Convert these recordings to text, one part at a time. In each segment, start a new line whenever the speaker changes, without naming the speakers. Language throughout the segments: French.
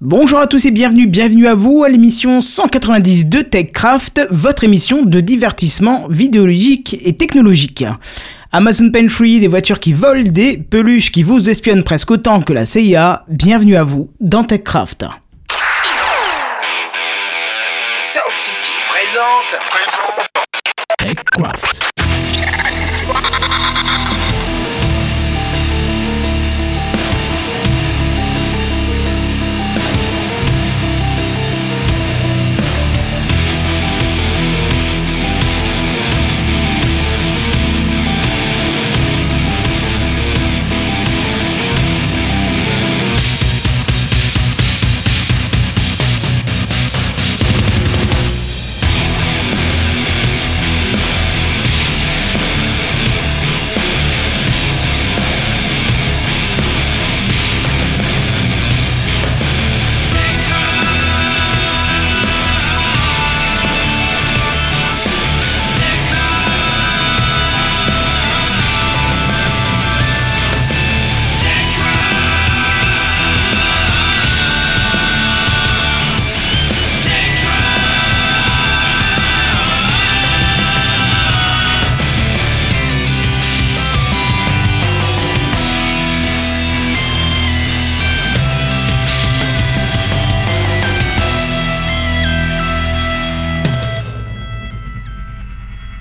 Bonjour à tous et bienvenue, bienvenue à vous à l'émission 190 de TechCraft, votre émission de divertissement vidéologique et technologique. Amazon Pantry, des voitures qui volent, des peluches qui vous espionnent presque autant que la CIA, bienvenue à vous dans TechCraft.
Soul City présente.
TechCraft.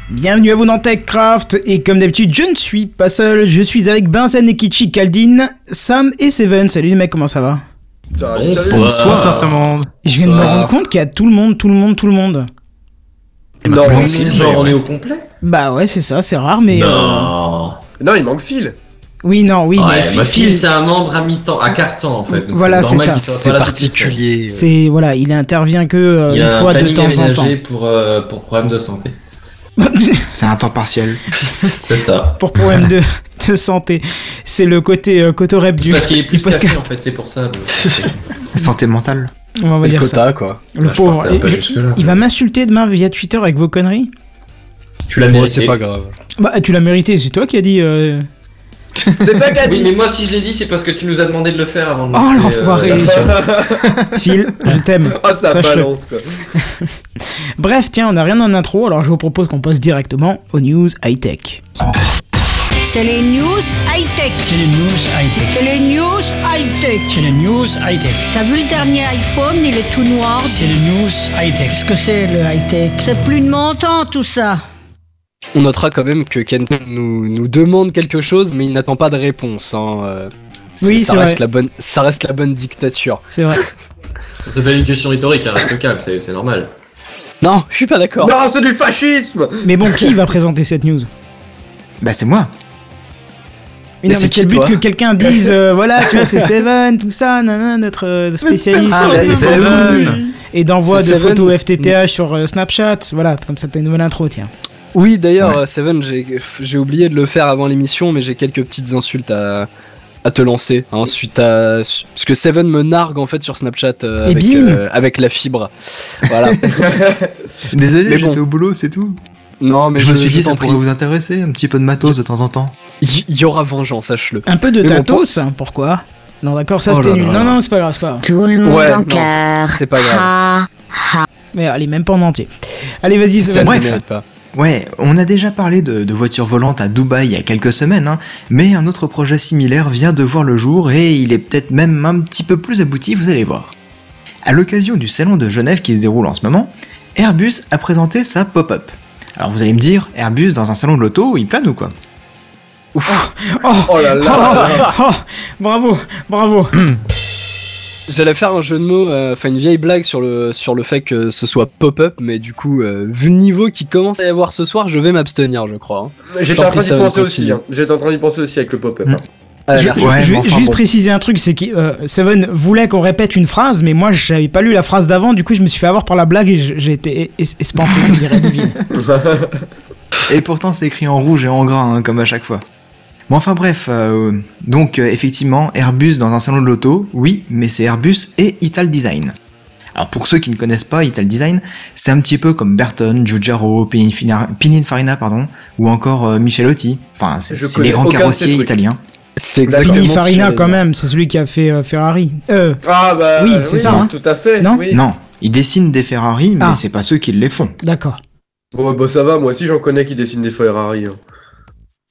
Bienvenue à vous dans TechCraft et comme d'habitude je ne suis pas seul, je suis avec Benzen Ekichi Kaldin, Sam et Seven. Salut les mecs, comment ça va
Salut,
Bonsoir.
Euh,
tout le monde.
Je viens de me
Bonsoir.
rendre compte qu'il y a tout le monde, tout le monde, tout le monde.
Non,
Non,
on
on
est-
est,
genre, on est
au complet
Bah ouais c'est ça, c'est rare mais... euh,
Non
Non, il manque Phil.
Oui non, oui
Ah Ouais,
mais...
mais
Phil-
Phil, c'est un membre à mi-temps, à carton en fait. Donc
Voilà,
c'est
c'est
normal
ça.
qu'il soit pas
C'est
là toutes les semaines.
particulier.
C'est voilà, il intervient que euh,
Il y
une
a un
fois de
planning
temps en
aménagé
temps.
pour, euh, pour problème de santé.
C'est un temps partiel.
C'est ça.
pour problème de, de santé. C'est le côté euh, cotorep
C'est
du,
parce qu'il est
du
plus café en
podcast.
fait, c'est pour ça. mais-
Santé mentale.
hein.
On va dire ça.
quoi.
Le
Là, Ah, je
pauvre.
partais un peu
Et je-
jusque-là.
il va m'insulter demain via Twitter avec vos conneries.
Tu l'as
Bon,
mérité.
c'est pas grave.
Bah tu l'as mérité, c'est toi qui as dit. euh,
C'est toi qui as
Oui,
dit.
mais moi si je l'ai dit, c'est parce que tu nous as demandé de le faire avant de
Oh,
lancer, euh,
l'enfoiré.
la-
Phil, je t'aime.
Oh, ça
Sache-le.
balance quoi.
Bref, tiens, on n'a rien en intro, alors je vous propose qu'on passe directement aux news high tech.
C'est les news high-tech.
C'est les news high-tech.
C'est les news high-tech.
C'est les news high-tech.
T'as vu le dernier iPhone, il est tout noir.
C'est les news high-tech.
que c'est le high-tech C'est plus de mon temps tout ça.
On notera quand même que Ken nous, nous demande quelque chose, mais il n'attend pas de réponse. hein, euh, c'est-
Oui,
ça
c'est
reste
vrai.
la bonne, ça reste la bonne dictature.
C'est vrai.
Ça s'appelle une question rhétorique, hein, reste calme, c'est c'est normal.
Non, je suis pas
Oh.
d'accord.
Non, c'est du fascisme.
Mais bon, qui va présenter cette news
Bah c'est moi.
Mais
Mais
non,
c'est
mais c'est
qui,
le but
toi
que quelqu'un dise, euh, voilà, tu vois, c'est Seven, tout ça, nanana, notre euh, spécialiste.
Ah,
euh,
bah, c'est
Seven.
Seven.
Et d'envoi de
C'est Seven.
photos FTTH sur euh, Snapchat. Voilà, comme ça, t'as une nouvelle intro, tiens.
Oui, d'ailleurs, euh, Seven, j'ai j'ai oublié de le faire avant l'émission, mais j'ai quelques petites insultes à, à te lancer. hein, suite à, su- parce que Seven me nargue en fait sur Snapchat
Eh
euh,
Et
avec,
bim
euh, avec la fibre. Voilà.
Désolé,
Mais bon.
j'étais au boulot, c'est tout.
non, mais
je,
je,
me suis dit
je t'en
ça
prie.
pourrait vous intéresser, un petit peu de matos de temps en temps.
Il il y aura vengeance, sache-le.
Un peu de
Mais bon,
tatos, hein, pourquoi Non, d'accord, ça
Oh
c'était
là
nul. Non,
là.
non, c'est pas grave, c'est pas grave.
Tout le monde
Ouais,
en
non.
quart.
C'est pas grave.
Ah.
Mais elle est même pas en entier. Allez, vas-y,
Ça
c'est
moi.
ne
Bref.
mérite pas.
Ouais, on a déjà parlé de, de voitures volantes à Dubaï il y a quelques semaines, hein, mais un autre projet similaire vient de voir le jour et il est peut-être même un petit peu plus abouti, vous allez voir. À l'occasion du salon de Genève qui se déroule en ce moment, Airbus a présenté sa pop-up. Alors vous allez me dire, Airbus dans un salon de l'auto, il plane ou quoi
Oh,
Oh là là.
oh, oh, bravo, bravo.
J'allais faire un jeu de mots, euh, enfin une vieille blague sur le, sur le fait que ce soit pop-up, mais du coup, euh, vu le niveau qui commence à y avoir ce soir, je vais m'abstenir, je crois.
Oh.
hein.
J'étais
Tant
en train
pis,
d'y
ça va
penser aussi.
continuer.
hein. J'étais en train d'y penser aussi avec le
Mm.
pop-up. hein.
Ah,
Je,
merci.
je-
Ouais,
je vais
mais enfin,
juste
bon.
préciser un truc, c'est que euh, Seven voulait qu'on répète une phrase, mais moi j'avais pas lu la phrase d'avant, du coup je me suis fait avoir par la blague et j'ai- j'ai été es- es- espanté, on dirait, devine.
Et pourtant, c'est écrit en rouge et en gras, hein, comme à chaque fois. Mais enfin bref, euh, donc euh, effectivement, Airbus dans un salon de l'auto, oui, mais c'est Airbus et Ital Design. Alors pour ceux qui ne connaissent pas Ital Design, c'est un petit peu comme Berton, Giugiaro, Pininfarina, Pininfarina, pardon, ou encore euh, Michelotti. Enfin, c'est
Je
c'est
connais
des grands
aucun de ces
carrossiers
trucs.
italiens.
C'est
Pini
exactement ce que
Farina
j'allais
quand
dire.
même, c'est celui qui a fait euh, Ferrari. Euh,
Ah bah
Oui, c'est ça, hein.
Tout à fait.
Non
oui.
Non, ils dessinent des Ferrari, mais
Ah.
c'est pas ceux qui les font.
d'accord.
Bon bah ça va, moi aussi j'en connais qui dessinent des Ferrari. hein.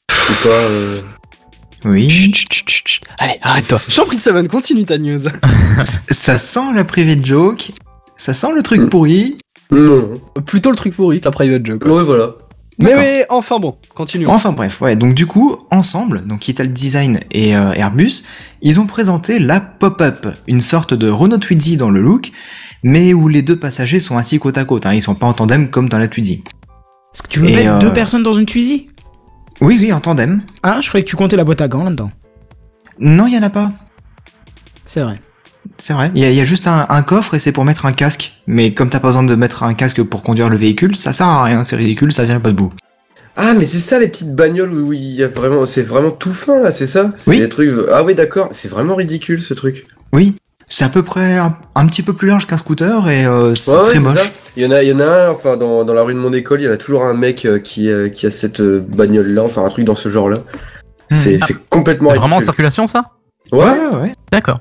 C'est pas. euh,
Oui.
Chut, chut, chut, chut, chut. Allez, arrête-toi. J'en prie, Seven, continue ta news.
ça sent la private joke. Ça sent le truc pourri.
Non.
Plutôt le truc pourri, la private joke.
Ouais voilà.
Mais,
D'accord.
mais enfin bon, continuons.
Enfin bref, ouais. Donc du coup, ensemble, donc Ital Design et euh, Airbus, ils ont présenté la Pop-Up, une sorte de Renault Twizy dans le look, mais où les deux passagers sont assis côte à côte. Hein, ils sont pas en tandem comme dans la Twizy.
Est-ce que tu veux
Et,
mettre
euh,
deux personnes dans une Twizy
Oui, oui, en tandem.
Ah, je croyais que tu comptais la boîte à gants là-dedans.
Non, il y en a pas.
C'est vrai.
C'est vrai. Il y, a- il y a juste un, un coffre et c'est pour mettre un casque. Mais comme t'as pas besoin de mettre un casque pour conduire le véhicule, ça sert à rien. C'est ridicule, ça tient pas debout.
Ah mais c'est ça les petites bagnoles où il y a vraiment c'est vraiment tout fin là c'est ça C'est
Oui.
des trucs ah oui d'accord c'est vraiment ridicule ce truc
Oui, c'est à peu près un, un petit peu plus large qu'un scooter et euh, c'est
Ouais, ouais,
très
ça.
moche.
il y en a il y en a un enfin dans, dans la rue de mon école il y en a toujours un mec euh, qui euh, qui a cette euh, bagnole là enfin un truc dans ce genre là c'est
Hmm.
Ah.
c'est complètement
Vraiment en
ridicule.
circulation, ça
ouais
ouais, ouais.
D'accord.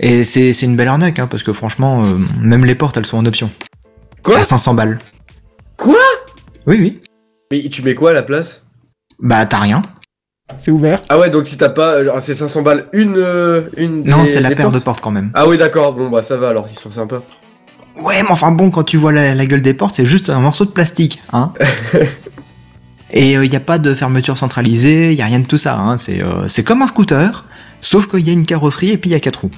Et c'est c'est une belle arnaque, hein, parce que franchement, euh, même les portes, elles sont en option.
Quoi
À 500 balles.
Quoi
Oui, oui.
mais tu mets quoi à la place
Bah, t'as rien.
C'est ouvert.
ah ouais donc si t'as pas euh, genre, c'est 500 balles une euh, une
Non,
des-
c'est la
des
paire de
portes
portes quand même.
ah oui d'accord bon bah ça va alors ils sont sympas
Ouais, mais enfin bon, quand tu vois la, la gueule des portes, c'est juste un morceau de plastique, hein. Et il n'y a pas de fermeture centralisée, il n'y a rien de tout ça, hein. C'est euh, c'est comme un scooter, sauf qu'il y a une carrosserie et puis il y a quatre roues.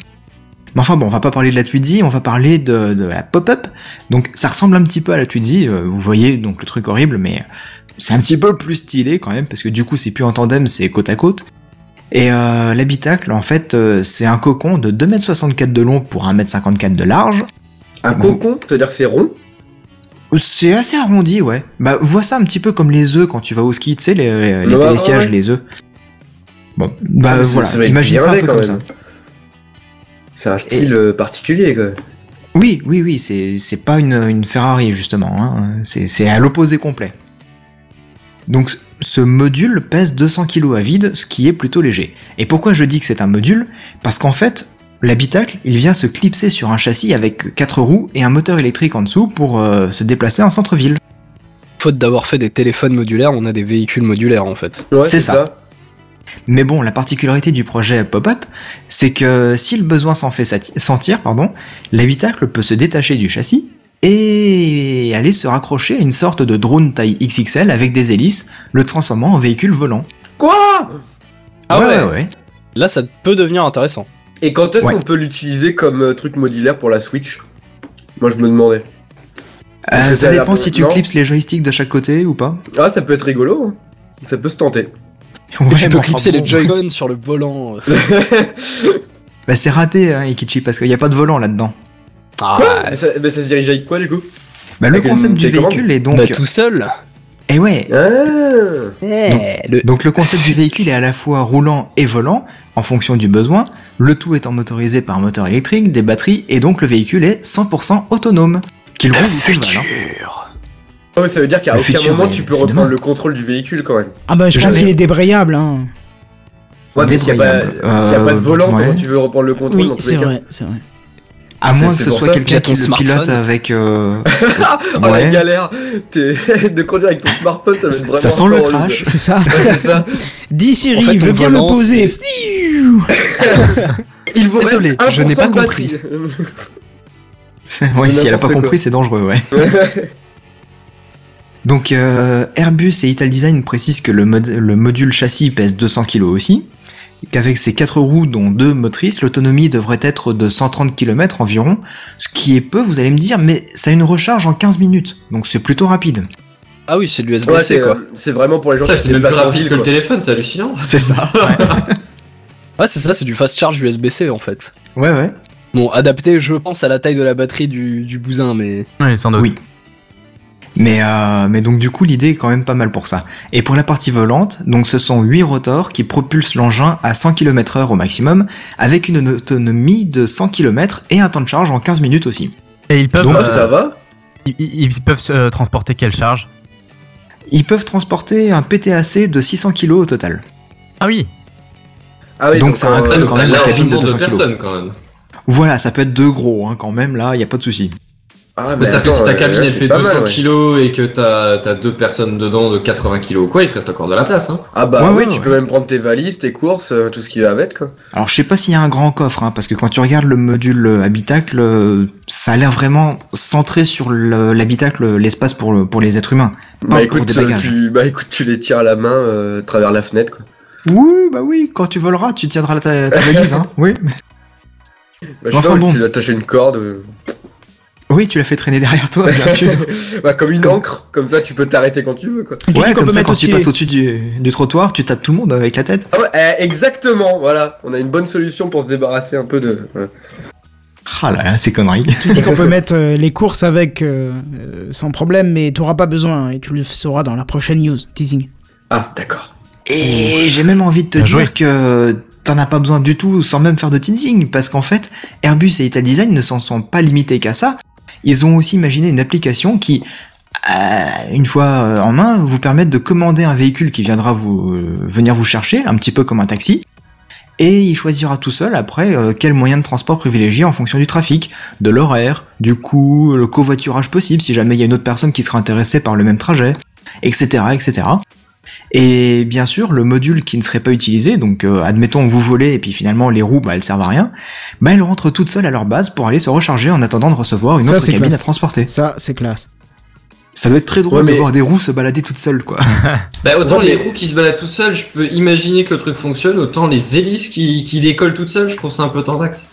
Mais enfin bon, on va pas parler de la Twizy, on va parler de, de la pop-up. Donc ça ressemble un petit peu à la Twizy, euh, vous voyez donc le truc horrible, mais euh, c'est un petit peu plus stylé quand même, parce que du coup c'est plus en tandem, c'est côte à côte. Et euh, l'habitacle, en fait, euh, c'est un cocon de 2m64 de long pour 1m54 de large.
un
Vous-
cocon c'est à dire que c'est rond
C'est assez arrondi, ouais. Bah, vois ça un petit peu comme les œufs quand tu vas au ski, tu sais, les, les,
Ouais,
les
ouais,
télésièges,
Bah, ouais.
les œufs. Bon, bah
Ah, mais c'est-
voilà,
ça doit être
imagine
bien
ça un
laid,
peu
quand
comme ça.
même. c'est un style euh, particulier quoi
Oui, oui, oui, c'est c'est pas une, une Ferrari justement, hein. c'est c'est à l'opposé complet. Donc ce- ce module pèse 200 kg à vide, ce qui est plutôt léger. Et pourquoi je dis que c'est un module Parce qu'en fait, l'habitacle, il vient se clipser sur un châssis avec quatre roues et un moteur électrique en dessous pour euh, se déplacer en centre-ville.
Faute d'avoir fait des téléphones modulaires, on a des véhicules modulaires en fait.
Ouais,
C'est ça. Mais bon, la particularité du projet Pop-Up, c'est que si le besoin s'en fait sati- sentir, pardon, l'habitacle peut se détacher du châssis et aller se raccrocher à une sorte de drone taille XXL avec des hélices, le transformant en véhicule volant.
Quoi
Ah ouais.
ouais, ouais.
Là, ça peut devenir intéressant.
Et quand est-ce
Ouais.
qu'on peut l'utiliser comme euh, truc modulaire pour la Switch Moi je me demandais.
Euh,
Parce que ça a
ça
l'air
dépend
de-
si tu
non.
clipses les joysticks de chaque côté ou pas.
Ah ça peut être rigolo, hein. ça peut se tenter.
Et
Ouais,
tu
mais
peux
enfin,
clipser
bon.
les Joy-Con sur le volant. euh.
Bah c'est raté, hein, Ikichi, parce qu'il n'y a pas de volant là-dedans.
Ah,
Mais ça, mais ça se dirige avec quoi du coup
Bah le
Avec une
concept du
télécommande.
véhicule est donc...
bah, tout seul. Eh,
Eh ouais,
ah
Donc le concept du véhicule est à la fois roulant et volant en fonction du besoin, le tout étant motorisé par un moteur électrique, des batteries et donc le véhicule est 100% autonome. Qu'il roule ou qu'il vole, hein.
Ah ouais, ça veut dire qu'à
Le
aucun
futur,
moment
mais
tu peux
c'est
reprendre
demain.
le contrôle du véhicule quand même.
Ah bah je pense
Jamais.
qu'il est débrayable. Hein.
Ouais, mais s'il n'y a, pas-
Débrouillable.
s'il y a pas de
Euh,
volant,
ouais.
comment tu veux reprendre le contrôle
Oui,
dans tous
c'est
les cas
vrai, c'est vrai.
À
Ah, C'est-
moins que
c'est
ce
pour
soit
ça,
quelqu'un
puis
qui
il y a
le
ton
pilote
smartphone.
avec... euh,
Oh la
ouais.
galère T'es- De conduire avec ton smartphone, ça va être vraiment.
Ça sent le
horrible.
crash.
C'est ça.
Ouais, c'est ça.
Dis Siri,
En fait, ton
veut bien me
volant,
poser.
Il vous
Désolé,
reste
je n'ai pas
1% de
compris.
batterie.
ouais, si elle a
N'importe
pas
quoi.
compris, c'est dangereux, ouais. Donc euh, Airbus et Ital Design précisent que le, mod- le module châssis pèse 200 kg aussi, qu'avec ses quatre roues dont deux motrices, l'autonomie devrait être de 130 km environ, ce qui est peu, vous allez me dire, mais ça a une recharge en 15 minutes, donc c'est plutôt rapide.
Ah oui, c'est de l'USB-C
Ouais, c'est
quoi.
euh, c'est vraiment pour les gens
Ça,
qui se
c'est même plus
déplacent en
rapide
ville,
que le
quoi.
téléphone, c'est hallucinant.
C'est ça.
Ouais, c'est ça, c'est du fast charge USB-C en fait.
Ouais, ouais.
Bon, adapté, je pense, à la taille de la batterie du, du bousin, mais.
Oui, sans doute.
Oui. Mais, euh, mais donc du coup l'idée est quand même pas mal pour ça. Et pour la partie volante, donc ce sont 8 rotors qui propulsent l'engin à 100 km heure au maximum, avec une autonomie de 100 km et un temps de charge en 15 minutes aussi.
Et ils peuvent,
Donc,
euh,
Ah, ça va
ils, ils peuvent euh, transporter quelle charge
Ils peuvent transporter un PTAC de 600 kg au total.
Ah oui,
Ah oui,
Donc ça
euh,
inclut-
Ah, donc
quand
t'as
même, la cabine de
largement
200
deux
kilos.
personnes quand même.
Voilà, ça peut être deux gros hein, quand même, là, il a pas de souci.
Ah, mais
C'est-à-dire que si
attends,
ta
euh,
cabine
là,
elle
c'est
fait
pas
200
mal, ouais.
kilos et que t'as t'as deux personnes dedans de 80 kilos ou quoi, il te reste encore de la place. Hein.
Ah bah
Ouais,
oui,
ouais,
tu
ouais.
peux même prendre tes valises, tes courses, euh, tout ce qui va avec quoi.
Alors je sais pas s'il y a un grand coffre, hein, parce que quand tu regardes le module euh, habitacle, euh, ça a l'air vraiment centré sur le- l'habitacle, l'espace pour, le- pour les êtres humains. Pas
Bah
pour
écoute,
des
euh,
bagages.
tu, bah écoute, tu les tires à la main euh, à travers la fenêtre quoi.
Oui, bah oui, quand tu voleras, tu tiendras ta, ta valise, hein. Oui.
Bah, je sais
Enfin,
pas,
bon.
tu l'attaches à une corde. euh.
Oui, tu l'as fait traîner derrière toi, bien sûr.
Bah comme une encre, comme ça tu peux t'arrêter quand tu veux quoi.
dis
ouais,
qu'on
comme
peut
ça,
mettre
quand tu
aussi
passes
les-
au-dessus du, du trottoir, tu tapes tout le monde avec la tête.
Ah ouais, eh, exactement, voilà. On a une bonne solution pour se débarrasser un peu de. ouais.
Ah là, c'est connerie.
Tu dis qu'on peut mettre euh, les courses avec euh, euh, sans problème, mais t'auras pas besoin hein, et tu le sauras dans la prochaine news. Teasing.
Ah d'accord.
Et j'ai même envie de te
Bien
dire
joué.
que t'en as pas besoin du tout sans même faire de teasing, parce qu'en fait, Airbus et Italdesign ne s'en sont pas limités qu'à ça. Ils ont aussi imaginé une application qui, euh, une fois euh, en main, vous permet de commander un véhicule qui viendra vous euh, venir vous chercher, un petit peu comme un taxi. Et il choisira tout seul après euh, quel moyen de transport privilégier en fonction du trafic, de l'horaire, du coût, le covoiturage possible si jamais il y a une autre personne qui sera intéressée par le même trajet, etc. etc. Et bien sûr, le module qui ne serait pas utilisé, donc euh, admettons vous volez et puis finalement les roues, bah, elles servent à rien, bah elles rentrent toutes seules à leur base pour aller se recharger en attendant de recevoir une
Ça,
autre
c'est
cabine
classe.
à transporter.
Ça, c'est classe.
Ça doit être très drôle
Ouais,
de
mais-
voir des roues se balader toutes seules, quoi.
Bah autant
Ouais,
les
mais-
roues qui se baladent toutes seules, je peux imaginer que le truc fonctionne, autant les hélices qui, qui décollent toutes seules, je trouve ça un peu tendax.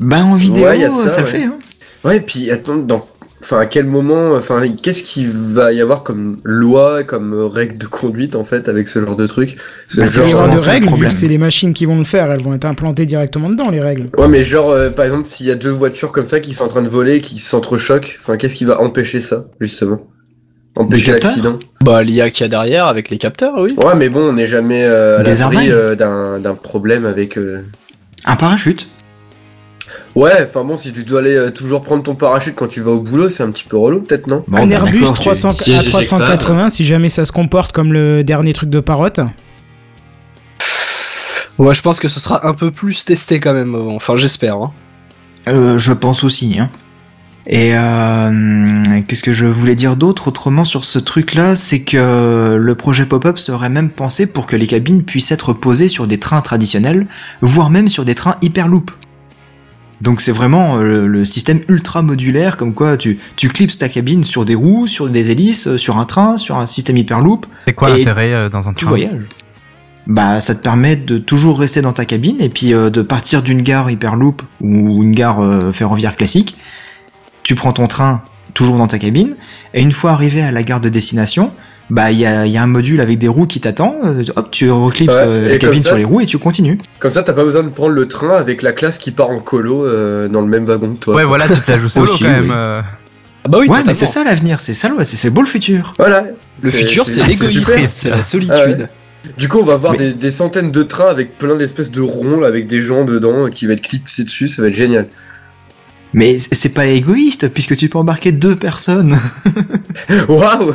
Bah en vidéo,
Ouais, y a de
ça,
ça,
le
ouais.
fait. Hein.
Ouais, et puis attends, dans... enfin à quel moment, enfin qu'est-ce qu'il va y avoir comme loi, comme euh, règle de conduite en fait avec ce genre de truc, ce
Bah, c'est
Il y aura
justement
de
ça, le
règles, vu que
problème.
c'est les machines qui vont le faire, elles vont être implantées directement dedans, les règles.
Ouais, mais genre, euh, par exemple, s'il y a deux voitures comme ça qui sont en train de voler, qui s'entrechoquent, enfin, qu'est-ce qui va empêcher ça, justement Empêcher
capteurs
l'accident
Bah, l'IA qu'il y a derrière avec les capteurs, oui.
Ouais, mais bon, on n'est jamais euh, à
Des
l'abri
airbags
euh, d'un d'un problème avec... euh,
Un parachute.
Ouais, enfin bon, si tu dois aller euh, toujours prendre ton parachute quand tu vas au boulot, c'est un petit peu relou, peut-être, non
Bon,
un
bah,
Airbus
d'accord, tu-
300
Siège
à 380, si jamais ça se comporte comme le dernier truc de Parrot.
Ouais, je pense que ce sera un peu plus testé quand même avant. Enfin, j'espère. Hein.
Euh, je pense aussi. Hein. Et euh, qu'est-ce que je voulais dire d'autre autrement sur ce truc-là, c'est que le projet pop-up serait même pensé pour que les cabines puissent être posées sur des trains traditionnels, voire même sur des trains hyperloop. Donc c'est vraiment euh, le, le système ultra modulaire, comme quoi tu, tu clipses ta cabine sur des roues, sur des hélices, euh, sur un train, sur un système hyperloop,
C'est quoi
Et
l'intérêt euh, dans un
Ah
tu
train
voyages. Bah, ça te permet de toujours rester dans ta cabine et puis euh, de partir d'une gare Hyperloop ou une gare euh, ferroviaire classique. Tu prends ton train toujours dans ta cabine et une fois arrivé à la gare de destination, bah il y a, il y a un module avec des roues qui t'attend. euh, hop, tu reclipses
Ouais,
euh, la
et comme
cabine
ça-
sur les roues et tu continues.
Comme ça, t'as pas besoin de prendre le train avec la classe qui part en colo euh, dans le même wagon que toi.
Ouais, voilà, tu te la joues solo
Aussi,
quand même.
oui.
euh,
Ah bah oui,
ouais, mais
totalement.
c'est ça l'avenir, c'est ça, le- c'est c'est beau le futur.
Voilà.
Le futur, c'est
c'est
l'égoïsme,
super.
c'est la solitude.
Du coup, on va voir
Mais-
des, des centaines de trains avec plein d'espèces de ronds, là, avec des gens dedans, euh, qui va être clipsés dessus, ça va être génial.
Mais c'est- c'est pas égoïste puisque tu peux embarquer deux personnes.
Waouh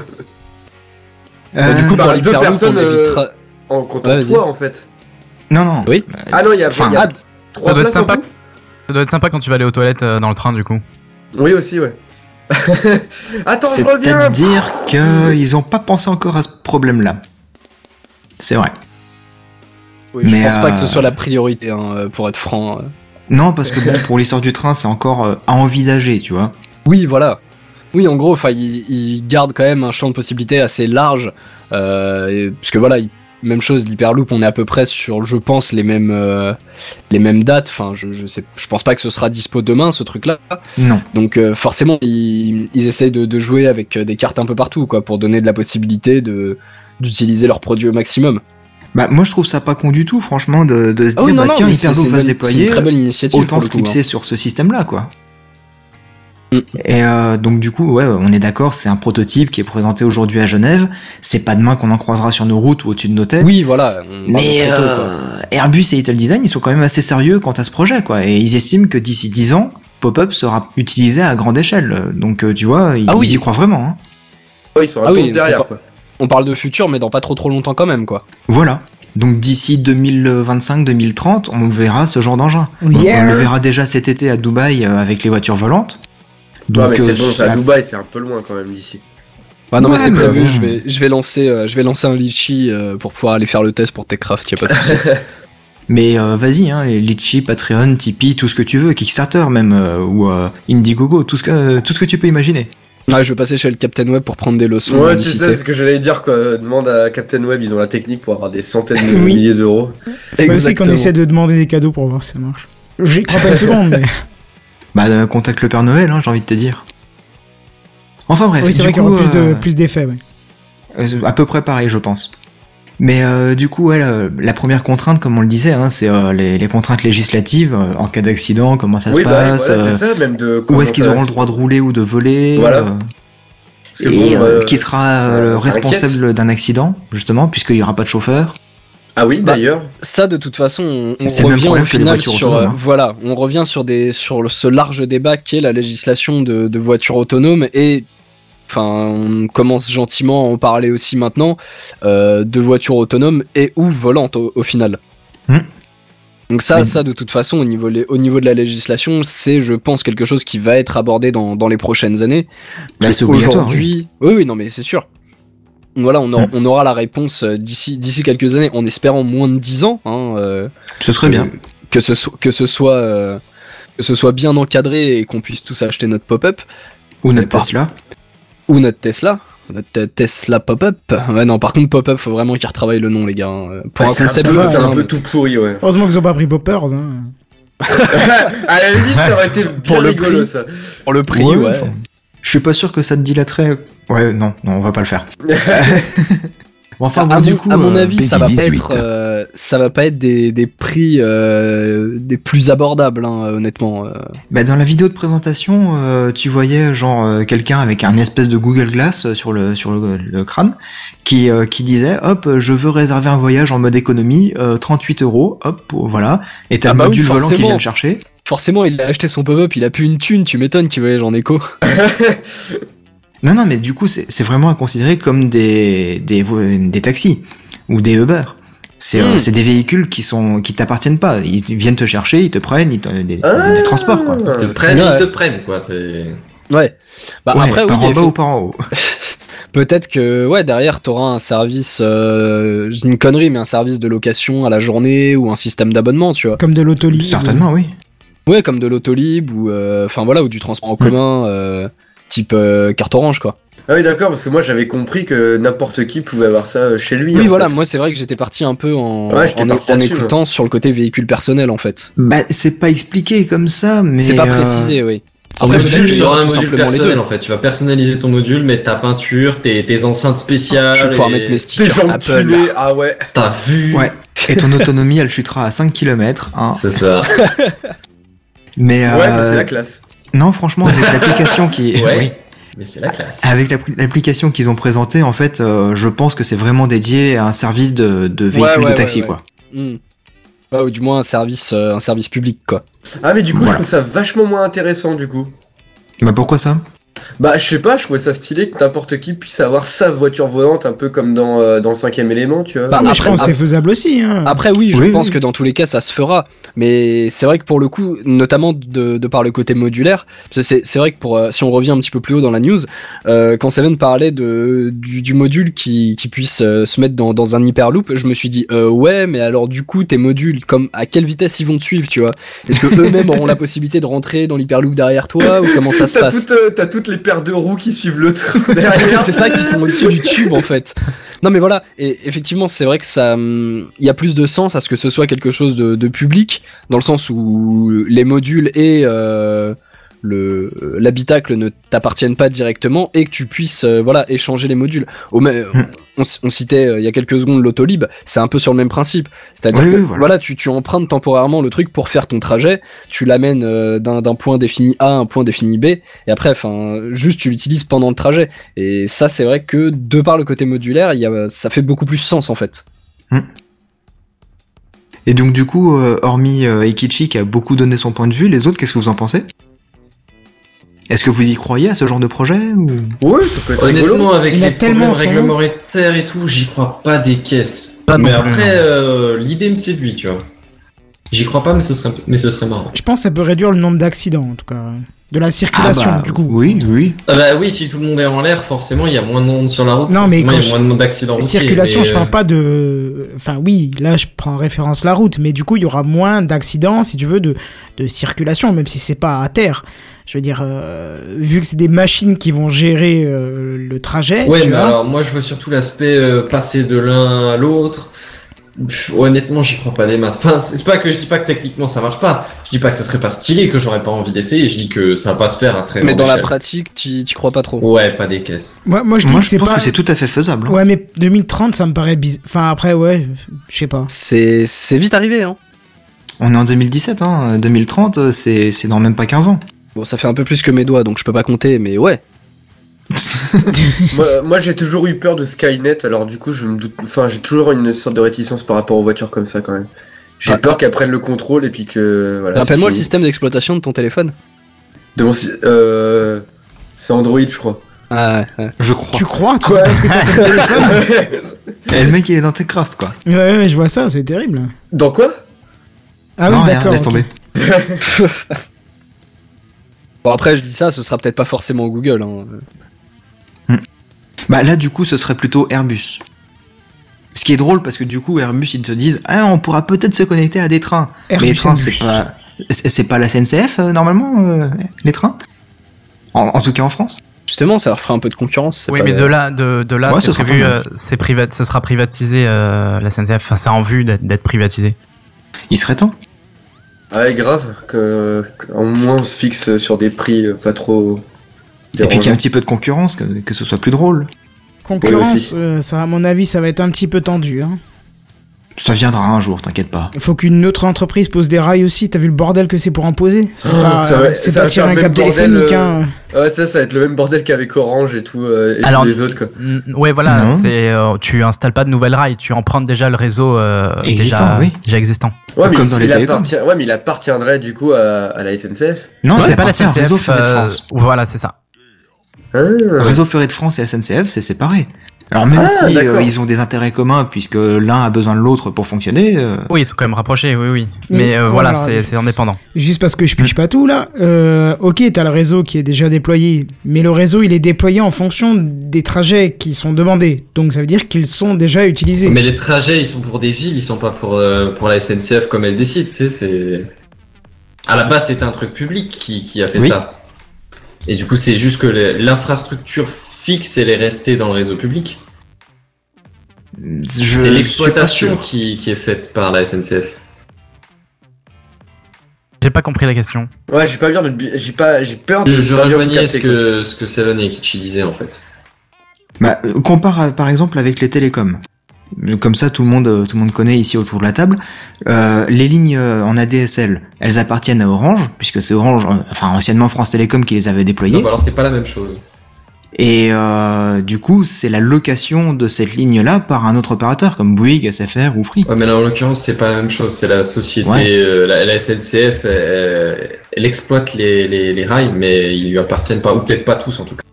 Bah, du coup,
par
pour les
deux personnes,
on
euh,
évitera.
En comptant
Ouais, vas-y.
toi, en fait.
non, non.
Oui.
Ah non, il y a,
Enfin,
il y a
ah,
trois
ça doit être
places en
sympa.
tout
Ça doit être sympa quand tu vas aller aux toilettes euh, dans le train du coup.
Oui, aussi, ouais. Attends, je reviens
C'est-à-dire qu'ils ont pas pensé encore à ce problème-là. C'est vrai.
Oui, je
Mais,
pense pas
euh,
que ce soit la priorité, hein, euh, pour être franc.
Non, parce que bon, pour l'histoire du train, c'est encore euh, à envisager, tu vois.
Oui, voilà. Oui, en gros, enfin, il, il garde quand même un champ de possibilités assez large, euh, et- parce que voilà, il- même chose, l'hyperloop, on est à peu près sur, je pense, les mêmes, euh, les mêmes dates. Enfin, je, je sais, je pense pas que ce sera dispo demain, ce truc-là.
Non.
Donc, euh, forcément, ils, ils essayent de, de jouer avec euh, des cartes un peu partout, quoi, pour donner de la possibilité de d'utiliser leurs produits au maximum.
Bah, moi, je trouve ça pas con du tout, franchement, de, de se dire,
Ah oui,
bah tiens,
mais c'est-
Hyperloop
c'est
va se
une- C'est
déployer, euh,
une très bonne initiative.
autant
pour le
se
coup, hein.
clipser sur ce système-là, quoi.
Mm.
Et euh, donc, du coup, ouais, on est d'accord, c'est un prototype qui est présenté aujourd'hui à Genève. C'est pas demain qu'on en croisera sur nos routes ou au-dessus de nos têtes.
Oui, voilà. on parle
Mais
de proto, quoi.
euh, Airbus et Ital Design, ils sont quand même assez sérieux quant à ce projet, quoi. Et ils estiment que d'ici 10 ans, Pop-Up sera utilisé à grande échelle. Donc, euh, tu vois, ils,
Ah oui.
ils y croient vraiment. hein.
Ouais, Oh, Ils sont à
Ah oui,
tombe derrière,
d'accord.
quoi.
on parle de futur, mais dans pas trop trop longtemps quand même, quoi.
Voilà. Donc d'ici 2025-2030, on verra ce genre d'engin.
Yeah.
On le verra déjà cet été à Dubaï euh, avec les voitures volantes.
Ouais, mais
euh,
c'est bon, c'est
ça-
à Dubaï, c'est un peu loin quand même d'ici.
Bah non, mais
Ouais,
c'est
mais
prévu,
bon.
je, vais, je, vais lancer, euh, je vais lancer un litchi euh, pour pouvoir aller faire le test pour Techcraft, y a pas de souci.
Mais euh, vas-y, hein, les Litchi, Patreon, Tipeee, tout ce que tu veux, Kickstarter même, euh, ou euh, Indiegogo, tout ce, que, euh, tout ce que tu peux imaginer.
Ouais, je vais passer chez le Captain Web pour prendre des leçons.
Ouais, c'est
d'unicité.
ça, c'est ce que j'allais dire, quoi. Demande à Captain Web, ils ont la technique pour avoir des centaines de
Oui.
milliers d'euros.
Faut aussi qu'on
Exactement.
essaie de demander des cadeaux pour voir si ça marche. J'y crois pas une seconde, mais
Bah euh, contacte le Père Noël, hein, j'ai envie de te dire. Enfin bref,
oui, c'est
du
vrai qu'il y aura
coup,
plus
euh,
de- plus d'effets. ouais.
Euh, à peu près pareil, je pense. Mais euh, du coup, ouais, la, la première contrainte, comme on le disait, hein, c'est euh, les, les contraintes législatives euh, en cas d'accident, comment ça
oui,
se
bah,
passe,
voilà,
euh,
c'est ça, même de.
où est-ce qu'ils
comment
auront le
ça-
droit de rouler ou de voler,
Voilà.
euh,
parce que
et
bon,
euh,
euh,
qui sera
ça-
euh,
ça inquiète.
responsable d'un accident, justement, puisqu'il n'y aura pas de chauffeur.
Ah oui,
Bah,
d'ailleurs.
Ça, de toute façon, on, on
C'est le même
revient
problème
au
que les
final
voitures
sur, euh,
autonomes, hein.
voilà, on revient sur des, sur le- ce large débat qui est la législation de, de voitures autonomes et, enfin, on commence gentiment à en parler aussi maintenant euh, de voitures autonomes et ou volantes au, au final.
Hmm.
Donc ça,
Mais-
ça de toute façon au niveau, lé- au niveau de la législation, c'est je pense quelque chose qui va être abordé dans, dans les prochaines années.
Là, c'est obligatoire. oui.
Aujourd'hui, oui, oui, non, mais c'est sûr. Voilà, on, aura-
Mm.
on aura la réponse euh, d'ici d'ici quelques années, en espérant moins de 10 ans. hein, euh,
Ce serait
que-
bien.
Que ce soit que ce soit euh, que ce soit bien encadré et qu'on puisse tous acheter notre pop-up
Ou notre
pas.
Tesla.
ou notre Tesla. Notre te- Tesla pop-up. Ouais, non, par contre, pop-up, faut vraiment qu'ils retravaillent le nom, les gars. hein. Pour
Ouais,
un
c'est
concept,
peu- c'est un
hein,
peu tout pourri, ouais.
Heureusement qu'ils ont pas pris Poppers. hein.
à la limite, ça aurait été bien
le
rigolo,
prix.
ça.
pour le prix,
Ouais,
ouais.
enfin, je suis pas sûr que ça te dilaterait. Ouais, non, non, on va pas le faire. Bon, enfin, bon,
à,
du
mon,
coup,
à mon
euh,
avis, ça va pas
18.
être, euh, ça va pas être des, des prix euh, des plus abordables, hein, honnêtement. euh.
Bah dans la vidéo de présentation, euh, tu voyais genre euh, quelqu'un avec un espèce de Google Glass euh, sur le sur le, le crâne qui euh, qui disait hop euh, je veux réserver un voyage en mode économie euh, 38 euros hop pour- voilà et t'as
Ah
le
bah oui,
module volant qui
forcément.
vient le chercher.
Forcément, il a acheté son pop-up, il a plus une thune, tu m'étonnes qu'il voyage en écho.
Non non mais du coup c'est c'est vraiment à considérer comme des des vo- des taxis ou des Uber. C'est euh,
Hmm.
c'est des véhicules qui sont qui t'appartiennent pas. Ils viennent te chercher, ils te prennent, ils te- des,
Ah.
Ah.
des transports quoi.
Bah,
Ils te prennent, ils te prennent, quoi. C'est.
Ouais. Bah
Ouais,
après, oui,
par en bas
effe-
ou par en haut.
peut-être que ouais, derrière, t'auras un service, euh, je dis une connerie, mais un service de location à la journée ou un système d'abonnement, tu vois.
Comme de l'autolib.
Certainement oui.
Ouais, comme de l'autolib ou, euh, enfin voilà, ou du
Mm.
transport en commun, euh, type euh, carte orange, quoi.
Ah oui, d'accord, parce que moi j'avais compris que n'importe qui pouvait avoir ça euh, chez lui.
Oui,
en
voilà,
fait.
moi c'est vrai que j'étais parti un peu en,
Ouais, j'étais
en,
parti
en
là-dessus,
écoutant sur le côté véhicule personnel, en fait.
Bah, c'est pas expliqué comme ça, mais.
C'est pas
euh,
précisé, oui.
Après,
peut-être
module
qu'il y
sera
aura
un
tout
module
simplement les
personnel
deux.
en fait. Tu vas personnaliser ton module, mettre ta peinture, tes, tes enceintes spéciales.
Je vais
Ah,
pouvoir
et-
mettre mes
Tes
stickers
jambes
Apple.
tunées, ah ouais.
T'as vu
Ouais. Et ton autonomie, elle chutera à 5 km. Hein.
C'est ça.
Mais, euh,
Ouais, mais c'est la classe.
non, franchement, avec l'application qui.
Ouais.
oui.
Mais c'est la classe.
Ah
Avec l'appli- l'application qu'ils ont présentée, en fait, euh, je pense que c'est vraiment dédié à un service de, de véhicule
Ouais, ouais,
de taxi,
ouais,
quoi.
Hmm. Ouais, ou du moins un service, euh, un service public, quoi.
Ah, mais du coup,
Voilà.
je trouve ça vachement moins intéressant, du coup.
Bah, pourquoi ça
Bah, je sais pas, je trouvais ça stylé que n'importe qui puisse avoir sa voiture volante, un peu comme dans, euh, dans le cinquième élément, tu vois.
Bah,
Ah, mais je
après-
pense que
après-
c'est faisable aussi. hein.
Après oui, je
Oui,
pense
oui.
que dans tous les cas ça se fera, mais c'est vrai que pour le coup, notamment de, de par le côté modulaire, parce que c'est c'est vrai que pour euh, si on revient un petit peu plus haut dans la news, euh, quand Seven parlait de du, du module qui, qui puisse euh, se mettre dans, dans un hyperloop, je me suis dit euh, ouais, mais alors du coup tes modules, comme à quelle vitesse ils vont te suivre, tu vois Est-ce que eux-mêmes auront la possibilité de rentrer dans l'hyperloop derrière toi ou comment ça se
T'as
passe
toutes, euh, t'as toutes les paires de roues qui suivent le train derrière.
c'est ça qui sont au-dessus du tube en fait. Non mais voilà, et effectivement c'est vrai que ça, hum, il y a plus de sens à ce que ce soit quelque chose de, de public, dans le sens où les modules et euh, le l'habitacle ne t'appartiennent pas directement et que tu puisses euh, voilà échanger les modules. Au même-
Hmm.
on, s- on citait euh, il y a quelques secondes l'autolib, c'est un peu sur le même principe. C'est-à-dire
Oui,
que
oui,
voilà,
voilà.
tu, tu empruntes temporairement le truc pour faire ton trajet, tu l'amènes euh, d'un d'un point défini A à un point défini B, et après, enfin, juste tu l'utilises pendant le trajet. Et ça, c'est vrai que de par le côté modulaire, il y a, ça fait beaucoup plus sens en fait.
Et donc, du coup, euh, hormis euh, Ikichi qui a beaucoup donné son point de vue, les autres, qu'est-ce que vous en pensez Est-ce que vous y croyez à ce genre de projet ou...
Ouais, ça peut être rigolo.
Honnêtement, avec
Il y a
les problèmes
tellement en ce moment.
réglementaires et tout, j'y crois pas des caisses.
Pas
Mais
non plus.
après, euh, l'idée me séduit, tu vois. J'y crois pas, mais ce serait, mais ce serait marrant.
Je pense que ça peut réduire le nombre d'accidents, en tout cas. De la circulation,
bah,
du coup.
Oui, oui.
Ah bah oui, si tout le monde est en l'air, forcément, il y a moins de monde sur la route.
Non, mais
forcément,
quand
il y a moins de monde d'accidents. routiers,
Circulation,
mais,
je
euh,
parle pas de. Enfin, oui, là, je prends en référence la route, mais du coup, il y aura moins d'accidents, si tu veux, de, de circulation, même si c'est pas à terre. Je veux dire, euh, vu que c'est des machines qui vont gérer euh, le trajet,
Ouais,
tu
mais
vois.
alors moi je veux surtout l'aspect euh, passer de l'un à l'autre. Pff, honnêtement, j'y crois pas des masses. Enfin, c'est pas que je dis pas que techniquement ça marche pas. Je dis pas que ce serait pas stylé, que j'aurais pas envie d'essayer. Je dis que ça va pas se faire à très
Mais
grande
dans la
échelle.
pratique, tu t'y crois pas trop.
Ouais, pas des caisses.
Moi, moi, je dis
Moi,
que
je
c'est
pense
pas.
que c'est tout à fait faisable. hein.
ouais, mais 2030, ça me paraît bizarre. Enfin, après, ouais, je sais pas.
C'est c'est vite arrivé, hein.
On est en 2017, hein. 2030, euh, c'est c'est dans même pas 15 ans.
Bon, ça fait un peu plus que mes doigts, donc je peux pas compter, mais ouais.
moi, moi, j'ai toujours eu peur de Skynet, alors du coup, je me doute. Enfin, j'ai toujours une sorte de réticence par rapport aux voitures comme ça, quand même. J'ai
Ah.
peur qu'elles prennent le contrôle et puis que. Voilà,
Rappelle-moi le
c'est fini.
système d'exploitation de ton téléphone.
De mon si- euh, C'est Android, je crois.
Ah ouais, ouais.
Je crois.
Tu crois tu
Quoi
sais pas ce que t'as comme téléphone
Et le mec, il est dans Techcraft, quoi.
Ouais, ouais, je vois ça, c'est terrible.
Dans quoi
Ah
non,
oui,
rien,
d'accord.
laisse
ok.
tomber.
Bon, après, je dis ça, ce sera peut-être pas forcément Google. Hein.
Bah là, du coup, ce serait plutôt Airbus. Ce qui est drôle parce que du coup, Airbus, ils se disent Ah, on pourra peut-être se connecter à des trains.
Airbus,
Mais les trains, c'est
Airbus.
pas. C'est c'est pas la SNCF, euh, normalement, euh, les trains en, en tout cas en France.
Justement, ça leur fera un peu de concurrence. c'est
Oui,
pas-
mais de là, de, de là,
Ouais,
c'est
ce sera
prévu,
pas
euh, c'est privat, ce sera privatisé euh, la SNCF. Enfin, c'est en vue d'être d'être privatisé.
Il serait temps.
Ah, ouais, grave, que, au moins on se fixe sur des prix euh, pas trop.
Et puis qu'il y a
dérangeants.
un petit peu de concurrence, que, que ce soit plus drôle.
Ouais,
Concurrence,
aussi.
euh, ça, à mon avis, ça va être un petit peu tendu. Hein.
Ça viendra un jour, t'inquiète pas.
Faut qu'une autre entreprise pose des rails aussi. T'as vu le bordel que c'est pour en poser C'est
Oh,
pas,
ça
euh,
va-
c'est
ça
pas
va
tirer
faire
un
le
câble
bordel,
téléphonique.
euh,
hein.
Ouais, ça, ça va être le même bordel qu'avec Orange et tout, euh, et
Alors-
tous les autres, quoi.
Mm, Ouais, voilà,
Non.
c'est euh, tu installes pas de nouvelles rails, tu empruntes déjà le réseau euh,
Existant,
déjà,
oui.
déjà existant.
Ouais,
Comme
mais
dans
il,
les
il
télécoms.
appartient- ouais, mais il appartiendrait du coup à, à la SNCF.
Non,
Ouais,
c'est pas la
SNCF,
Réseau Ferré de
euh,
France.
Voilà, c'est ça.
Ah.
Réseau Ferré de France et SNCF, c'est séparé. Alors même
Ah,
si euh,
d'accord.
ils ont des intérêts communs puisque l'un a besoin de l'autre pour fonctionner, euh,
Oui, ils sont quand même rapprochés, oui, oui.
Oui,
Mais euh,
on
voilà,
verra.
c'est c'est indépendant.
Juste parce que je pige pas tout là. Euh, ok, t'as le réseau qui est déjà déployé, mais le réseau il est déployé en fonction des trajets qui sont demandés. Donc ça veut dire qu'ils sont déjà utilisés.
Mais les trajets, ils sont pour des villes, ils sont pas pour euh, pour la SNCF comme elle décide. Tu sais, c'est à la base c'était un truc public qui, qui a fait
Oui.
ça. Et du coup, c'est juste que les- l'infrastructure fixe elle est restée dans le réseau public.
je
c'est
suis pas sûr.
l'exploitation qui, qui est faite par la SNCF.
J'ai pas compris la question.
Ouais, j'ai pas bien de bi- j'ai pas, j'ai peur de.
Je, je
Ah, pas bien
rejoignais
capter,
ce
quoi.
que, ce que Seven et Kichi disaient en fait.
Bah, euh, compare euh, par exemple avec les télécoms. Euh, Comme ça, tout le monde, euh, tout le monde connaît ici autour de la table. Euh, les lignes euh, en ADSL, elles appartiennent à Orange, puisque c'est Orange, euh, enfin anciennement France Télécom qui les avait déployées.
Non, bah alors c'est pas la même chose.
Et euh, du coup, c'est la location de cette ligne-là par un autre opérateur, comme Bouygues, SFR ou Free.
Ouais, mais là en l'occurrence c'est pas la même chose. C'est la société,
Ouais.
euh, la, la SNCF, euh, elle, exploite les, les, les rails, mais ils lui appartiennent pas, ou peut-être pas tous en tout cas.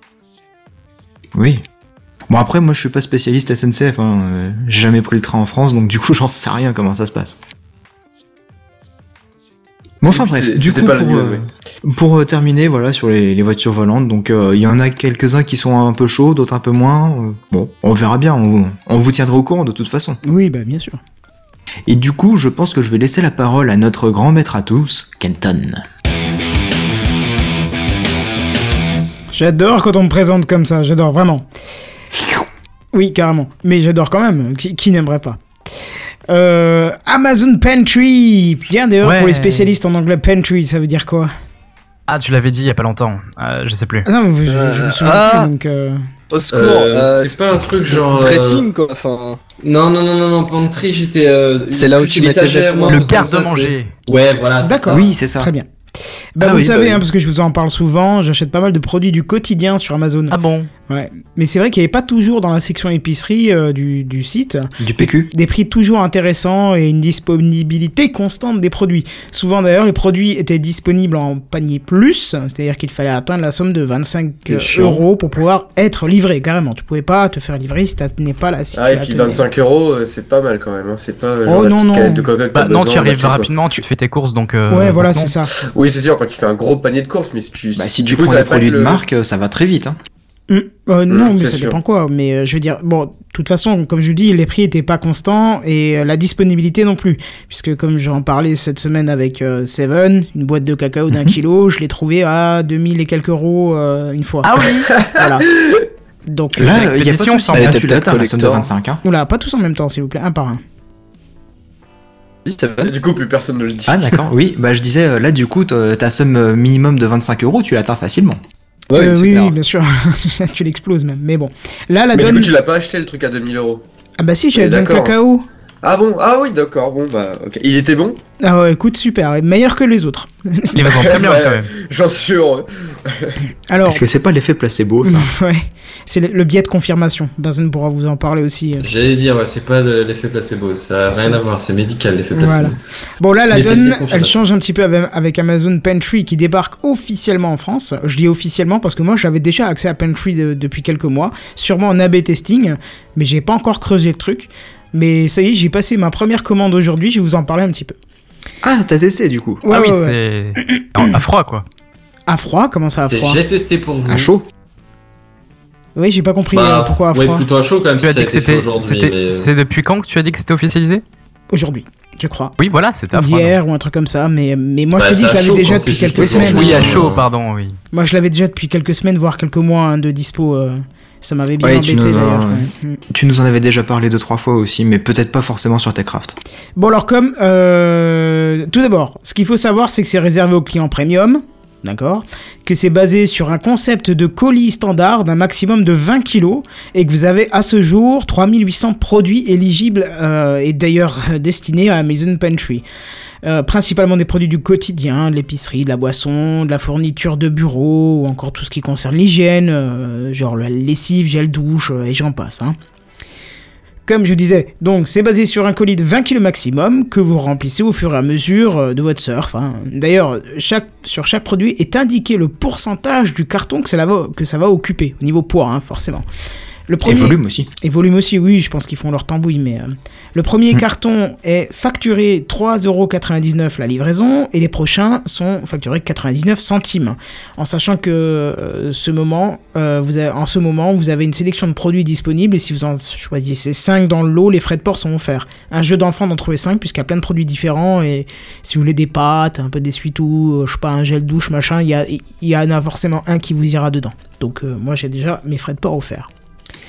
Oui. Bon après, moi, je suis pas spécialiste SNCF. Hein. euh, J'ai jamais pris le train en France, donc du coup, j'en sais rien comment ça se passe. Bon,
Et
enfin
puis,
bref,
c'est-
du
c'était
coup,
pas la
pour,
news,
euh, pour, euh, terminer, voilà, sur les, les voitures volantes, donc euh, il y en a quelques-uns qui sont un peu chauds, d'autres un peu moins. euh, bon, on verra bien, on vous- on vous tiendra au courant de toute façon.
Oui, bah bien sûr.
Et du coup, je pense que je vais laisser la parole à notre grand maître à tous, Kenton.
J'adore quand on me présente comme ça, j'adore vraiment. Oui, carrément. Mais j'adore quand même, qui, qui n'aimerait pas. Euh, Amazon Pantry Bien d'ailleurs, pour
Ouais.
les spécialistes en anglais, Pantry, ça veut dire quoi
Ah, tu l'avais dit il y a pas longtemps. Euh, je sais plus.
Ah Non, je, je me souviens
Ah.
plus, donc... euh,
Au secours,
Euh,
euh,
c'est pas un truc genre. euh,
Pressing, quoi. Enfin,
Non, non, non, non, non, Pantry, j'étais. euh,
C'est là où
plus
tu mets tes
l'étagère,
vêtements.
un
le
truc Ah, comme ça,
garde-manger.
c'est- Ouais, voilà. c'est
D'accord.
ça.
Oui, c'est ça.
Très bien. Bah,
Ah
vous
oui,
savez,
bah oui.
hein, parce que je vous en parle souvent, j'achète pas mal de produits du quotidien sur Amazon.
Ah bon
Ouais. Mais c'est vrai qu'il n'y avait pas toujours dans la section épicerie euh, du, du site
Du PQ
des prix toujours intéressants et une disponibilité constante des produits. Souvent d'ailleurs, les produits étaient disponibles en panier plus, c'est-à-dire qu'il fallait atteindre la somme de 25
C'est chiant.
euros pour pouvoir être livré carrément. Tu pouvais pas te faire livrer si t'atteignais pas la si
Ah, et
tu
puis
atteignais-
25 euros, euh, c'est pas mal quand même. hein. C'est pas euh, genre
Oh,
la
non,
petite
non.
canette de coca que t'as
Bah, non,
besoin,
tu arrives
machin, toi.
rapidement, tu fais tes courses, donc. euh,
Ouais, voilà,
donc non.
c'est ça.
Oui, c'est sûr, quand tu fais un gros panier de courses, mais si tu.
Bah, si
du
tu
coup,
prends
ça
les
va pas
produits
être
de
le-
marque, euh, ça va très vite. hein.
Mm. Euh, non,
Mm,
mais
c'est
ça
sûr.
dépend quoi. Mais euh, je veux dire, bon, de toute façon, comme je dis, les prix étaient pas constants et euh, la disponibilité non plus. Puisque, comme j'en parlais cette semaine avec euh, Seven, une boîte de cacao d'un
Mmh.
Mhm.
kilo, je l'ai trouvée à 2000 et quelques euros euh, une fois.
Ah oui
Voilà. Donc, euh,
Là, il y a pas de
l'expédition,
souci,
ça
là,
va
tu
être
l'atteins, la somme de
collector.
25. Hein.
oula, pas tous en même temps, s'il vous plaît, un par un.
Et Ah, Du coup, plus personne ne le dit.
Ah d'accord, oui, bah je disais, euh, là du coup, t'as- ta somme euh, minimum de 25 euros, tu l'atteins facilement.
Ouais,
Euh,
c'est
oui,
clair.
oui, bien sûr, tu l'exploses même. Mais bon, là, la
mais
donne.
du coup, tu l'as pas acheté le truc à 2000 euros.
Ah bah si, j'avais
Oui,
bien le
d'accord.
cacao.
Ah bon Ah oui, d'accord, bon, bah, ok. Il était bon
Ah ouais, écoute, super, meilleur que les autres.
Il va très bien
Ouais.
quand même.
J'en suis heureux.
Alors,
Est-ce que c'est pas l'effet placebo ça
ouais, c'est le, le biais de confirmation. Benzen pourra vous en parler aussi. euh,
J'allais dire, ouais, c'est pas le- l'effet placebo, ça a rien à voir, c'est médical l'effet placebo.
Voilà. Bon là, la
Mais c'est
donne,
bien confirmé.
elle change un petit peu avec, avec Amazon Pantry qui débarque officiellement en France. Je dis officiellement parce que moi, j'avais déjà accès à Pantry de- depuis quelques mois, sûrement en AB testing, mais j'ai pas encore creusé le truc. Mais ça y est, j'ai passé ma première commande aujourd'hui. Je vais vous en parler un petit peu.
Ah, t'as testé du coup
Ouais,
ah oui,
ouais, ouais.
c'est. Non, à froid quoi.
À froid, comment ça à
C'est
froid
j'ai testé pour
Mhm.
vous.
Un chaud
Oui, j'ai pas compris
Bah,
euh, pourquoi à
ouais,
froid
plutôt à chaud quand même,
Tu
si
as
ça a
dit que
été fait
c'était.
aujourd'hui.
c'était-
euh,
mais-
C'est depuis quand que tu as dit que c'était officialisé
aujourd'hui, je crois.
Oui, voilà, c'était à froid.
Hier ou un truc comme ça, mais, mais moi
Bah,
je te dis,
c'est
je
à
l'avais
chaud
déjà
quand c'est
depuis
juste
quelques
aujourd'hui.
semaines.
non Oui, à chaud,
Euh,
pardon, oui.
Moi, je l'avais déjà depuis quelques semaines, voire quelques mois hein, de dispo. euh, ça m'avait bien
Ouais, tu
embêté
nous en-
d'ailleurs. ouais. Mm.
Tu nous en avais déjà parlé deux trois fois aussi, mais peut-être pas forcément sur Techcraft.
Bon, alors, comme. euh, tout d'abord, ce qu'il faut savoir, c'est que c'est réservé aux clients premium. D'accord Que c'est basé sur un concept de colis standard d'un maximum de 20 kilos et que vous avez à ce jour 3800 produits éligibles euh, et d'ailleurs destinés à Amazon Pantry. Euh, principalement des produits du quotidien, de l'épicerie, de la boisson, de la fourniture de bureau, ou encore tout ce qui concerne l'hygiène, euh, genre la lessive, gel douche, euh, et j'en passe. hein. Comme je vous disais, donc c'est basé sur un colis de 20 kg maximum que vous remplissez au fur et à mesure euh, de votre surf. hein. D'ailleurs, chaque, sur chaque produit est indiqué le pourcentage du carton que ça va, que ça va occuper, au niveau poids, hein, forcément. Le
Et
premier,
volume aussi.
et volume aussi, oui, je pense qu'ils font leur tambouille, mais... euh, Le premier carton est facturé 3,99€ la livraison, et les prochains sont facturés 99 centimes. En sachant que euh, ce moment, euh, vous avez- en ce moment, vous avez une sélection de produits disponibles, et si vous en choisissez 5 dans le lot, les frais de port sont offerts. Un jeu d'enfant d'en trouver 5, puisqu'il y a plein de produits différents, et si vous voulez des pâtes, un peu d'essuie-tout, euh, je sais pas, un gel douche, machin, il y, a- il y en a forcément un qui vous ira dedans. Donc euh, moi j'ai déjà mes frais de port offerts.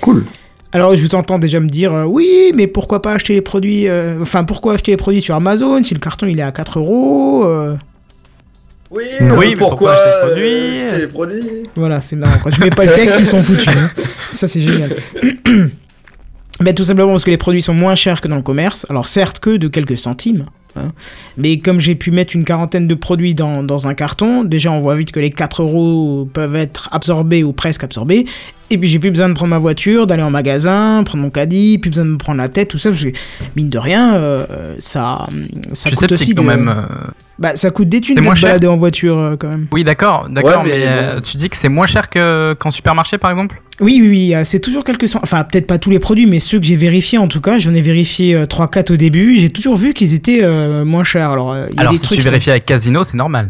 Cool.
Alors je vous entends déjà me dire euh, oui mais pourquoi pas acheter les produits euh, enfin pourquoi acheter les produits sur Amazon si le carton il est à 4 euros euh,
Oui,
Non.
euh,
Oui, mais pourquoi acheter les
euh,
produits
acheter les produits
voilà c'est marrant quand je mets pas le texte ils sont foutus hein. ça c'est génial mais tout simplement parce que les produits sont moins chers que dans le commerce alors certes que de quelques centimes hein. mais comme j'ai pu mettre une quarantaine de produits dans, dans un carton déjà on voit vite que les 4 euros peuvent être absorbés ou presque absorbés et puis j'ai plus besoin de prendre ma voiture, d'aller en magasin, prendre mon caddie, plus besoin de me prendre la tête, tout ça, parce que mine de rien, euh, ça, ça
Je suis
coûte aussi
sceptique quand
de-
même. euh,
Bah, ça coûte des thunes
C'est
de
moins
te
cher.
balader en voiture euh, quand même.
Oui, d'accord, d'accord,
mais
mais, euh,
bon.
tu dis que c'est moins cher que- qu'en supermarché par exemple
Oui, oui, oui, euh, c'est toujours quelques cent... Enfin, peut-être pas tous les produits, mais ceux que j'ai vérifiés en tout cas, j'en ai vérifié 3-4 au début, j'ai toujours vu qu'ils étaient euh, moins chers. Alors, euh, il y a
Alors
des
si
trucs.
tu vérifies avec Casino, c'est normal.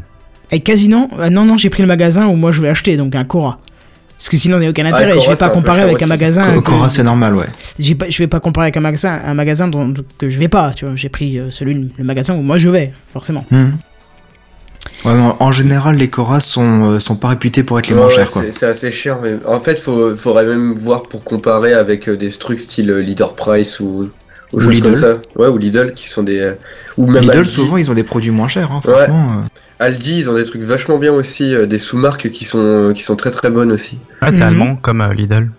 Et Casino euh, Non, non, j'ai pris le magasin où moi je vais acheter, donc un Cora. Parce que sinon, il n'y a aucun intérêt.
Ah, Cora,
je vais
c'est
pas
un peu
comparer
cher
avec un
aussi.
magasin.
Co-
que-
Cora, c'est normal, ouais.
j'ai pas, je vais pas comparer avec un magasin, un magasin dont, que je vais pas, tu vois. J'ai pris euh, celui, le magasin où moi je vais, forcément.
Hmm. Ouais, mais en- en général, les Cora sont, euh, sont pas réputés pour être les
Ouais,
moins
ouais,
chers, quoi.
c'est- C'est assez cher, mais en fait, faut, faudrait même voir pour comparer avec euh, des trucs style euh, Leader Price ou, ou,
Ou
choses
Lidl.
comme ça. Ouais, ou Lidl qui sont des. euh, Ou même
Lidl,
Aldi.
souvent, ils ont des produits moins chers, hein,
Ouais.
franchement. euh.
Aldi, ils ont des trucs vachement bien aussi, euh, des euh, sous-marques qui sont, qui sont très très bonnes aussi.
Ouais, c'est
Mhm.
allemand comme euh, Lidl.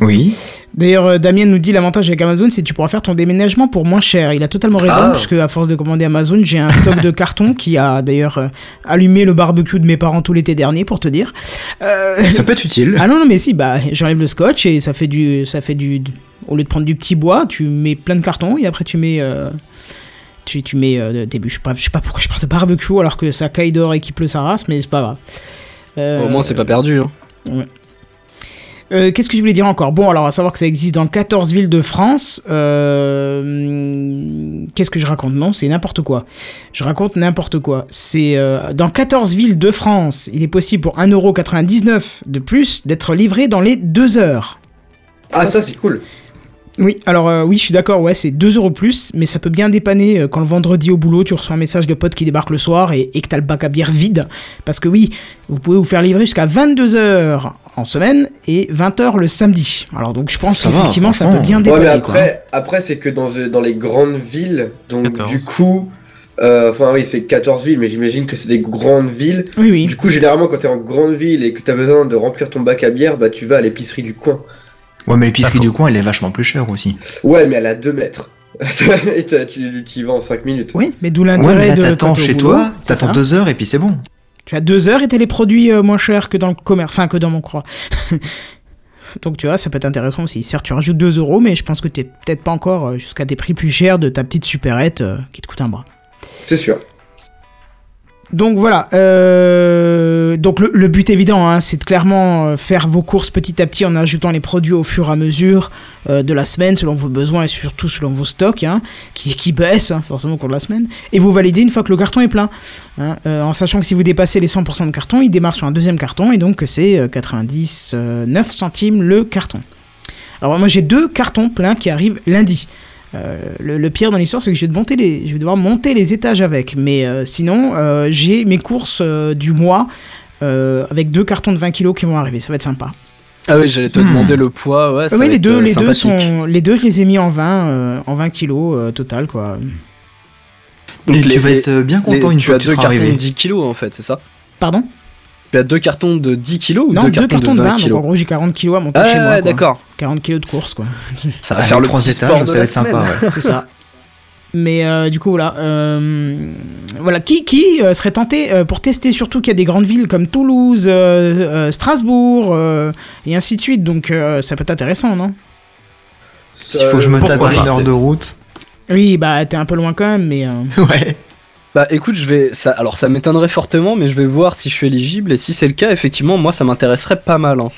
Oui.
D'ailleurs, euh, Damien nous dit l'avantage avec Amazon, c'est que tu pourras faire ton déménagement pour moins cher. Il a totalement raison,
Ah.
puisque à force de commander Amazon, j'ai un stock de carton qui a d'ailleurs euh, allumé le barbecue de mes parents tout l'été dernier, pour te dire. Euh,
Ça peut être utile.
ah non, non, mais si, bah, j'enlève le scotch et ça fait du. Ça fait du au lieu de prendre du petit bois, tu mets plein de cartons et après tu mets. euh, tu, tu mets euh, des bûches. Je sais, pas, je sais pas pourquoi je parle de barbecue alors que ça caille dehors et qu'il pleut sa race, mais c'est pas grave. Euh,
Au moins, c'est pas perdu. hein.
euh, Qu'est-ce que je voulais dire encore Bon, alors à savoir que ça existe dans 14 villes de France. Euh, Qu'est-ce que je raconte Non, c'est n'importe quoi. Je raconte n'importe quoi. C'est euh, dans 14 villes de France, il est possible pour 1,99€ de plus d'être livré dans les 2 heures.
Ah, ça, c'est cool.
Oui, alors euh, oui, je suis d'accord, ouais, c'est 2 euros plus, mais ça peut bien dépanner euh, quand le vendredi au boulot, tu reçois un message de pote qui débarque le soir et, et que t'as le bac à bière vide. Parce que oui, vous pouvez vous faire livrer jusqu'à 22h en semaine et 20h le samedi. Alors donc je pense
Ça va,
qu'effectivement ça peut
franchement.
bien
Ouais,
dépanner.
mais
quoi. hein.
après, après c'est que dans, dans les grandes villes, donc
14.
du coup, euh, enfin oui, c'est 14 villes, mais j'imagine que c'est des grandes villes.
Oui, oui.
Du coup, généralement, quand t'es en grande ville et que t'as besoin de remplir ton bac à bière, bah tu vas à l'épicerie du coin.
Ouais, mais l'épicerie
Pas
du coin, elle est vachement plus chère aussi.
Ouais, mais elle a 2 mètres. et t'as- tu, tu y vas en 5 minutes.
Oui, mais d'où
Ouais,
l'intérêt
mais là,
de.
t'attends
quand t'es au
chez
boulot,
toi,
c'est
t'attends
ça.
deux heures et puis c'est bon.
Tu as 2 heures et t'as les produits euh, moins chers que dans le commerce, enfin que dans mon croix. Donc tu vois, ça peut être intéressant aussi. Certes, tu rajoutes 2 euros, mais je pense que t'es peut-être pas encore euh, jusqu'à des prix plus chers de ta petite supérette euh, qui te coûte un bras.
C'est sûr.
Donc voilà, euh, donc le, le but évident, hein, c'est de clairement euh, faire vos courses petit à petit en ajoutant les produits au fur et à mesure euh, de la semaine, selon vos besoins et surtout selon vos stocks, hein, qui, qui baissent hein, forcément au cours de la semaine, et vous validez une fois que le carton est plein, hein, euh, en sachant que si vous dépassez les 100% de carton, il démarre sur un deuxième carton, et donc c'est euh, 99 centimes le carton. Alors moi j'ai deux cartons pleins qui arrivent lundi. Euh, le, le pire dans l'histoire, c'est que je vais, monter les, je vais devoir monter les étages avec. Mais euh, sinon, euh, j'ai mes courses euh, du mois euh, avec deux cartons de 20 kilos qui vont arriver. Ça va être sympa.
Ah oui, j'allais te
Hmm.
demander le poids. Ouais, ça
Ah
va
oui, les
être,
deux,
euh,
les, deux
sympathique.
sont, les deux, je les ai mis en 20, euh, en 20 kilos euh, total. quoi.
Donc,
et
les-
tu vas être euh, bien
les-
content une
tu
fois
as
que tu
deux
seras
cartons de
arrivé.
10 kilos en fait, c'est ça
Pardon
Tu as deux cartons de 10 kilos ou
Non,
deux cartons, de 20
donc en
kilos
gros j'ai 40 kilos à monter
Ah
chez moi. quoi.
d'accord.
40 kilos de course, quoi.
Ça
Avec Ah, trois
petit
étages,
sport
donc
de
ça
la
va être sympa.
semaine.
ouais.
C'est ça. Mais euh, du coup, voilà. euh, voilà. Qui, qui euh, serait tenté euh, pour tester, surtout qu'il y a des grandes villes comme Toulouse, euh, euh, Strasbourg, euh, et ainsi de suite. Donc, euh, ça peut être intéressant, non
S'il faut que je me tape
pourquoi
une
pas,
heure de route.
Oui, bah, t'es un peu loin quand même, mais. euh,
Ouais.
Bah écoute, je vais ça alors ça m'étonnerait fortement mais je vais voir si je suis éligible et si c'est le cas effectivement moi ça m'intéresserait pas mal. hein.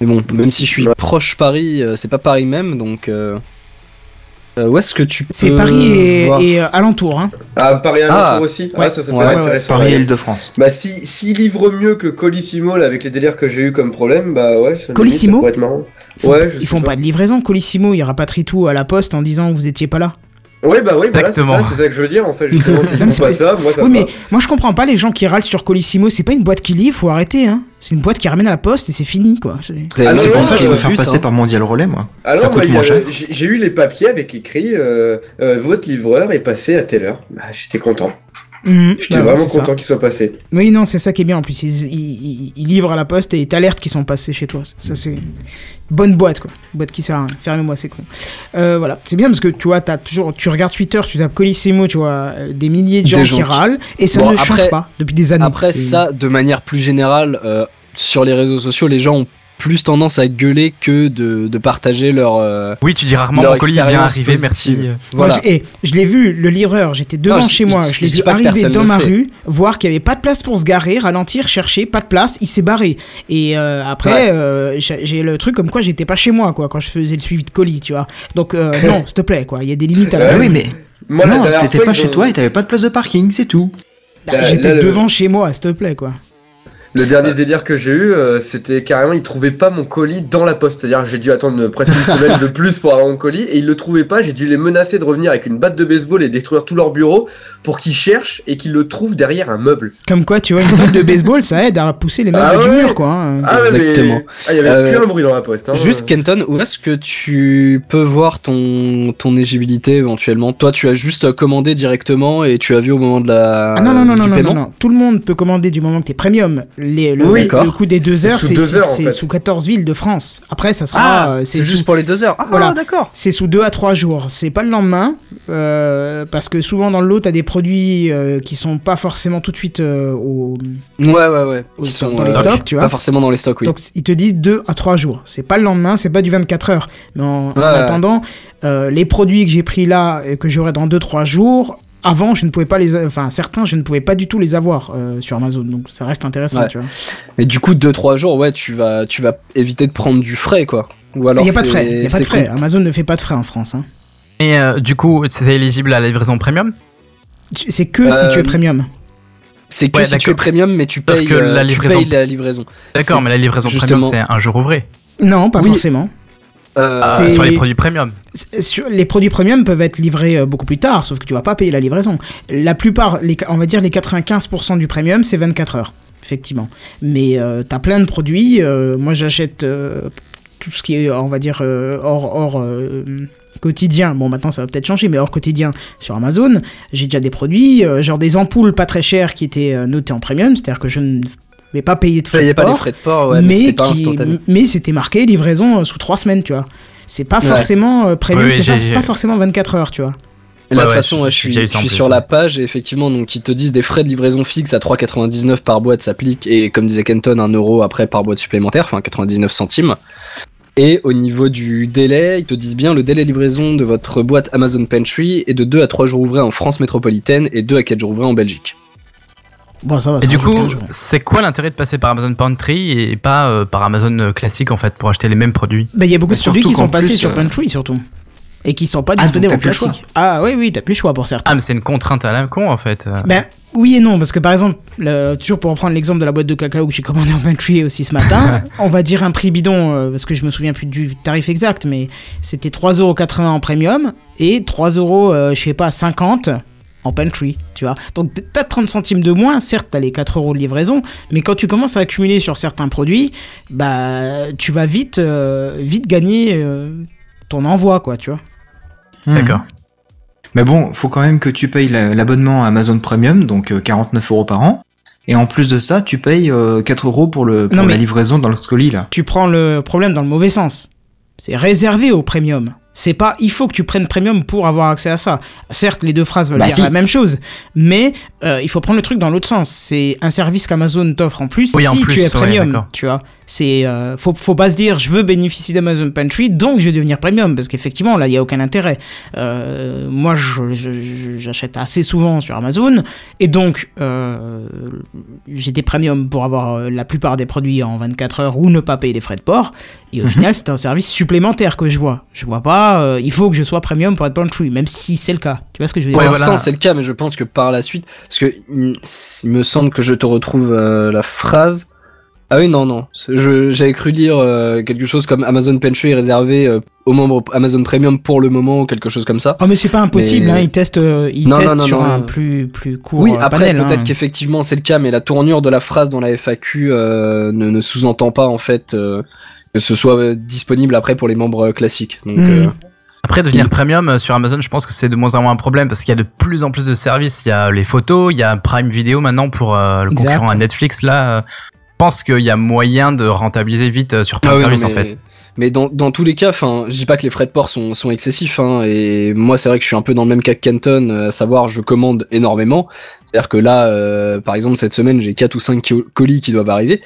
Mais bon, même si je suis proche Paris, euh, c'est pas Paris même donc euh... euh, où est-ce que tu peux
c'est Paris et,
voir
et, euh, alentour. Hein.
Ah, Paris à
Ah.
l'entour aussi
Ouais.
Ah, ça, ça peut
Ouais,
être
ouais,
intéressant.
Paris
ouais.
et de france
Bah, si, si livre mieux que Colissimo, là, avec les délires que j'ai eu comme problème, bah ouais, je
Colissimo
ça pourrait être marrant.
Ils font,
ouais, je sais
ils font pas. de livraison. Colissimo, il rapatrie tout à la poste en disant vous étiez pas là.
Ouais, bah oui, voilà, c'est
Exactement.
ça, c'est ça que je veux dire, en fait, justement, s'ils
Non, mais c'est
font pas
pas-
ça, moi, ça
oui,
me
mais
va.
moi je comprends pas les gens qui râlent sur Colissimo. C'est pas une boîte qui livre, faut arrêter. Hein. C'est une boîte qui ramène à la poste et c'est fini, quoi. C'est-
C'est
Ah non,
c'est
non,
pour
non,
ça que
je
je hein.
veux
veux
Je vais faire passer par Mondial Relais, moi.
Alors,
Ça coûte
moi, il y
moins
a-
cher.
j'ai j'ai eu les papiers avec écrit euh, euh, votre livreur est passé à telle heure. Bah, j'étais content.
Mhm.
J'étais
Bah,
vraiment
c'est ça.
content qu'il soit passé.
Oui, non, c'est ça qui est bien en plus. Ils, ils- ils- ils livrent à la poste et ils t'alertent qu'ils sont passés chez toi. Ça, c'est bonne boîte, quoi. Boîte qui sert à rien. Fermez-moi, c'est con. Euh, voilà, c'est bien parce que tu vois, t'as toujours, tu regardes Twitter, tu tapes Colissimo, tu vois, euh, des milliers de
Des
gens,
gens
qui
qui-
râlent et ça
Bon,
ne change
après-
pas depuis des années.
Après
C'est-
ça, de manière plus générale, euh, sur les réseaux sociaux, les gens ont plus tendance à gueuler que de, de partager leur. euh,
Oui, tu dis rarement
leur
mon colis est bien
expérience
arrivé,
positive.
merci.
Moi,
Voilà.
je- eh, je l'ai vu, le livreur, j'étais devant
Non, je-
chez
je-
moi,
je-
je l'ai
je
vu
dis pas que
arriver
personne
dans
le
ma
fait.
rue, voir qu'il n'y avait pas de place pour se garer, ralentir, chercher, pas de place, il s'est barré. Et euh, après, euh, j'ai j'ai le truc comme quoi j'étais pas chez moi, quoi, quand je faisais le suivi de colis, tu vois. Donc, euh, non, s'il te plaît, quoi, il y a des limites à la
Ah
Bah
Ah
rue.
oui, mais.
Moi, la
non,
dernière
t'étais
fois,
pas
ils
chez
ont-
toi et t'avais pas de place de parking, c'est tout.
Là-
J'étais
là, le-
devant chez moi, s'il te plaît, quoi.
Le dernier délire que j'ai eu, euh, c'était carrément, ils trouvaient pas mon colis dans la poste. C'est-à-dire, que j'ai dû attendre presque une semaine de plus pour avoir mon colis, et ils le trouvaient pas. J'ai dû les menacer de revenir avec une batte de baseball et détruire tout leur bureau pour qu'ils cherchent et qu'ils le trouvent derrière un meuble.
Comme quoi, tu vois, une boule de baseball, ça aide à repousser les meubles
Ah
du
ouais.
mur, quoi. hein.
Ah, ouais,
Exactement.
mais... Ah, il y avait
Euh,
plus un bruit dans la poste. Hein.
Juste Kenton, où est-ce que tu peux voir ton ton éligibilité éventuellement Toi, tu as juste commandé directement et tu as vu au moment de la
Ah non, non, non,
du
non, non,
paiement.
non, non. Tout le monde peut commander du moment que t'es premium. les- le,
Oui,
le
d'accord.
coup des deux
C'est
heures,
sous
c'est
deux
c'est-
heures, en
c'est
fait.
sous 14 villes de France. Après, ça sera.
Ah,
euh,
c'est
sous-
juste pour les deux heures. Ah,
Voilà.
d'accord.
C'est sous 2 à 3 jours. C'est pas le lendemain. euh, parce que souvent dans le lot, t'as des produits euh, qui sont pas forcément tout de suite euh, au.
Ouais, ouais, ouais. euh,
Dans- dans les stocks, tu vois.
ah, Pas forcément dans les stocks, oui.
Donc ils te disent 2 à 3 jours. C'est pas le lendemain, c'est pas du 24 heures. Mais en, en
Ouais.
attendant, euh, les produits que j'ai pris là et que j'aurai dans 2-3 jours, avant je ne pouvais pas les. a- Enfin, certains, je ne pouvais pas du tout les avoir euh, sur Amazon. Donc ça reste intéressant,
Ouais.
tu vois.
Mais du coup, 2-3 jours, ouais, tu vas, tu vas éviter de prendre du frais, quoi. Ou
Il
alors.
n'y a pas de
c'est-
frais. Y a pas de
c'est
frais. Amazon ne fait pas de frais en France. hein.
Et euh, du coup, c'est éligible à la livraison premium
Tu- C'est que si
Euh,
tu es premium.
C'est que
Ouais,
si tu
d'accord.
es premium, mais tu
Sauf
payes,
que
euh,
la
tu
livraison-
payes la livraison.
D'accord,
C'est-
mais la livraison
justement.
premium, c'est un jour ouvré.
Non, pas
oui.
forcément.
Euh,
Euh,
C'est-
sur les produits premium.
C'est- sur- les produits premium peuvent être livrés euh, beaucoup plus tard, sauf que tu vas pas payer la livraison. La plupart, les, on va dire les 95% du premium, c'est 24 heures, effectivement. Mais euh, t'as plein de produits. euh, moi, j'achète euh, tout ce qui est, on va dire, euh, hors, hors euh, quotidien. Bon, maintenant, ça va peut-être changer, mais hors quotidien sur Amazon, j'ai déjà des produits, euh, genre des ampoules pas très chères qui étaient euh, notées en premium, c'est-à-dire que je ne vais pas payer de
Tu
frais.
payais
de
pas les
port
frais de port, ouais, mais,
mais,
c'était pas
qui-
instantané.
mais c'était marqué livraison euh, sous 3 semaines, tu vois. C'est pas
Ouais.
forcément euh, premium,
Oui, oui,
c'est
j'ai-
pas, pas forcément 24 heures, tu vois.
Et là, de
ouais,
toute façon,
j'ai-
ouais, je
j'ai
suis,
déjà eu
je
ça en
suis
plus,
sur
ouais.
la page, et effectivement, donc ils te disent des frais de livraison fixe à 3,99 par boîte s'appliquent, et comme disait Kenton, 1 euro après par boîte supplémentaire, enfin 99 centimes. Et au niveau du délai, ils te disent bien le délai de livraison de votre boîte Amazon Pantry est de 2 à 3 jours ouvrés en France métropolitaine et 2 à 4 jours ouvrés en Belgique.
Bon, ça va.
Et
ça
du
rajoute
coup,
quinze jours.
c'est quoi l'intérêt de passer par Amazon Pantry et pas euh, par Amazon classique en fait pour acheter les mêmes produits
Bah, il y a beaucoup
Bah,
de produits
surtout
qui sont
qu'en
passés
plus,
sur
euh,
Pantry surtout. Et qui sont pas
donc
disponibles
t'as
en
plus le choix.
classique. Ah oui, oui, t'as plus le choix pour certains.
Ah mais c'est une contrainte à la con en fait. Euh,
Ben oui et non, parce que par exemple, le- toujours pour reprendre l'exemple de la boîte de cacao que j'ai commandé en Pantry aussi ce matin, on va dire un prix bidon, euh, parce que je me souviens plus du tarif exact, mais c'était 3,80€ en premium et 3€, euh, je sais pas, 50 en Pantry, tu vois. Donc t'as 30 centimes de moins, certes t'as les 4 euros de livraison, mais quand tu commences à accumuler sur certains produits, bah tu vas vite, euh, vite gagner euh, ton envoi, quoi, tu vois.
Mhm.
Hmm.
D'accord.
Mais bon, faut quand même que tu payes la- l'abonnement à Amazon Premium, donc euh, 49 euros par an. Et en plus de ça, tu payes euh, 4 euros pour, le, pour
Non, mais-
la livraison dans le colis là.
Tu prends le problème dans le mauvais sens. C'est réservé au premium. C'est pas il faut que tu prennes premium pour avoir accès à ça. Certes, les deux phrases veulent
Bah
dire
si.
la même chose, mais euh, il faut prendre le truc dans l'autre sens. C'est un service qu'Amazon t'offre en plus
Oui,
si
en plus,
tu es
ouais,
premium,
d'accord.
tu vois. C'est euh, faut faut pas se dire je veux bénéficier d'Amazon Pantry donc je vais devenir premium parce qu'effectivement là il y a aucun intérêt. Euh, moi je- je- je- j'achète assez souvent sur Amazon et donc euh, j'étais premium pour avoir euh, la plupart des produits en 24 heures ou ne pas payer les frais de port. Et au
Mhm.
final, c'est un service supplémentaire que je vois. Je vois pas, euh, il faut que je sois premium pour être pantry, même si c'est le cas. Tu vois ce que je veux
Pour
dire
Ouais,
l'instant,
voilà.
c'est le cas, mais je pense que par la suite, parce que il il me semble que je te retrouve euh, la phrase. Ah oui, non, non. C'est- je- J'avais cru lire euh, quelque chose comme Amazon Pantry est réservé euh, aux membres Amazon Premium pour le moment ou quelque chose comme ça.
Oh, mais c'est pas impossible,
Mais-
hein, ils testent, euh, ils
Non, non,
testent
non,
sur
non,
un
non.
plus, plus court
Oui,
euh,
après
panel,
peut-être
hein.
qu'effectivement c'est le cas, mais la tournure de la phrase dans la FAQ euh, ne, ne sous-entend pas en fait euh, que ce soit euh, disponible après pour les membres euh, classiques. Donc,
Mhm.
euh,
Après devenir premium euh, sur Amazon, je pense que c'est de moins en moins un problème parce qu'il y a de plus en plus de services. Il y a les photos, il y a Prime Video maintenant pour euh, le
Exact.
concurrent à Netflix là. euh, Je pense qu'il y a moyen de rentabiliser vite euh, sur plein
Ah
de
ouais, non,
services en
mais-
fait.
Mais dans, dans tous les cas, enfin, je dis pas que les frais de port sont, sont excessifs, hein, et moi c'est vrai que je suis un peu dans le même cas que Canton, euh, à savoir je commande énormément. C'est-à-dire que là, euh, par exemple, cette semaine j'ai 4 ou 5 kio- colis qui doivent arriver,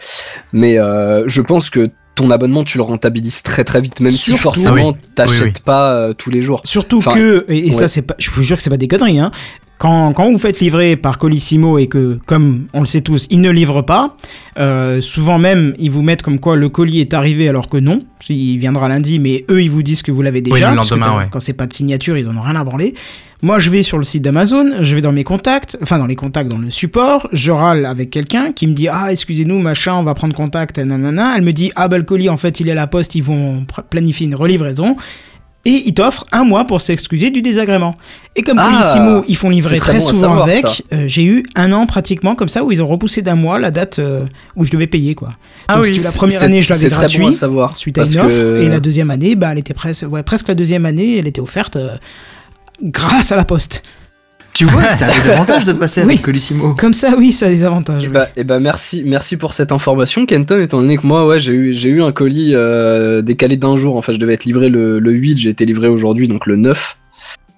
mais euh, je pense que ton abonnement tu le rentabilises très très vite, même si
Surtout-
forcément t'achètes
Ah Oui, oui.
pas euh, tous les jours.
Surtout
Enfin,
que, et, et ça,
ouais.
c'est pas, je vous jure que c'est pas des conneries, hein. Quand, quand vous faites livrer par Colissimo et que, comme on le sait tous, ils ne livrent pas, euh, souvent même, ils vous mettent comme quoi le colis est arrivé alors que non, il viendra lundi, mais eux, ils vous disent que vous l'avez déjà.
le
parce que
lendemain,
quand-
ouais.
Quand c'est pas de signature, ils en ont rien à branler. Moi, je vais sur le site d'Amazon, je vais dans mes contacts, enfin dans les contacts, dans le support, je râle avec quelqu'un qui me dit Ah, excusez-nous, machin, on va prendre contact, nanana. Elle me dit Ah, bah le colis, en fait, il est à la poste, ils vont pr- planifier une relivraison. Et ils t'offrent un mois pour s'excuser du désagrément. Et comme
Ah,
Colissimo, ils font livrer
c'est
très,
très bon à
souvent
savoir, ça.
avec, euh, j'ai eu un an pratiquement comme ça où ils ont repoussé d'un mois la date euh, où je devais payer, quoi.
Ah
Donc,
oui,
c'était la première
C'est-
année, je l'avais
c'est très
gratuit.
bon à savoir.
Suite à
parce
une offre,
que-
et la deuxième année, bah, elle était presque, ouais, presque la deuxième année, elle était offerte euh, grâce à la poste.
tu vois, ça a des avantages de passer avec
Oui.
Colissimo.
Comme ça, oui, ça a des avantages. Ah
Et
oui.
bah, eh bah, merci, merci pour cette information, Kenton, étant donné que moi, ouais, j'ai eu, j'ai eu un colis euh, décalé d'un jour. Enfin, je devais être livré le, le 8, j'ai été livré aujourd'hui, donc le 9.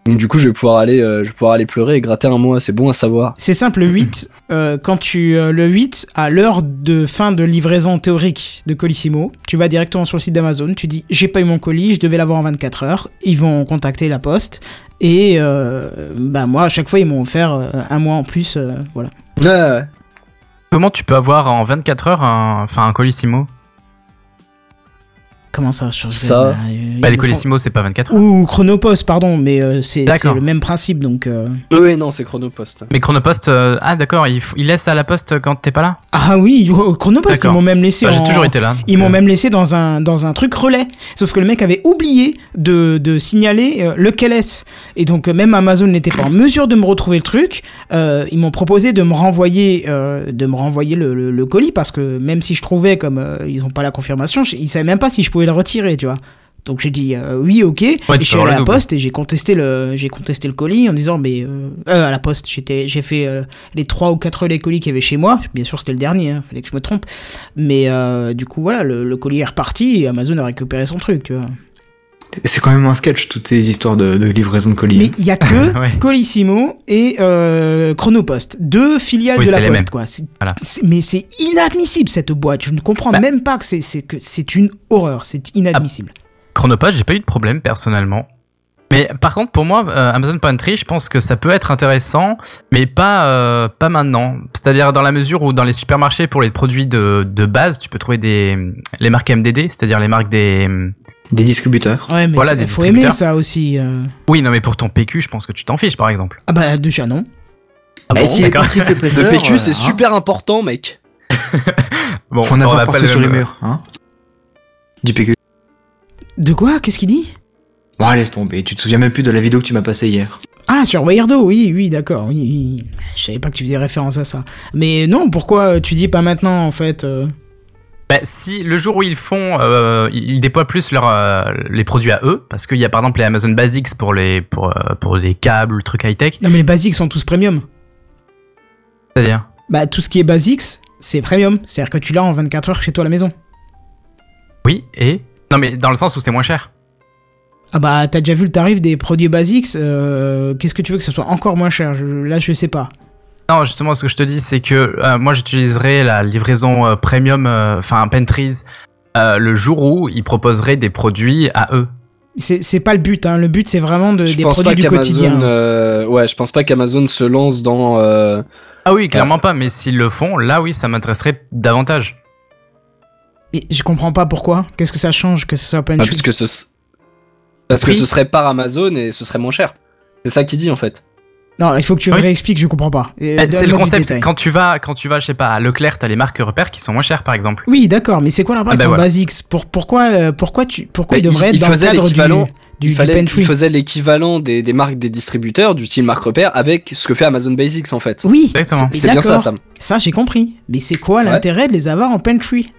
Donc du coup, je vais pouvoir aller, euh, je vais pouvoir aller pleurer et gratter un mois, c'est bon à savoir.
C'est simple, le 8, euh, quand tu, euh, le 8, à l'heure de fin de livraison théorique de Colissimo, tu vas directement sur le site d'Amazon, tu dis j'ai pas eu mon colis, je devais l'avoir en 24 heures, ils vont contacter la poste, et euh, bah moi à chaque fois ils m'ont offert euh, un mois en plus, euh, voilà.
Ouais, ouais.
Comment tu peux avoir en 24 heures un, enfin, un colissimo Bah,
Comment ça sur
Ça.
euh, ils
Bah,
me
les
font-
collissimos, c'est pas 24 heures.
Ou Chronopost, pardon, mais euh, c'est c'est
D'accord.
le même principe donc. euh,
Ouais, ouais, non, c'est Chronopost.
Mais Chronopost, euh, ah d'accord, il, f- il laisse à la poste quand t'es pas là
Ah oui, au Chronopost, ils
D'accord.
m'ont même laissé.
Bah, J'ai
en-
toujours été là.
Ils
donc,
m'ont
euh,
même laissé dans un, dans un truc relais. Sauf que le mec avait oublié de, de signaler euh, lequel est. Et donc, euh, même Amazon n'était pas en mesure de me retrouver le truc. Euh, ils m'ont proposé de me renvoyer, euh, de me renvoyer le, le- le colis parce que même si je trouvais, comme euh, ils n'ont pas la confirmation, je- ils savaient même pas si je pouvais le retirer, tu vois. Donc j'ai dit euh, oui ok et je suis allé à
avoir le
la
double.
poste et j'ai contesté le j'ai contesté le colis en disant mais euh, euh, à la poste j'étais j'ai fait euh, les trois ou quatre relais colis qu'il y avait chez moi bien sûr c'était le dernier hein, fallait que je me trompe mais euh, du coup, voilà, le, le colis est reparti et Amazon a récupéré son truc, tu vois.
C'est quand même un sketch, toutes ces histoires de, de livraison de colis.
Mais il y a que
Ouais.
Colissimo et euh, Chronopost, deux filiales
Oui,
de
c'est
la
les
Poste,
mêmes.
quoi. C'est-
Voilà.
c'est- Mais c'est inadmissible cette boîte. Je ne comprends
Bah.
même pas que c'est- c'est que c'est une horreur. C'est inadmissible.
Chronopost, j'ai pas eu de problème personnellement. Mais par contre, pour moi, euh, Amazon Pantry, je pense que ça peut être intéressant, mais pas euh, pas maintenant. C'est-à-dire dans la mesure où dans les supermarchés pour les produits de, de base, tu peux trouver des les marques MDD, c'est-à-dire les marques des
hein. Des distributeurs.
ouais, mais
Ah, voilà,
ça-
des
faut aimer
distributeurs.
ça aussi. euh.
oui, non mais pour ton PQ, je pense que tu t'en fiches par exemple.
Ah bah déjà non. bah,
Et
Ah bon,
Bah, si les
d'accord.
triple
Le
épaisseur,
PQ,
euh,
c'est
hein,
super important, mec.
Bon,
Faut en
on
avoir
n'a pas
partout
le
sur les
même-
murs, hein. Du PQ.
De quoi Qu'est-ce qu'il dit
Bon, laisse tomber, tu te souviens même plus de la vidéo que tu m'as passée hier.
Ah, sur Weirdo, oui, oui, d'accord. Oui, oui. Je savais pas que tu faisais référence à ça. Mais non, pourquoi euh, tu dis pas maintenant en fait euh
Bah, si le jour où ils font, euh, ils déploient plus leur, euh, les produits à eux, parce qu'il y a par exemple les Amazon Basics pour les pour euh, pour les câbles, le truc high tech.
Non mais les basiques sont tous premium.
C'est-à-dire.
Bah, tout ce qui est Basics, c'est premium. C'est-à-dire que tu l'as en 24 heures chez toi à la maison.
Oui et non mais dans le sens où c'est moins cher.
Ah bah, t'as déjà vu le tarif des produits Basics. euh, Qu'est-ce que tu veux que ce soit encore moins cher Je- Là, je sais pas.
Non, justement, ce que je te dis, c'est que euh, moi, j'utiliserai la livraison euh, premium, euh, enfin Pentries, euh, le jour où ils proposeraient des produits à eux.
C'est c'est pas le but. Hein. Le but, c'est vraiment de,
je
des
pense pas
produits du quotidien.
qu'Amazon, euh, ouais, je pense pas qu'Amazon se lance dans. euh,
Ah oui, clairement pas, mais s'ils le font, là, oui, ça m'intéresserait davantage.
Mais je comprends pas pourquoi. Qu'est-ce que ça change que ce soit plein de
bah, parce que ce, s- parce que
Prix.
ce serait par Amazon et ce serait moins cher. C'est ça qu'il dit en fait.
Non, il faut que tu me
Oui, c'est-
réexpliques. Je comprends pas. Euh,
Bah, c'est le
donne-moi du
concept.
détail.
Quand tu vas, quand tu vas, je sais pas, à Leclerc, t'as les marques repères qui sont moins chères, par exemple.
Oui, d'accord. Mais c'est quoi la
Ah bah
en
voilà.
Basics Pour- Pourquoi, euh, pourquoi tu, pourquoi
Bah,
il devrait
il-
être
il
dans le
faisait
cadre du,
l'équivalent-
du,
il,
du
fallait,
pantry
il faisait l'équivalent des, des marques des distributeurs du style marque repère avec ce que fait Amazon Basics en fait.
Oui,
Exactement.
C'est bien ça,
D'accord.
Sam.
ça j'ai compris. Mais c'est quoi l'intérêt de les avoir en pantry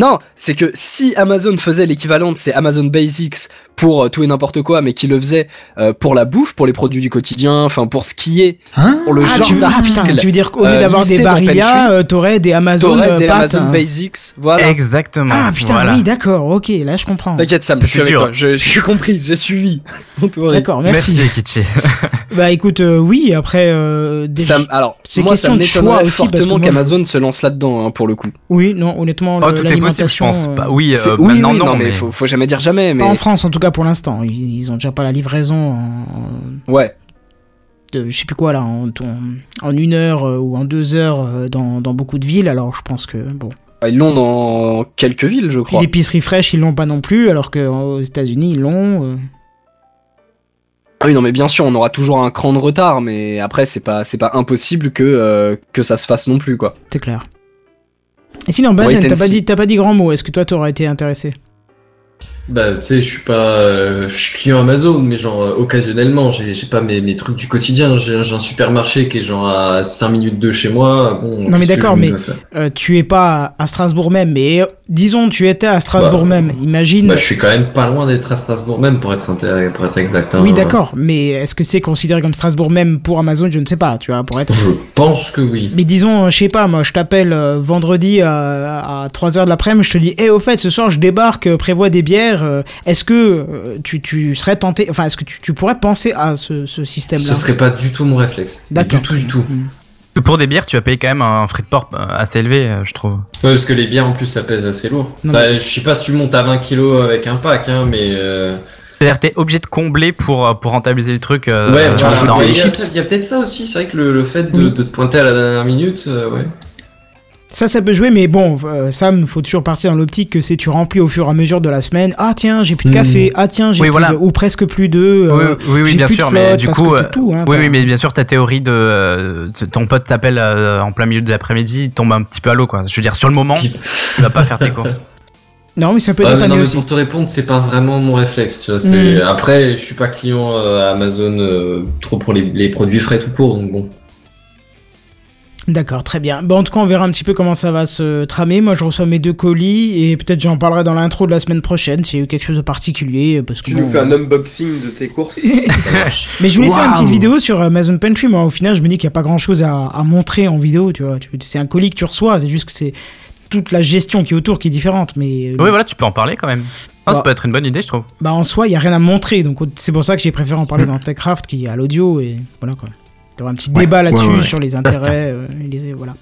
Non, c'est que si Amazon faisait l'équivalent de ces Amazon Basics pour euh, tout et n'importe quoi, mais qui le faisait euh, pour la bouffe, pour les produits du quotidien, enfin pour ce qui est,
Hein
pour le
ah,
genre
tu veux, ah,
d'article,
putain, tu veux dire qu'au lieu
euh,
d'avoir des
listé dans
Barilla,
Pantry,
euh, t'aurais des Amazon
t'aurais
euh,
des
pâtes,
Amazon
hein.
Basics, voilà.
Exactement.
Ah putain,
Voilà.
oui, d'accord, ok, là je comprends.
T'inquiète Sam, je suis
C'est
avec
dur.
toi, je- j'ai compris, j'ai suivi. Entouré.
D'accord, merci.
Merci, Kitty.
Bah écoute, euh, oui, après, euh, des-
Ça m- alors,
c'est
moi,
question
ça
de choix
m'étonnerait
aussi, parce que
fortement
moi,
qu'Amazon se lance là-dedans, hein, pour le coup.
oui, non, honnêtement,
Oh,
le-
tout est possible, je
l'alimentation,
pense.
euh,
Bah, oui,
C'est-
euh,
oui,
maintenant,
oui,
non, mais.
faut, faut jamais dire jamais, mais
pas en France en tout cas pour l'instant, ils, ils ont déjà pas la livraison en,
ouais.
de- je sais plus quoi là, en, en- en une heure euh, ou en deux heures euh, dans, dans beaucoup de villes, alors je pense que bon,
Oh.
Bah, Ils l'ont dans quelques villes, je
puis
crois.
l'épicerie fraîche ils l'ont pas non plus, alors qu'aux États-Unis ils l'ont. euh.
Ah oui, non, mais bien sûr, on aura toujours un cran de retard, mais après, c'est pas, c'est pas impossible que, euh, que ça se fasse non plus, quoi.
C'est clair. Et sinon, Bazen,
Wait
t'as
and
pas,
see.
dit- t'as pas dit grand mot, est-ce que toi t'aurais été intéressé
Bah, tu sais, je suis pas. euh, je suis client Amazon, mais genre, euh, occasionnellement, j'ai j'ai pas mes, mes trucs du quotidien. J'ai j'ai un supermarché qui est genre à 5 minutes de chez moi. Bon,
Non, mais
qu'est-ce que je
d'accord,
me
mais-
dois faire
Euh, Tu es pas à Strasbourg même, mais disons, tu étais à Strasbourg
Bah,
même, imagine.
Bah, je suis quand même pas loin d'être à Strasbourg même pour être, inté- pour être exact. hein.
oui, d'accord, mais est-ce que c'est considéré comme Strasbourg même pour Amazon Je ne sais pas, tu vois, pour être.
Je pense que oui.
Mais disons, euh, je sais pas, moi, je t'appelle euh, vendredi euh, à 3h de l'après-midi, je te dis, hé, au fait, ce soir, je débarque, euh, prévois des bières. euh, est-ce que euh, tu, tu serais tenté, enfin, est-ce que tu, tu pourrais penser à ce, ce système-là
Ce serait pas du tout mon réflexe. Mais
D'accord.
Du tout, du tout.
Mm.
Pour des bières, tu as payé quand même un frais de port euh, assez élevé, euh, je trouve.
Ouais, parce que les bières en plus ça pèse assez lourd.
Non,
Bah,
mais-
Je sais pas si tu montes à 20 kilos avec un pack, hein, mais. euh,
C'est-à-dire, t'es obligé de combler pour, euh, pour rentabiliser le truc. euh,
ouais,
dans-
voilà.
rajoutes
dans-
des
Il y a
chips.
ça- Il y a peut-être ça aussi, c'est vrai que le, le fait de,
Oui.
de te pointer à la dernière minute, euh, ouais.
Ça, ça peut jouer, mais bon, euh, Sam, faut toujours partir dans l'optique que c'est tu remplis au fur et à mesure de la semaine. Ah tiens, j'ai plus de café. Ah tiens, j'ai
Hmm. Oui,
plus
voilà.
de- ou presque plus de. euh,
oui, oui, oui,
j'ai
bien
plus
sûr,
de
mais
flotte
du
parce
coup,
que
euh,
t'as tout, hein,
Oui,
t'as-
oui, mais bien sûr, ta théorie de euh, t- ton pote t'appelle euh, en plein milieu de l'après-midi, il tombe un petit peu à l'eau, quoi. Je veux dire, sur le moment,
Qui-
tu vas pas faire tes courses.
Non, mais ça peut
Ah, mais non,
dépanner
mais
aussi.
pour te répondre, c'est pas vraiment mon réflexe. Tu vois, c'est-
Mm.
Après, je suis pas client euh, Amazon euh, trop pour les, les produits frais tout court, donc bon.
D'accord, très bien. Bon, en tout cas, on verra un petit peu comment ça va se euh, tramer. Moi, je reçois mes deux colis et peut-être j'en parlerai dans l'intro de la semaine prochaine s'il y a eu quelque chose de particulier. Parce que
Tu
bon,
nous fais un
euh,
unboxing de tes courses.
Mais je voulais faire une petite
Waouh.
vidéo sur euh, Amazon Pantry. Moi, au final, je me dis qu'il n'y a pas grand chose à, à montrer en vidéo. Tu vois, Tu- c'est un colis que tu reçois. C'est juste que c'est toute la gestion qui est autour qui est différente. Mais euh,
Oui, voilà, tu peux en parler quand même. Ah,
Bah.
Ça peut être une bonne idée, je trouve.
bah, en soi, il n'y a rien à montrer. Donc, c'est pour ça que j'ai préféré en parler dans Techcraft qui est à l'audio. Et voilà quoi. Il y aura un petit
Ouais,
débat
ouais,
là-dessus
ouais, ouais.
sur les
se tient.
intérêts. euh, et les- voilà.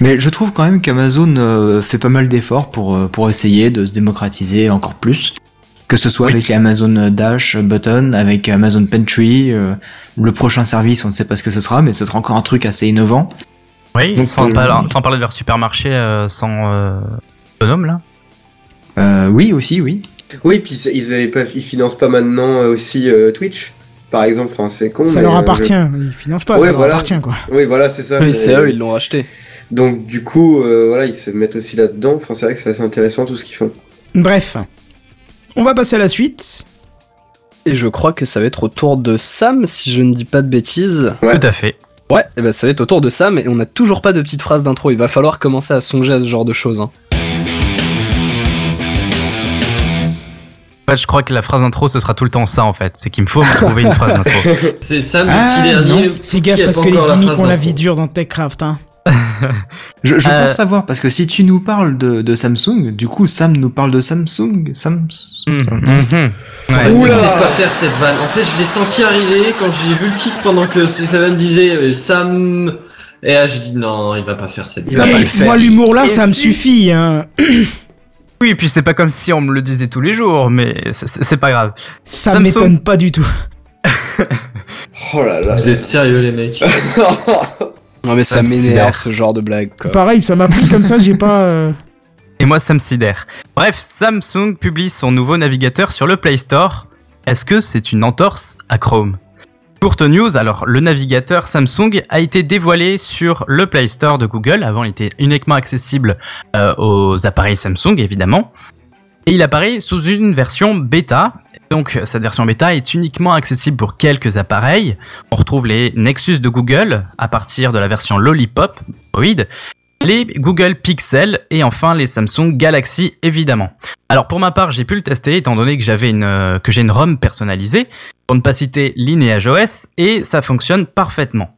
Mais je trouve quand même qu'Amazon euh, fait pas mal d'efforts pour, euh, pour essayer de se démocratiser encore plus. Que ce soit avec les Amazon Dash euh, Button, avec Amazon Pantry, euh, le prochain service, on ne sait pas ce que ce sera, mais ce sera encore un truc assez innovant.
Oui,
Donc,
sans,
euh,
par- sans parler de leur supermarché euh, sans euh, autonome, là.
Euh, oui, aussi, oui.
Oui, puis ils, ils, avaient pas- ils financent pas maintenant euh, aussi euh, Twitch, par exemple. Enfin, c'est con.
Ça
mais,
leur
euh,
appartient. Ils financent pas.
Ouais,
ça
voilà.
leur appartient quoi.
je- Oui, voilà, c'est ça.
Oui,
c'est-
c'est eux, ils l'ont acheté.
Donc, du coup, euh, voilà, ils se mettent aussi là-dedans. Enfin, c'est vrai que c'est assez intéressant tout ce qu'ils font.
Bref. On va passer à la suite.
Et je crois que ça va être au tour de Sam, si je ne dis pas de bêtises.
Ouais.
Tout à fait.
Ouais, et ben ça va être au tour de Sam, et on n'a toujours pas de petite phrase d'intro. Il va falloir commencer à songer à ce genre de choses. hein.
En fait, Bah, je crois que la phrase intro, ce sera tout le temps ça, en fait. C'est qu'il me faut me trouver une phrase intro.
C'est Sam
Ah,
le petit dernier. pour
Fais
qui
gaffe
a
parce
pas
que les
encore la
gimmicks
phrase
ont la
d'intro.
vie dure dans Techcraft. Hein.
Je, je
Euh,
pense savoir, parce que si tu nous parles de, de Samsung, du coup, Sam nous parle de Samsung. Sam...
Mhm,
Sam-
mhm. Ouais.
Ne me faites pas faire cette vanne. En fait, je l'ai senti arriver quand j'ai vu le titre pendant que Seven disait euh, Sam. Et là, j'ai dit non, il va pas faire cette
Il va
blague.
pas
Et
le faire.
moi, l'humour là,
Et
ça me
si-
suffit. Hein.
Oui, et puis c'est pas comme si on me le disait tous les jours, mais c'est- c'est c'est pas grave.
Ça
Samsung.
m'étonne pas du tout.
Oh là là.
Vous êtes sérieux, les mecs
Non, mais ça
Sam
m'énerve
Cyber.
ce genre de blague, quoi.
Pareil, ça m'a pris comme ça, j'ai pas. euh,
Et moi, ça me sidère. Bref, Samsung publie son nouveau navigateur sur le Play Store. Est-ce que c'est une entorse à Chrome Courte news, alors le navigateur Samsung a été dévoilé sur le Play Store de Google. Avant, il était uniquement accessible euh, aux appareils Samsung, évidemment. Et il apparaît sous une version bêta. Donc, cette version bêta est uniquement accessible pour quelques appareils. On retrouve les Nexus de Google à partir de la version Lollipop, Android, les Google Pixel et enfin les Samsung Galaxy évidemment. Alors pour ma part, j'ai pu le tester étant donné que j'avais une euh, que j'ai une ROM personnalisée pour ne pas citer Lineage OS et ça fonctionne parfaitement.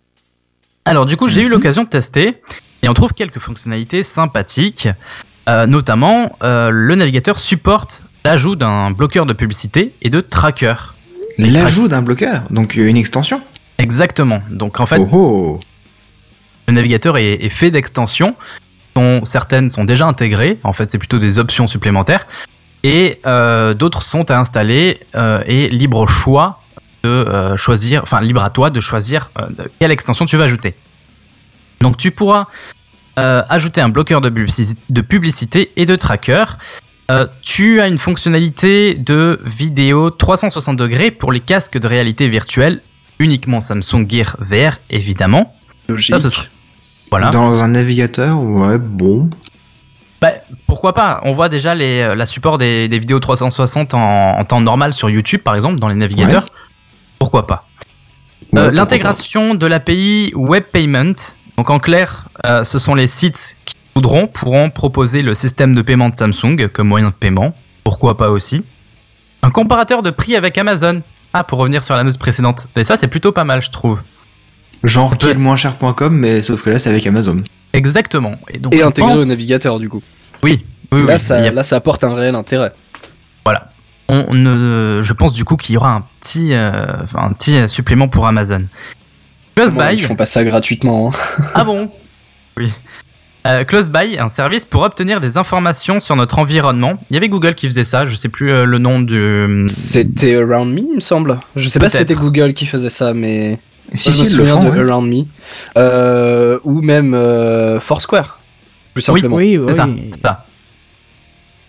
Alors du coup,
Mhm.
j'ai eu l'occasion de tester et on trouve quelques fonctionnalités sympathiques. Euh, notamment, euh, le navigateur supporte l'ajout d'un bloqueur de publicité et de tracker.
L'ajout d'un bloqueur, donc euh, une extension.
Exactement. Donc en fait,
Oh, oh.
Le navigateur est, est fait d'extensions. dont Certaines sont déjà intégrées. En fait, c'est plutôt des options supplémentaires. Et euh, d'autres sont à installer euh, et libre au choix de euh, choisir, enfin libre à toi de choisir euh, de- quelle extension tu vas ajouter. Donc tu pourras euh, ajouter un bloqueur de publici- de publicité et de tracker. Euh, tu as une fonctionnalité de vidéo 360 degrés pour les casques de réalité virtuelle, uniquement Samsung Gear VR évidemment.
Logique.
Ça, ce serait- Voilà.
Dans un navigateur, ouais, bon.
Bah, pourquoi pas On voit déjà les, euh, la support des, des vidéos 360 en, en temps normal sur YouTube, par exemple, dans les navigateurs. Pourquoi pas
Ouais,
Euh,
pourquoi
L'intégration de l'API Web Payment. Donc en clair, euh, ce sont les sites qui voudront pourront proposer le système de paiement de Samsung comme moyen de paiement, pourquoi pas aussi. Un comparateur de prix avec Amazon. Ah, pour revenir sur la news précédente. Et ça, c'est plutôt pas mal, je trouve.
Genre qui est le moins cher.com, mais sauf que là c'est avec Amazon.
Exactement. Et donc,
Et
je
intégrer
pense-
au navigateur du coup.
Oui, oui, oui.
Là ça,
Il y a-
là, ça apporte un réel intérêt.
Voilà. On ne, je pense du coup qu'il y aura un petit, euh, enfin, un petit euh, supplément pour Amazon. Close
Comment
by.
Ils font pas ça gratuitement. hein.
Ah bon Oui. Euh, Close by, un service pour obtenir des informations sur notre environnement. Il y avait Google qui faisait ça. Je sais plus euh, le nom du.
C'était Around Me, il me semble. Je sais pas si
Peut-être.
c'était Google qui faisait ça, mais
Si,
Moi,
si, ils
je me
le
souviens
font.
de
ouais.
Around Me Euh, ou même euh, Foursquare. Plus
Oui,
simplement.
Oui,
C'est ça.
oui.
c'est ça.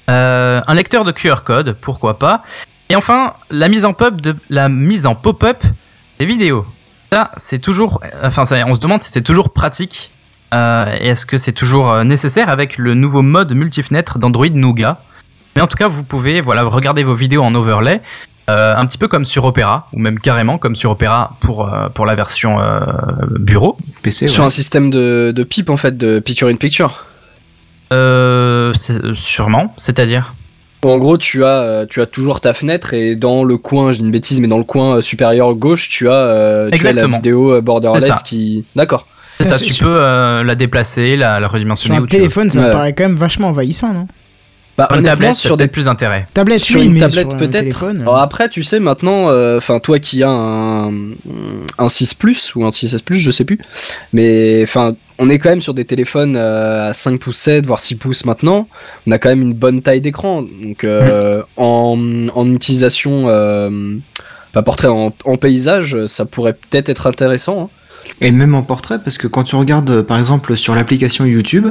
Euh, un lecteur de QR code, pourquoi pas. Et enfin, la mise en pop de la mise en pop-up des vidéos. Ça, c'est toujours. Enfin, ça, on se demande si c'est toujours pratique euh, et est-ce que c'est toujours euh, nécessaire avec le nouveau mode multifenêtre d'Android Nougat. Mais en tout cas, vous pouvez voilà regarder vos vidéos en overlay. euh, un petit peu comme sur Opera, ou même carrément comme sur Opera pour, euh, pour la version euh, bureau.
PC,
Sur
ouais.
un système de, de pipe en fait, de picture in picture.
Euh, c'est- sûrement, c'est-à-dire
Où, en gros, tu as, euh, tu as toujours ta fenêtre et dans le coin, j'ai une bêtise, mais dans le coin euh, supérieur gauche, tu as, euh, tu as la
Exactement.
vidéo euh,
C'est
borderless
ça.
qui. D'accord.
C'est ça,
Sur-
tu
sur-
peux euh, la déplacer, la, la
Sur
redimensionner
un
ou tu veux.
téléphone, ça me
Ouais.
paraît quand même vachement envahissant, non
Bah,
Sur une
honnêtement,
tablette,
sur
sur
des
peut-être plus d'intérêt.
Tablette,
sur
oui,
une
mais
tablette
sur un
peut-être.
téléphone, euh,
Alors après, tu sais maintenant, euh, enfin toi qui as un, un 6 plus ou un 6S plus, je sais plus, mais enfin on est quand même sur des téléphones euh, à 5 pouces 7 voire 6 pouces maintenant. On a quand même une bonne taille d'écran, donc euh, en, en utilisation, euh, pas portrait en, en paysage, ça pourrait peut-être être intéressant. hein.
Et même en portrait, parce que quand tu regardes, euh, par exemple, sur l'application YouTube,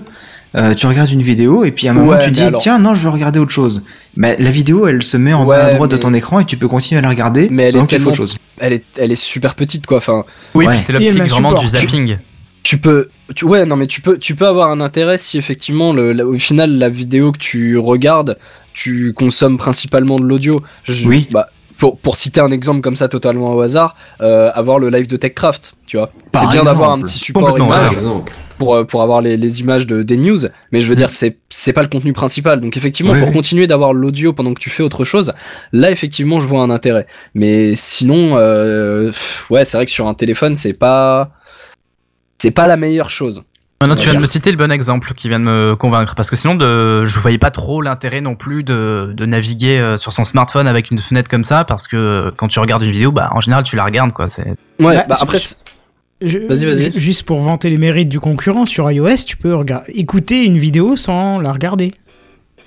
euh, tu regardes une vidéo et puis à un moment
Ouais,
tu
mais
dis
alors-
tiens non je veux regarder autre chose. Bah, la vidéo elle se met en
Ouais,
bas à droite de
mais-
ton écran et tu peux continuer à la regarder
Mais elle est
pendant que tu fais
tellement-
autre chose.
Elle est, elle est super petite quoi. Enfin,
Oui,
Ouais.
puis c'est
Et elle
l'optique vraiment
m'insupporte.
du zapping.
tu peux tu, ouais non mais tu peux tu peux avoir un intérêt si effectivement le, la- au final la vidéo que tu regardes tu consommes principalement de l'audio Je-
Oui.
bah, pour, pour citer un exemple comme ça totalement au hasard euh, avoir le live de TechCraft tu vois
Par
c'est bien
exemple.
d'avoir un petit support
Complètement,
image
ouais.
Par exemple.
pour, euh, pour avoir les, les images de, des news, mais je veux dire, c'est c'est pas le contenu principal. Donc effectivement,
Oui,
pour
oui.
continuer d'avoir l'audio pendant que tu fais autre chose, là effectivement, je vois un intérêt. Mais sinon, euh, pff, ouais, c'est vrai que sur un téléphone, c'est pas c'est pas la meilleure chose.
Maintenant, tu viens de
Ouais.
me citer le bon exemple qui vient de me convaincre, parce que sinon, de, je voyais pas trop l'intérêt non plus de, de naviguer euh, sur son smartphone avec une fenêtre comme ça, parce que euh, quand tu regardes une vidéo, bah, en général, tu la regardes, quoi. C'est
Ouais,
Bah,
bah,
sur-
après,
sur- Je-
Vas-y, vas-y.
ju- Juste pour vanter les mérites du concurrent sur iOS, tu peux rega- écouter une vidéo sans la regarder.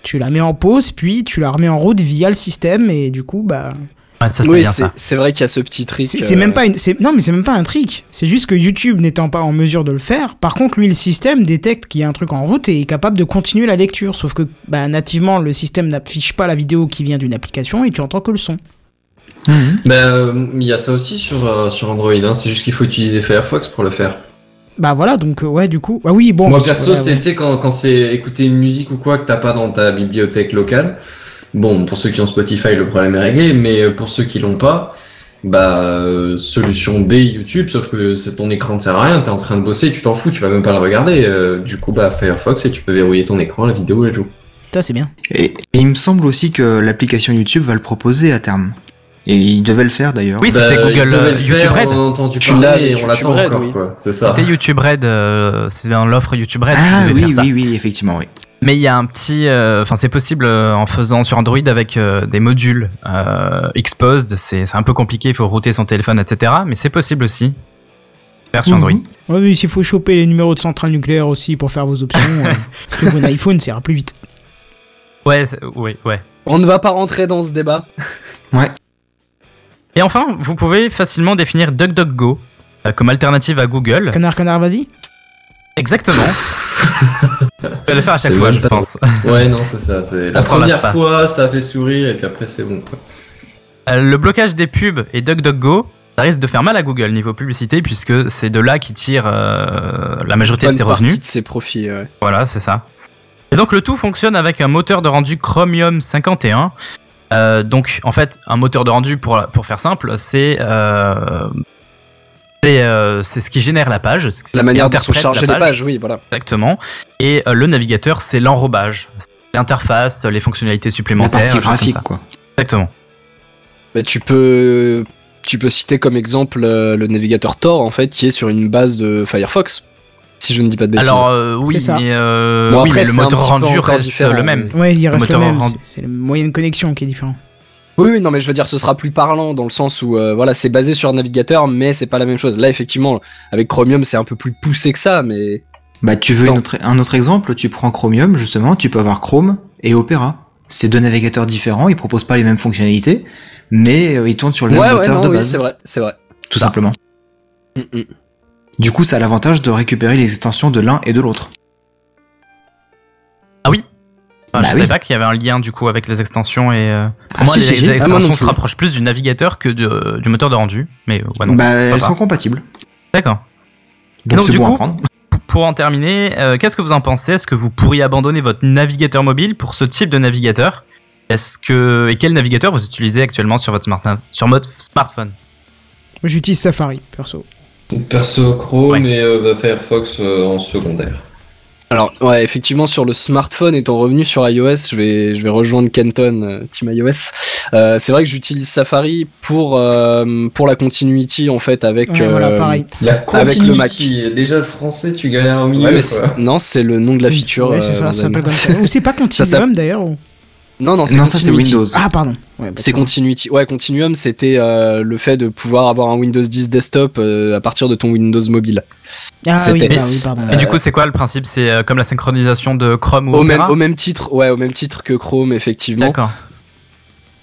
Tu la mets en pause, puis tu la remets en route via le système, et du coup, bah.
Ah, ça, c'est
oui,
bien
c'est-
ça.
c'est vrai qu'il y a ce petit trick.
C'est c'est
euh,
même pas une. c'est- Non, mais c'est même pas un trick. C'est juste que YouTube n'étant pas en mesure de le faire, par contre, lui, le système détecte qu'il y a un truc en route et est capable de continuer la lecture. Sauf que, bah, nativement, le système n'affiche pas la vidéo qui vient d'une application et tu entends que le son.
Mhm.
Ben, euh, il y a ça aussi sur, euh, sur Android, hein. c'est juste qu'il faut utiliser Firefox pour le faire.
Bah voilà, donc, euh, ouais, du coup. Ah oui, bon.
Moi
parce-
perso,
ouais,
c'est
ouais.
tu sais, quand, quand c'est écouter une musique ou quoi que t'as pas dans ta bibliothèque locale. Bon, pour ceux qui ont Spotify, le problème est réglé, mais euh, pour ceux qui l'ont pas, bah euh, solution B YouTube, sauf que c'est ton écran ne sert à rien, t'es en train de bosser, tu t'en fous, tu vas même pas le regarder. euh, du coup, bah Firefox et tu peux verrouiller ton écran, la vidéo elle joue.
Ça, c'est bien.
Et, et il me semble aussi que l'application YouTube va le proposer à terme. Et il devait le faire d'ailleurs.
Oui, c'était
Bah, ils
Google
devaient
euh,
le faire,
YouTube Red.
On en a entendu
Tu l'as,
parler et on
YouTube
l'attend
Red,
encore
oui.
quoi. C'est ça.
C'était YouTube Red, euh, c'est dans l'offre YouTube Red.
ah
tu devais
oui
faire ça.
oui oui effectivement oui.
Mais il y a un petit, euh, enfin c'est possible euh, en faisant sur Android avec euh, des modules euh, exposed. C'est c'est un peu compliqué, il faut router son téléphone, etc. Mais c'est possible aussi. Faire sur Android.
Mhm.
Ouais, mais s'il faut choper les numéros de centrales nucléaires aussi pour faire vos options, euh, parce que vous, un iPhone, ça ira plus vite.
Ouais, c'est- ouais, ouais.
On ne va pas rentrer dans ce débat.
Et enfin, vous pouvez facilement définir DuckDuckGo euh, comme alternative à Google.
Canard, canard, vas-y.
Exactement. je vais le faire à chaque
C'est
fois,
même
je
pas-
pense.
Ouais, non, c'est ça. C'est
On
la
s'en lasse
première
pas.
fois, ça fait sourire et puis après c'est bon. Quoi.
Euh, le blocage des pubs et DuckDuckGo, ça risque de faire mal à Google niveau publicité puisque c'est de là qu'ils tirent euh, la majorité de
Bonne
ses
partie
revenus.
de ses profits. euh, ouais.
Voilà, c'est ça. Et donc le tout fonctionne avec un moteur de rendu Chromium 51. Euh, donc en fait, un moteur de rendu, pour, pour faire simple, c'est euh, C'est euh, c'est ce qui génère la page, ce qui-
La manière dont sont
interprète la
chargées les
page.
pages, oui, voilà.
Exactement. Et euh, le navigateur, c'est l'enrobage, C'est l'interface, les fonctionnalités
La
supplémentaires.
partie
choses comme
graphique,
ça.
quoi.
Exactement.
Bah, tu peux tu peux citer comme exemple euh, le navigateur Tor en fait qui est sur une base de Firefox si je ne dis pas de bêtises.
Alors euh, oui,
C'est ça.
mais, euh,
Bon,
oui,
après,
mais le
c'est un
moteur
petit peu
rendu
encore
reste
différent,
le même.
Ouais, il reste le
moteur
même.
rend-
c'est- C'est le moyen de connexion qui est différent.
Oui, oui, non, mais je veux dire, ce sera plus parlant dans le sens où, euh, voilà, c'est basé sur un navigateur, mais c'est pas la même chose. Là, effectivement, avec Chromium, c'est un peu plus poussé que ça, mais
Bah, tu veux une
Non.
autre- un autre exemple, tu prends Chromium, justement, tu peux avoir Chrome et Opera. C'est deux navigateurs différents, ils proposent pas les mêmes fonctionnalités, mais euh, ils tournent sur le même moteur
non,
de
oui,
base,
c'est vrai, c'est vrai.
tout simplement.
Mm, mm.
Du coup, ça a l'avantage de récupérer les extensions de l'un et de l'autre.
Enfin,
Bah
je
oui.
savais pas qu'il y avait un lien du coup avec les extensions et euh, pour
Ah,
moi
si,
les,
si, si.
les
Ah, moi
non
extensions se
plus.
rapprochent plus du navigateur que de- du moteur de rendu. Mais euh, bah non.
bah,
sympa.
elles sont compatibles.
D'accord.
Donc,
Donc,
c'est
du
bon
coup-
à prendre.
Pour en terminer, euh, qu'est-ce que vous en pensez Est-ce que vous pourriez abandonner votre navigateur mobile pour ce type de navigateur Est-ce que et quel navigateur vous utilisez actuellement sur votre smartphone Sur votre smartphone
Moi, j'utilise Safari, perso.
Perso Chrome
Ouais.
et euh, bah, Firefox euh, en secondaire.
Alors, ouais, effectivement, sur le smartphone, étant revenu sur iOS, je vais, je vais rejoindre Kenton, euh, Team iOS. Euh, c'est vrai que j'utilise Safari pour, euh, pour la continuity, en fait, avec.
Ouais, voilà,
euh,
pareil.
La
Avec le Mac.
continuity, déjà le français, tu galères au milieu.
Ouais, mais
quoi.
c'est- non, c'est le nom de la
C'est-
feature.
ouais, c'est
euh,
ça, ça s'appelle
Rosen.
comme ça. Ou c'est pas Continuum
s'appelle-
d'ailleurs. ou-
Non, non, c'est
Non, ça, c'est
continuity.
Windows.
Ah, pardon. Ouais, bah,
C'est Continuity. Ouais, Continuum, c'était euh, le fait de pouvoir avoir un Windows 10 desktop euh, à partir de ton Windows mobile.
Ah oui,
c'était-
bah oui, pardon.
Et du coup, c'est quoi le principe C'est euh, comme la synchronisation de Chrome ou
Au même,
Opera
au même titre, ouais, au même titre que Chrome, effectivement.
Ah,
D'accord.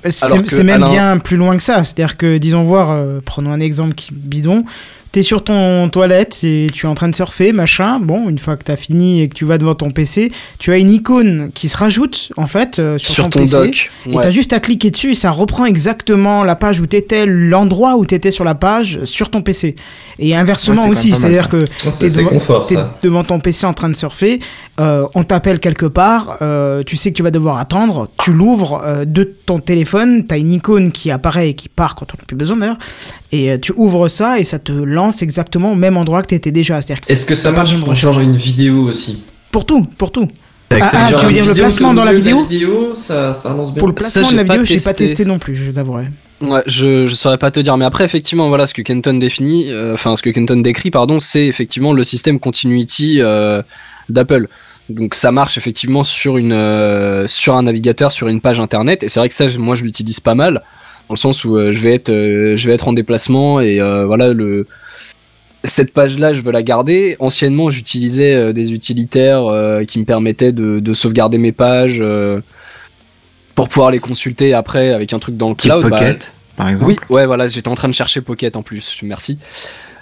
alors
C'est
que
c'est même
Alain-
bien plus loin que ça. C'est-à-dire que, disons voir, euh, prenons un exemple qui bidon. T'es sur ton toilette et tu es en train de surfer, machin. Bon, une fois que t'as fini et que tu vas devant ton PC, tu as une icône qui se rajoute en fait euh, sur,
Sur
ton,
ton
PC.
dock.
Et
ouais.
t'as juste à cliquer dessus et ça reprend exactement la page où t'étais, l'endroit où t'étais sur la page, sur ton PC. Et inversement
Ouais, c'est quand
aussi,
même pas mal,
c'est-à-dire
ça.
que
Ah, c'est-
t'es
C'est
devant-
confort
t'es
ça.
devant ton PC en train de surfer, euh, on t'appelle quelque part, euh, tu sais que tu vas devoir attendre, tu l'ouvres euh, de ton téléphone, t'as une icône qui apparaît et qui part quand on n'a plus besoin d'ailleurs, et euh, tu ouvres ça et ça te lance exactement au même endroit que t'étais déjà. C'est-à-dire que
Est-ce que ça
Pas
marche
besoin de
pour genre une vidéo aussi
pour tout, pour tout.
C'est
Ah,
excellent.
tu
Genre
veux
une
dire le
vidéo qui
placement
est au
dans la
milieu de
vidéo
ça, ça lance bien.
Pour le
Ça,
placement de
j'ai
la vidéo,
pas
j'ai pas
testé.
testé non plus, je l'avouerai.
Ouais, je, je saurais pas te dire, mais après, effectivement, voilà, ce que Kenton définit, euh, enfin, ce que Kenton décrit, pardon, c'est effectivement le système Continuity euh, d'Apple. Donc, ça marche effectivement sur une, euh, sur un navigateur, sur une page internet, et c'est vrai que ça, je- moi, je l'utilise pas mal, dans le sens où euh, je vais être, euh, je vais être en déplacement et euh, voilà le. Cette page-là, je veux la garder. Anciennement, j'utilisais euh, des utilitaires euh, qui me permettaient de, de sauvegarder mes pages euh, pour pouvoir les consulter après avec un truc dans le
Type
cloud. bah,
Pocket, par exemple.
oui, ouais, voilà, j'étais en train de chercher Pocket en plus, merci.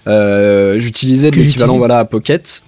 Euh, J'utilisais de
Que
l'équivalent
j'utilise.
voilà, à Pocket.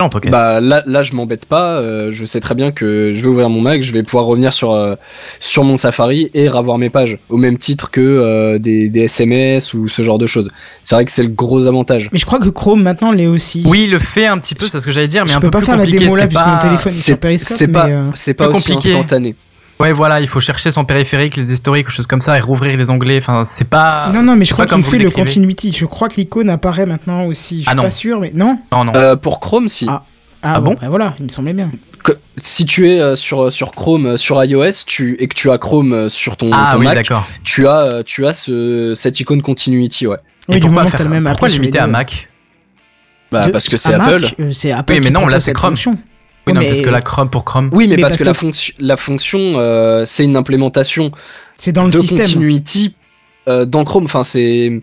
Non, ok.
Bah, là, là, je m'embête pas. euh, je sais très bien que je vais ouvrir mon Mac, je vais pouvoir revenir sur, euh, sur mon Safari et ravoir mes pages, au même titre que euh, des, des SMS ou ce genre de choses. C'est vrai que c'est le gros avantage.
Mais je crois que Chrome maintenant l'est aussi.
Oui, il le fait un petit peu, c'est ce que j'allais dire, mais
je
un
peux
peu
pas
plus
faire la
compliqué.
démo là
c'est
puisque mon
pas-
téléphone est
C'est
sur Periscope,
c'est pas,
mais, euh,
c'est pas
plus
aussi
compliqué.
instantané.
Ouais, voilà, il faut chercher son périphérique, les historiques, ou choses comme ça, et rouvrir les onglets. Enfin, c'est pas.
Ah, non, non, mais
ah, c'est
je
pas
crois
comme
qu'il
vous
fait le
décrivez.
continuity. Je crois que l'icône apparaît maintenant aussi. Je suis
Ah non.
pas sûr, mais non.
Non, non.
Euh, pour Chrome, si.
Ah,
Ah
bon,
bon
bah voilà, il me semblait bien.
Que- si tu es euh, sur, sur Chrome, euh, sur iOS, tu, et que tu as Chrome euh, sur ton,
ah
ton
oui,
Mac,
d'accord.
tu as, euh, tu as ce, cette icône Continuity, ouais.
Et
du
pourquoi
moment que
faire
t'as le même
Pourquoi
après sur les
limiter à
deux.
Mac
Bah,
De-
parce que
à
c'est
Mac,
Apple.
euh, c'est Apple.
Oui, mais
qui
non,
propose
là, c'est
cette
Chrome.
fonction.
Oui, non,
mais-
parce que la Chrome pour Chrome.
Oui, mais,
Mais
parce,
parce
que,
que-
la fonction, la fonction euh, c'est une implémentation
C'est dans le
de
système.
continuity euh, dans Chrome. Enfin, c'est
Non, non,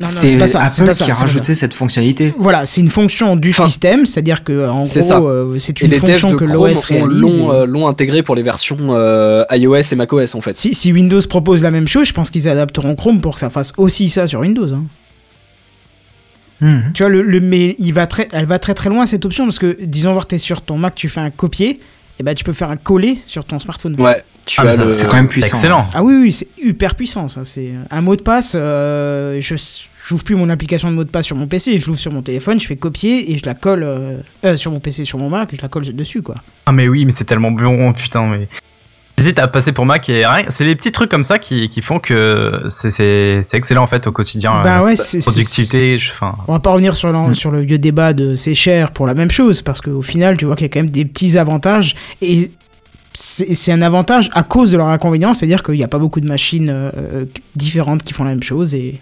c'est pas ça, c'est
Apple
pas ça,
qui a
c'est pas
rajouté cette fonctionnalité.
Voilà, c'est une fonction du
Enfin,
système, c'est-à-dire que en
c'est
gros,
ça.
euh, c'est
et
une
les devs
fonction
de
que
Chrome
l'OS
ont-
réalise.
l'ont euh, l'ont intégré pour les versions euh, iOS et macOS en fait.
Si, si Windows propose la même chose, je pense qu'ils adapteront Chrome pour que ça fasse aussi ça sur Windows. hein.
Mhm.
Tu vois, le, le- mais il va très, elle va très très loin cette option parce que disons voir, t'es sur ton Mac, tu fais un copier, et ben tu peux faire un coller sur ton smartphone.
Ouais, tu
Ah, mais
as
ça,
le-
C'est quand même
C'est
puissant. hein.
excellent.
Ah oui, oui, c'est hyper puissant ça. C'est un mot de passe. euh, je j'ouvre plus mon application de mot de passe sur mon PC. Je l'ouvre sur mon téléphone. Je fais copier et je la colle euh, euh, sur mon PC, sur mon Mac. Je la colle dessus quoi.
Ah, mais oui, mais c'est tellement bon, putain, mais. Je disais, j'hésite à passer pour Mac et rien. C'est les petits trucs comme ça qui, qui font que c'est- c'est c'est excellent en fait au quotidien.
Bah
euh,
ouais, c'est- c'est-
productivité, Hmm. je- enfin.
On va pas revenir sur, l'en- sur le vieux débat de c'est cher pour la même chose, parce qu'au final, tu vois qu'il y a quand même des petits avantages, et c'est c'est un avantage à cause de leur inconvénient, c'est-à-dire qu'il n'y a pas beaucoup de machines euh, euh, différentes qui font la même chose, et.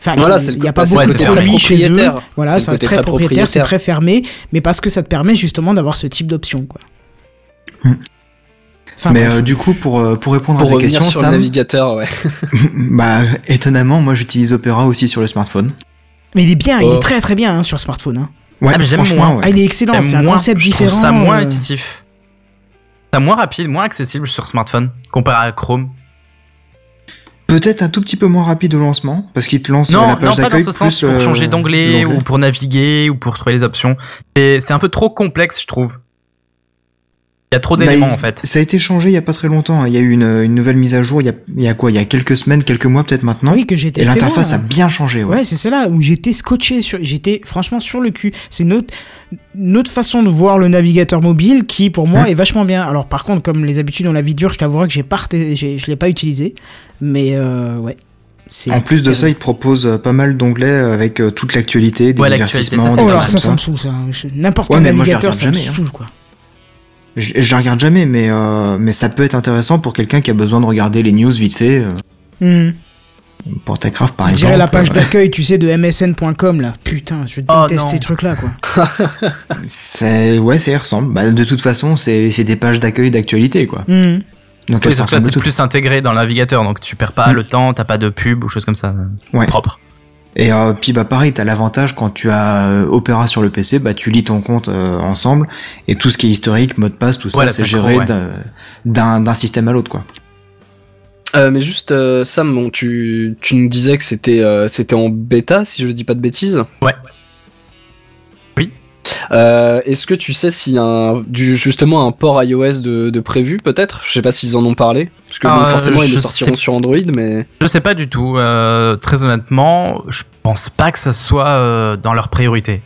Enfin,
Voilà,
qui-
c'est le
il n'y a
co-
pas
c'est
le
beaucoup de
côté
produits chez eux.
propriétaire.
Voilà,
C'est le
c'est
côté
très
très
propriétaire, c'est
propriétaire.
très fermé, mais parce que ça te permet justement d'avoir ce type d'option, quoi.
Hmm.
Enfin,
Mais
bref.
euh, du coup, pour, euh, pour répondre
Pour
à ta
revenir
question,
sur le
Sam,
navigateur, ouais.
bah, étonnamment, moi j'utilise Opera aussi sur le smartphone.
Mais il est bien, il
Oh.
est très très bien hein, sur smartphone. hein.
Ouais,
Ah, mais j'aime
franchement,
moins.
Ah,
ouais.
il est excellent, c'est un
moins,
concept
je trouve
différent.
ça moins
euh,
intuitif. Ça moins rapide, moins accessible sur smartphone comparé à Chrome.
Peut-être un tout petit peu moins rapide au lancement, parce qu'il te lance euh,
Non,
la
non,
page
pas dans
d'accueil
ce sens
plus
pour
euh,
changer d'onglet
l'onglet.
ou pour naviguer ou pour trouver les options. C'est c'est un peu trop complexe, je trouve. Il y a trop
Bah,
d'éléments
ils-
en fait.
Ça a été changé il y a pas très longtemps. hein. Il y a eu une, une nouvelle mise à jour il y a, il y a quoi Il y a quelques semaines, quelques mois peut-être maintenant.
Oui, que j'ai
et
testé.
l'interface
hein.
moi. hein.
a bien changé. Ouais.
Ouais, c'est celle-là où j'étais scotché sur, j'étais franchement sur le cul. C'est une autre, une autre façon de voir le navigateur mobile qui, pour
Hmm.
moi, est vachement bien. Alors, par contre, comme les habitudes ont la vie dure, je t'avouerai que j'ai pas, reté- j'ai- je l'ai pas utilisé. Mais euh, ouais. C'est
En plus de ça, il te propose euh, pas mal d'onglets avec euh, toute l'actualité, des
Ouais, l'actualité,
divertissements,
ça,
des
c'est
Oh
choses
là, ça,
comme ça.
ça me saoule, ça. Je- N'importe
Ouais,
quel
mais moi, je les
navigateur,
regarde
ça me
jamais, hein.
saoule, quoi.
Je, je la regarde jamais, mais euh, mais ça peut être intéressant pour quelqu'un qui a besoin de regarder les news vite fait. euh,
Hmm.
pour Techcraft par
On
exemple.
dirait la page
euh,
d'accueil, tu sais, de msn.com, là. Putain, je
Oh,
déteste
non.
ces trucs-là, quoi.
c'est ouais, ça y ressemble. Bah, de toute façon, c'est c'est des pages d'accueil d'actualité quoi.
Hmm.
Donc
Oui,
elles se
surtout là,
ressemblent
c'est
toutes.
plus intégré dans le navigateur, donc tu perds pas
Mm.
le temps, t'as pas de pub ou choses comme ça. euh,
Ouais.
Propre.
Et euh, puis bah pareil, t'as l'avantage quand tu as euh, Opera sur le PC, bah tu lis ton compte euh, ensemble et tout ce qui est historique, mot de passe, tout ça,
Ouais, la
c'est
synchro,
géré
ouais.
d'un- d'un d'un système à l'autre quoi.
Euh, mais juste, euh, Sam, bon, tu, tu nous disais que c'était euh, c'était en bêta, si je dis pas de bêtises.
Ouais. Oui.
Euh, Est-ce que tu sais s'il y a un, du, justement un port iOS de, de prévu, peut-être Je sais pas s'ils en ont parlé. Parce que
Ah,
bon,
euh,
forcément, ils
je
le sortiront
sais-
sur Android, mais.
Je sais pas du tout. euh, très honnêtement, je pense pas que ça soit euh, dans leur priorité.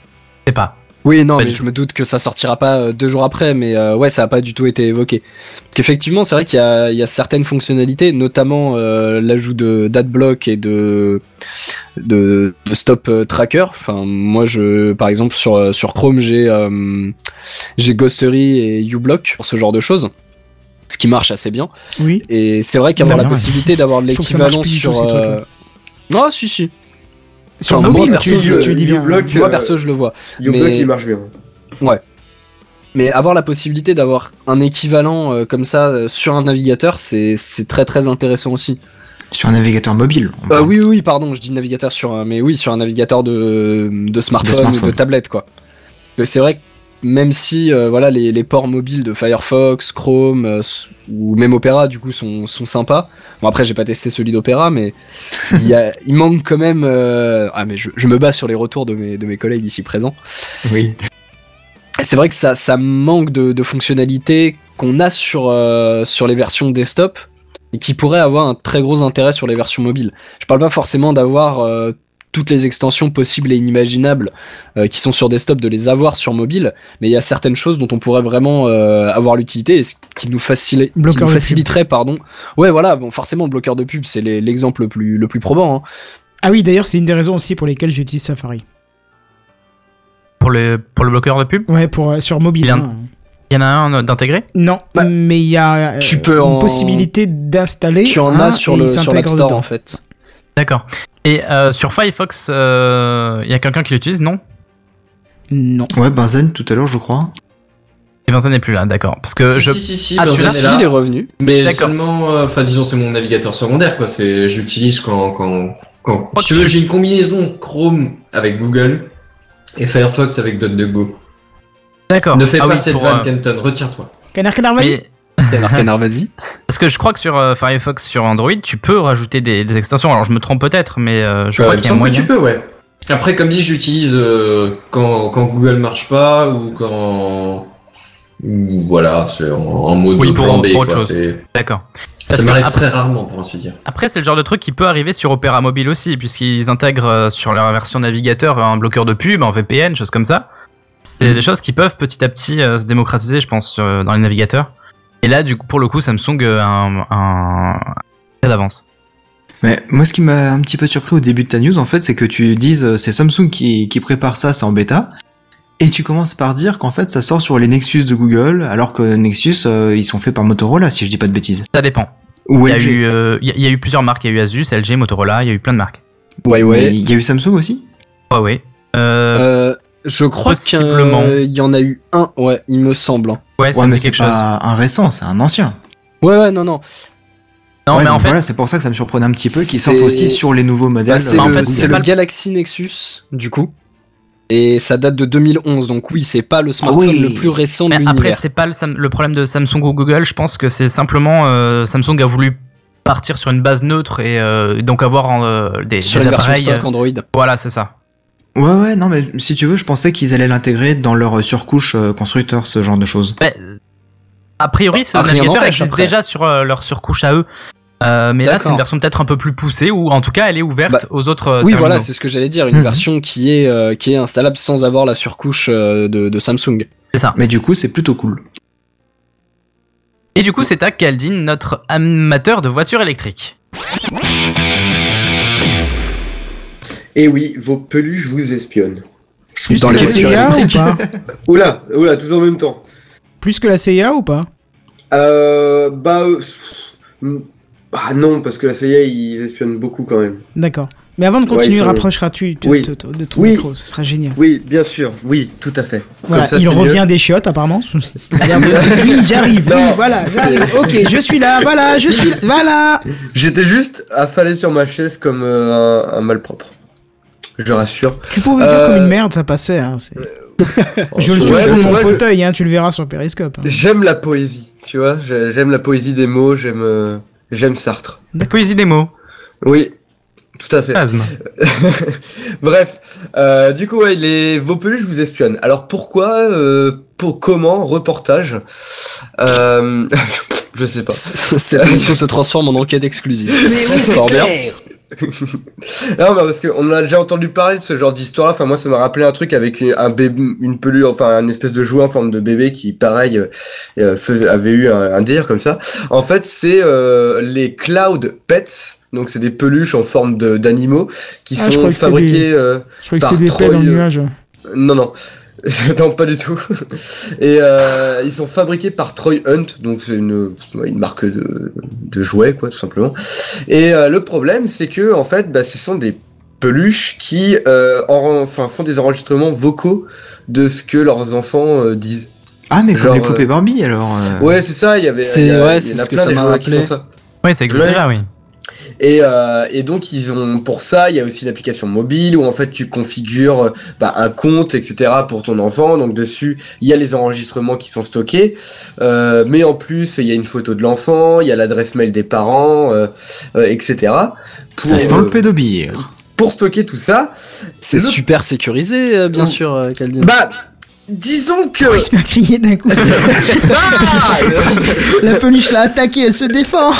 Je sais pas.
Oui, non,
Pas
mais
du
je me doute que ça sortira pas euh, deux jours après, mais euh, ouais, ça a pas du tout été évoqué. Parce qu'effectivement, c'est vrai qu'il y, a- il y a certaines fonctionnalités, notamment euh, l'ajout de d'adblock et de, de, de stop euh, tracker. Enfin, moi, je, par exemple, sur, euh, sur Chrome, j'ai euh, j'ai Ghostery et uBlock pour ce genre de choses. Ce qui marche assez bien.
Oui.
Et c'est vrai qu'avoir
Bah,
la
ouais.
possibilité d'avoir
Je trouve que ça marche
l'équivalent
plus du tout,
sur.
ces hein.
euh, Ah, si, si.
Sur
Enfin,
le
moi,
mobile,
perso,
tu,
je-
tu dis bien. hein.
Ublock,
Moi,
euh,
perso, je le vois.
Yoplait
mais-
qui marche bien.
Mais avoir la possibilité d'avoir un équivalent euh, comme ça euh, sur un navigateur, c'est c'est très très intéressant aussi.
Sur un navigateur mobile. on
Euh,
parle.
oui, oui, oui, pardon, je dis navigateur sur un, mais oui, sur un navigateur de, de smartphone,
De smartphone.
ou de tablette, quoi. Que C'est vrai que même si euh, voilà, les, les ports mobiles de Firefox, Chrome euh, s- ou même Opera, du coup, sont, sont sympas. Bon, après, j'ai pas testé celui d'Opera, mais il, y a- il manque quand même. euh, Ah, mais je, je me bats sur les retours de mes, de mes collègues ici présents.
Oui.
C'est vrai que ça, ça manque de, de fonctionnalités qu'on a sur, euh, sur les versions desktop et qui pourraient avoir un très gros intérêt sur les versions mobiles. Je parle pas forcément d'avoir euh, toutes les extensions possibles et inimaginables euh, qui sont sur desktop, de les avoir sur mobile, mais il y a certaines choses dont on pourrait vraiment euh, avoir l'utilité et ce qui nous, facili- qui
Bloqueur
nous
de pub.
faciliterait, pardon. Ouais, voilà, bon, forcément, le bloqueur de pub, c'est les- l'exemple le plus, le plus probant. hein.
Ah oui, d'ailleurs, c'est une des raisons aussi pour lesquelles j'utilise Safari.
Pour le, pour le bloqueur de pub,
Ouais, pour, euh, sur mobile.
Il y a un-
hein.
il y en a un euh, d'intégré
Non,
Bah,
mais il y a euh,
tu peux
une
en-
possibilité d'installer.
Tu en as
un
sur
et
le
il
sur l'App
s'intègre
Store,
dedans.
en fait.
D'accord. Et euh, sur Firefox, euh, il y a quelqu'un qui l'utilise, non
Non.
Ouais, Benzen tout à l'heure, je crois.
Et Vincent n'est plus là, d'accord. Parce que
si,
je.
si, si, si,
Ah,
ben,
tu
j'en
l'as
ai
Si,
là.
il est revenu.
Mais
D'accord.
seulement, euh, enfin disons, c'est mon navigateur secondaire quoi. C'est, j'utilise quand, quand, quand.
Oh,
Si tu
tu-
veux, j'ai une combinaison Chrome avec Google et Firefox avec DuckDuckGo.
D'accord.
Ne fais
Ah
pas
oui,
cette
pour,
vanne,
euh, Ah
Kenton. Retire-toi.
Canard, canard, vas-y.
mais-
Canard, canard, vas-y.
Parce que je crois que sur euh, Firefox, sur Android, tu peux rajouter des, des extensions. Alors je me trompe peut-être, mais euh, je
Euh,
crois
il me
qu'il y a
semble que
moyen.
tu peux, ouais. Après, comme dit, j'utilise euh, quand, quand Google marche pas ou quand. ou Voilà, c'est en, en mode
Oui, pour-
plan B,
pour autre
quoi.
chose.
C'est-
D'accord. Parce
Ça
que
m'arrive
après-
très rarement, pour ainsi dire.
Après, c'est le genre de truc qui peut arriver sur Opera Mobile aussi, puisqu'ils intègrent euh, sur leur version navigateur un bloqueur de pub, un VPN,
Mhm.
choses comme ça. C'est des choses qui peuvent petit à petit euh, se démocratiser, je pense, sur- dans les navigateurs. Et là, du coup, pour le coup, Samsung euh, a un, un... très d'avance.
Mais moi, ce qui m'a un petit peu surpris au début de ta news, en fait, c'est que tu dises euh, c'est Samsung qui, qui prépare ça, c'est en bêta. Et tu commences par dire qu'en fait, ça sort sur les Nexus de Google, alors que Nexus, euh, ils sont faits par Motorola, si je dis pas de bêtises.
Ça dépend.
Ou
Il y, a
LG.
eu, euh, il y a- il y a eu plusieurs marques. Il y a eu Asus, LG, Motorola, il y a eu plein de marques.
Ouais, ouais.
Mais Il y a eu Samsung aussi
Huawei. Euh,
Euh, je crois
possiblement.
qu'il y en a eu un, ouais, il me semble. hein.
ouais, ça
Ouais,
me
mais
dit
c'est
quelque chose.
pas un récent, c'est un ancien.
Ouais, ouais, non, non.
Non,
Ouais,
mais en
donc
fait,
voilà, c'est pour ça que ça me surprenait un petit peu qu'ils
C'est-
sortent aussi sur les nouveaux modèles. euh,
Bah, c'est
en
le,
fait,
Google.
c'est
pas
le
le-
Galaxy Nexus, du coup. Et ça date de 2011, donc oui, c'est pas le smartphone
oui.
le plus récent de
Mais après,
l'univers.
c'est pas le, Sam- le problème de Samsung ou Google. Je pense que c'est simplement euh, Samsung a voulu partir sur une base neutre et euh, donc avoir euh, des,
Sur
des
une version
appareils.
stock
euh,
Android.
voilà, c'est ça.
Ouais, ouais, non, mais si tu veux, je pensais qu'ils allaient l'intégrer dans leur euh, surcouche euh, constructeur, ce genre de choses.
Mais, euh, a priori, ce
Ah, rien
navigateur
n'empêche,
existe
après.
déjà sur euh, leur surcouche à eux. Euh, mais là,
D'accord.
c'est une version peut-être un peu plus poussée ou en tout cas, elle est ouverte
Bah,
aux autres. euh,
Oui,
terminaux.
voilà, c'est ce que j'allais dire, une
Mhm.
version qui est, euh, qui est installable sans avoir la surcouche euh, de, de Samsung.
C'est ça.
Mais du coup, c'est plutôt cool.
Et du coup, c'est à Caldine, notre amateur de voitures électriques.
Et oui, vos peluches vous espionnent.
Dans
que
les
la
voitures
CIA ou
électriques.
pas
Oula, oula, tous en même temps.
Plus que la CIA ou pas
Euh, bah, euh, pff, hmm, ah non, parce que la CIA, ils espionnent beaucoup quand même.
D'accord. Mais avant de
Ouais,
continuer,
ça-
rapprocheras-tu de,
Oui.
de- de- de ton
Oui.
micro, ce sera génial.
Oui, bien sûr, oui, tout à fait.
Voilà,
ça,
il
c'est
revient
mieux.
des chiottes apparemment. Regarde, oui, j'arrive, oui,
Non,
voilà, j'arrive.
c'est-
ok, je suis là, voilà, je suis là, voilà.
J'étais juste affalé sur ma chaise comme euh, un, un malpropre. Je rassure.
Tu pouvais
Euh, oh,
dire comme une merde, ça passait. hein, c'est- je le suis
Ouais,
sur
mais
mon
moi, je-
fauteuil, hein, tu le verras sur Periscope. hein.
J'aime la poésie, tu vois. j'ai- J'aime la poésie des mots, j'aime euh, j'aime Sartre.
La poésie des mots.
Oui, tout à fait.
Euh,
Asme.
Bref, euh, du coup, ouais, les, vos peluches vous espionnent. Alors pourquoi, euh, pour comment, reportage euh, Je sais pas.
Cette émission se transforme en enquête exclusive. Fort bien.
Non, mais parce qu'on a déjà entendu parler de ce genre d'histoire. Enfin, moi, ça m'a rappelé un truc avec une, un bébé, une pelure, enfin, un espèce de jouet en forme de bébé qui, pareil, euh, euh, faisait- avait eu un, un délire comme ça. En fait, c'est euh, les cloud pets. Donc, c'est des peluches en forme de- d'animaux qui
Ah, je
sont
croyais que c'était
fabriquées.
des-
euh,
Je croyais que
Par
c'était des
Troy,
pets dans le
euh,
nuage.
Non, non. non, pas du tout. Et euh, ils sont fabriqués par Troy Hunt, donc c'est une, une marque de, de jouets, quoi, tout simplement. Et euh, le problème, c'est que, en fait, bah, ce sont des peluches qui euh, en- enfin, font des enregistrements vocaux de ce que leurs enfants euh, disent.
Ah, mais
Genre,
comme les poupées Barbie, alors. euh,
Ouais, c'est ça, il y avait.
Ah C'est-
il y a- il
ouais,
y
c'est
en a
ce que
plein
ça
des
m'a
jouets qui font
rappelé.
ça.
Oui, ça existe
Ouais.
déjà, oui.
Et, euh, et donc ils ont pour ça, il y a aussi l'application mobile où en fait tu configures euh, bah, un compte, etc. pour ton enfant. Donc dessus, il y a les enregistrements qui sont stockés, Euh, mais en plus il y a une photo de l'enfant, il y a l'adresse mail des parents, euh, euh, etc. Pour,
Ça sent
euh,
le pédobillard.
pour stocker tout euh,
C'est
Le-
super sécurisé, euh, bien sûr, euh,
Mmh.
Caldine.
Bah, disons que.
Il se met à crier d'un coup.
Ah
la peluche l'a attaqué, elle se défend.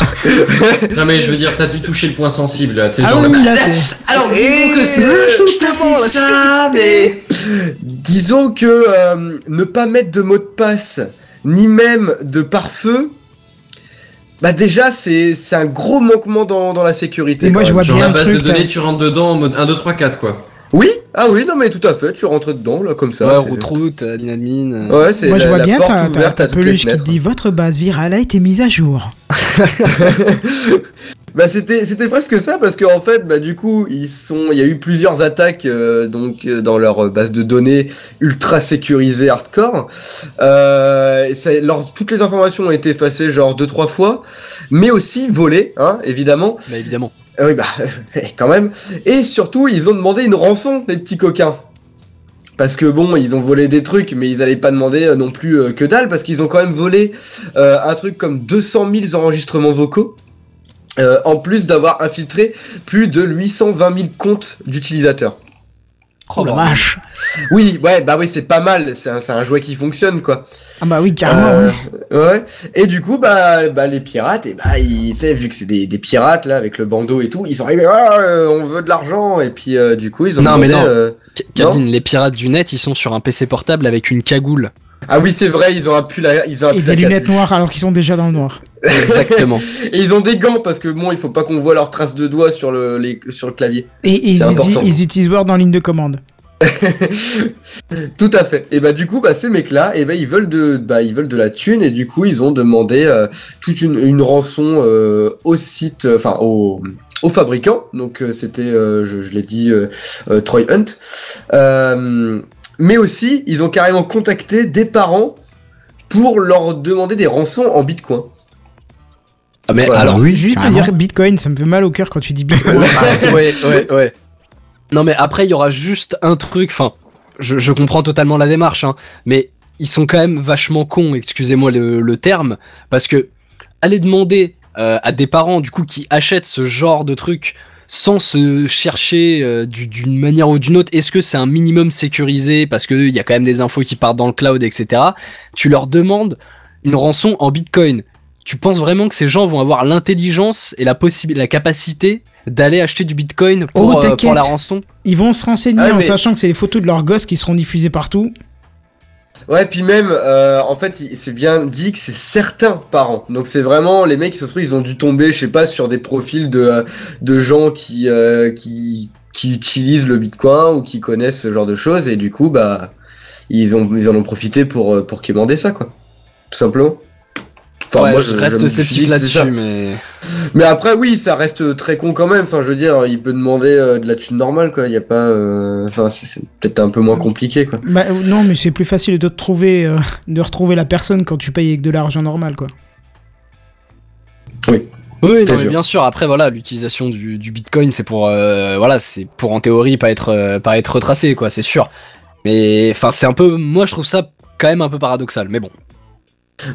Non mais je veux dire, t'as dû toucher le point sensible là, tu sais,
Ah
genre
oui,
la-
oui, là, c'est-
Alors, disons que c'est ça, mais disons que euh, ne pas mettre de mot de passe, ni même de pare-feu, bah déjà c'est c'est un gros manquement dans, dans la sécurité.
Et moi,
quand
je
même.
vois
genre
bien
la
le
base de
truc.
données,
t'as-
tu rentres dedans en mode 1, 2, 3, 4 quoi.
Oui, ah oui, non mais tout à fait, tu rentres dedans là comme ça.
ouais,
c'est-
Route, admin. euh.
Ouais, c'est
Moi, je
la,
vois
la
bien
porte
ta- ta
ouverte
ta
à toutes les
peluche qui te
fenêtres.
dit votre base virale a été mise à jour.
Bah c'était c'était presque ça parce qu'en fait bah du coup ils sont il y a eu plusieurs attaques euh, donc euh, dans leur euh, base de données ultra sécurisée hardcore euh, et ça, leurs- toutes les informations ont été effacées genre deux trois fois mais aussi volées hein évidemment
Bah, évidemment.
Ah oui bah quand même et surtout ils ont demandé une rançon les petits coquins parce que bon ils ont volé des trucs mais ils allaient pas demander euh, non plus euh, que dalle parce qu'ils ont quand même volé euh, un truc comme 200 000 enregistrements vocaux, euh, en plus d'avoir infiltré plus de 820 000 comptes d'utilisateurs.
Oh la vache.
Oui, ouais, bah oui, c'est pas mal, c'est un, c'est un jouet qui fonctionne, quoi.
Ah bah oui, carrément.
Euh,
oui.
ouais. Et du coup, bah, bah les pirates, et bah, ils, tu sais, vu que c'est des, des pirates, là, avec le bandeau et tout, ils sont arrivés, ah, euh, on veut de l'argent, et puis, euh, du coup, ils ont
Non, mais
demandé,
non.
euh,
Ca- Caldine, les pirates du net, ils sont sur un PC portable avec une cagoule.
Ah oui, c'est vrai, ils ont un pull à, ils ont un
Et
pull
des
à
lunettes
capuche.
noires alors qu'ils sont déjà dans le noir.
Exactement.
Et ils ont des gants parce que bon, il faut pas qu'on voit leurs traces de doigts sur le, les- sur le clavier.
Et, et ils,
C'est
uti-
important.
ils utilisent Word en ligne de commande.
Tout à fait. Et bah du coup, bah ces mecs-là, et ben ils veulent de, bah ils veulent de la thune et du coup ils ont demandé euh, toute une, une rançon euh, au site, euh, enfin au au fabricant. Donc euh, c'était, euh, je, je l'ai dit, euh, euh, Troy Hunt. Euh, mais aussi, ils ont carrément contacté des parents pour leur demander des rançons en Bitcoin.
Ah, mais
Voilà.
alors,
oui,
Juste pour
carrément.
dire Bitcoin, ça me fait mal au cœur quand tu dis Bitcoin.
ouais, ouais, ouais. Ah, Non, mais après, il y aura juste un truc. Enfin, je, je comprends totalement la démarche, hein, mais ils sont quand même vachement cons, excusez-moi le, le terme, parce que aller demander euh, à des parents, du coup, qui achètent ce genre de truc sans se chercher euh, du- d'une manière ou d'une autre, est-ce que c'est un minimum sécurisé parce qu'il y a quand même des infos qui partent dans le cloud, etc. Tu leur demandes une rançon en bitcoin. Tu penses vraiment que ces gens vont avoir l'intelligence et la, possib- la capacité d'aller acheter du bitcoin pour,
Oh,
euh,
t'inquiète.
pour la rançon
Ils vont se renseigner
Ah,
en
mais-
sachant que c'est les photos de leurs gosses qui seront diffusées partout.
Ouais, puis même, euh, en fait, il- c'est bien dit que c'est certains parents. Donc c'est vraiment les mecs qui se trouvent, ils ont dû tomber, je sais pas, sur des profils de euh, de gens qui euh, qui qui utilisent le Bitcoin ou qui connaissent ce genre de choses et du coup bah ils ont ils en ont profité pour euh, pour quémander ça quoi. Tout simplement. Enfin,
Ouais,
moi,
je,
je- je
reste
me dis
sceptique
que c'est ça.
là-dessus, mais.
Mais après, oui, ça reste très con quand même. Enfin, je veux dire, il peut demander euh, de la thune normale, quoi. Il y a pas. euh, Enfin, c'est- c'est peut-être un peu moins compliqué, quoi.
Bah, euh, non, mais c'est plus facile de, te trouver, euh, de retrouver la personne quand tu payes avec de l'argent normal, quoi.
Oui,
Bien
non, mais
sûr.
bien sûr. Après, voilà, l'utilisation du, du Bitcoin, c'est pour, euh, voilà, c'est pour en théorie pas être, euh, pas être retracé, quoi, c'est sûr. Mais enfin, c'est un peu, moi, je trouve ça quand même un peu paradoxal. Mais bon,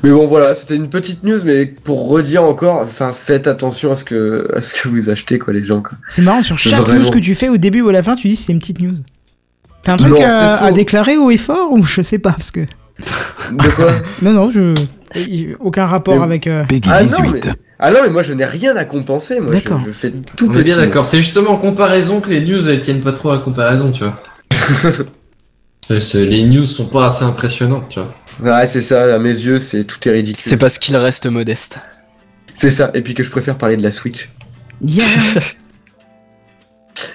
Mais bon voilà, c'était une petite news, mais pour redire encore, enfin faites attention à ce que à ce que vous achetez quoi les gens quoi.
C'est marrant, sur chaque
Vraiment.
news que tu fais, au début ou à la fin, tu dis c'est une petite news. T'as un truc
Non,
à,
c'est faux.
à déclarer au effort ou je sais pas parce que
De quoi
non non je y- aucun rapport
Mais-
avec euh,
Peggy
Ah non,
18.
mais... ah non mais moi je n'ai rien à compenser moi. Je,
D'accord.
je fais tout
On
petit.
est bien d'accord. C'est justement en comparaison que les news elles tiennent pas trop à la comparaison, tu vois. C'est- c'est- les news sont pas assez impressionnantes, tu vois.
Ouais c'est ça. À mes yeux c'est tout est ridicule.
c'est parce qu'il reste modeste.
C'est ça. Et puis que je préfère parler de la Switch.
yeah.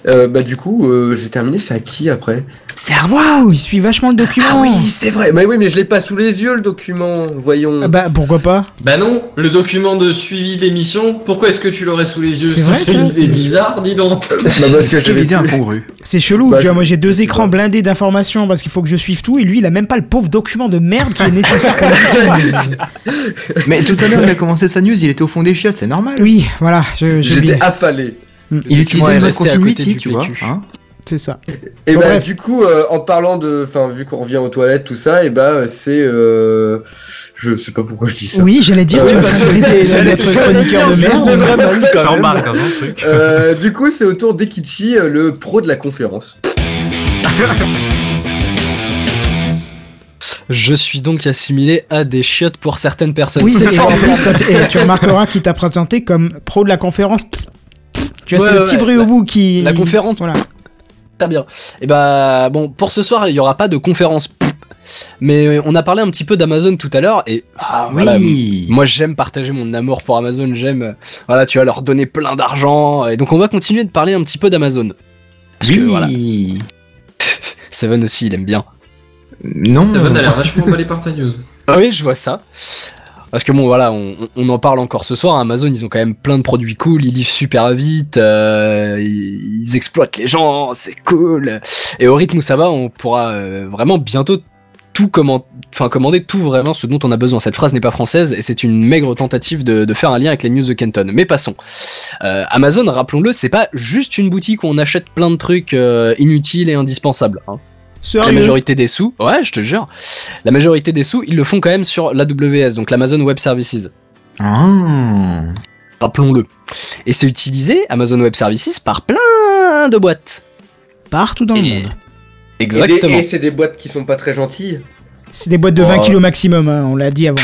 Euh, bah du coup euh, j'ai terminé. C'est à qui après
c'est à moi il suit vachement le document
Ah oui c'est vrai. Mais oui mais je l'ai pas sous les yeux le document. Voyons.
Ah bah pourquoi pas
Bah non, le document de suivi d'émission, pourquoi est-ce que tu l'aurais sous les yeux
C'est vrai,
une
ça.
idée bizarre, dis donc.
Bah, parce que
Quelle
j'avais
idée incongrue.
c'est chelou
Bah,
tu vois
je-
moi j'ai deux
sais
écrans
pas.
blindés d'informations parce qu'il faut que je suive tout et lui il a même pas le pauvre document de merde qui est nécessaire pour le suivre.
Mais tout à l'heure, il a commencé sa news, il était au fond des chiottes, c'est normal.
oui voilà je- j'ai oublié.
J'étais affalé.
Il utilisait le mode
resté à côté
continuity,
du
tu vois.
PQ.
hein.
c'est ça
Et
Bon,
bah
bref.
du coup, euh, en parlant de, enfin vu qu'on revient aux toilettes, tout ça, et bah euh, c'est, euh, je sais pas pourquoi je dis ça.
oui j'allais dire tu
Euh,
vois, parce que t'étais
j'allais-
notre
j'allais
chroniqueur de
dire, je sais
merde
vraiment quand
J'en
même.
marre dans un truc.
Euh, du coup, c'est au tour d'Ekichi, euh, le pro de la conférence.
Je suis donc assimilé à des chiottes pour certaines personnes.
Oui,
C'est
et en
formidable.
plus, quand et tu remarqueras qu'il t'a présenté comme pro de la conférence. Tu vois,
Ouais,
c'est le
ouais,
petit
ouais,
bruit
la-
au bout qui.
la conférence.
Voilà.
Très bien. Et bah bon, pour ce soir, il y aura pas de conférence. Mais on a parlé un petit peu d'Amazon tout à l'heure et ah, voilà,
Oui.
Moi j'aime partager mon amour pour Amazon, j'aime euh, voilà, tu vas leur donner plein d'argent et donc on va continuer de parler un petit peu d'Amazon. Parce que voilà,
Oui.
Seven aussi, il aime bien.
Non.
Ça va, a l'air vachement emballé par ta news.
Ah oui, je vois ça. Parce que bon voilà, on, on- on en parle encore ce soir, hein. Amazon, ils ont quand même plein de produits cool, ils livrent super vite, euh, ils, ils exploitent les gens, c'est cool. Et au rythme où ça va, on pourra euh, vraiment bientôt tout commen- enfin commander tout vraiment ce dont on a besoin. Cette phrase n'est pas française et c'est une maigre tentative de, de faire un lien avec les news de Kenton. Mais passons. Euh, Amazon, rappelons-le, c'est pas juste une boutique où on achète plein de trucs euh, inutiles et indispensables. hein. La
Sérieux
majorité des sous, ouais, je te jure, la majorité des sous, ils le font quand même sur l'AWS, donc l'Amazon Web Services.
Ah.
Rappelons-le. Et c'est utilisé, Amazon Web Services, par plein de boîtes.
Partout dans le
Et-
monde.
Et des- Et, c'est des boîtes qui sont pas très gentilles.
C'est des boîtes de 20
Oh.
kilos maximum, hein, on l'a dit avant.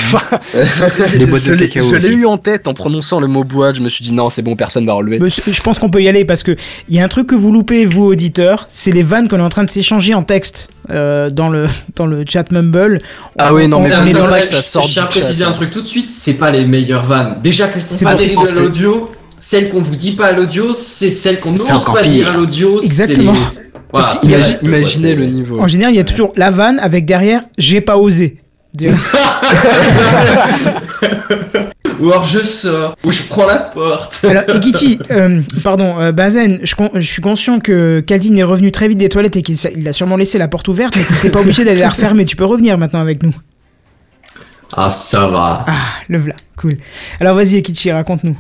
Des boîtes de
je l'ai-
cacao
je l'ai
aussi.
eu en tête en prononçant le mot boîte, je me suis dit non, c'est bon, personne va relever.
Mais c- je pense qu'on peut y aller parce que il y a un truc que vous loupez, vous auditeurs, c'est les vannes qu'on est en train de s'échanger en texte euh, dans le dans le chat Mumble.
Ah oui, non, mais
on est
attends,
dans la-
ouais, ça sort
je tiens à
du chat,
préciser
ça.
un truc tout de suite, c'est pas les meilleures vannes. Déjà qu'elles
C'est
sont pas
bon,
terribles à
c'est-
l'audio, celles qu'on vous dit pas à l'audio, c'est celles qu'on
C'est
n'ose
encore
pas
pire.
dire à l'audio. c'est
Exactement.
les- Voilà,
Parce
c'est
Imagine-
vaste, quoi,
imaginez
euh,
c'est-
le niveau.
En général, il y a toujours la vanne avec derrière j'ai pas osé.
Ou alors je sors, ou je prends la porte.
Alors, Ikichi, euh, pardon, euh, Bazen, je, con- je suis conscient que Kaldin est revenu très vite des toilettes et qu'il s- il a sûrement laissé la porte ouverte, mais t'es pas obligé d'aller la refermer, tu peux revenir maintenant avec nous.
Ah, ça va.
Ah, le voilà, cool. Alors vas-y, Ikichi, raconte-nous.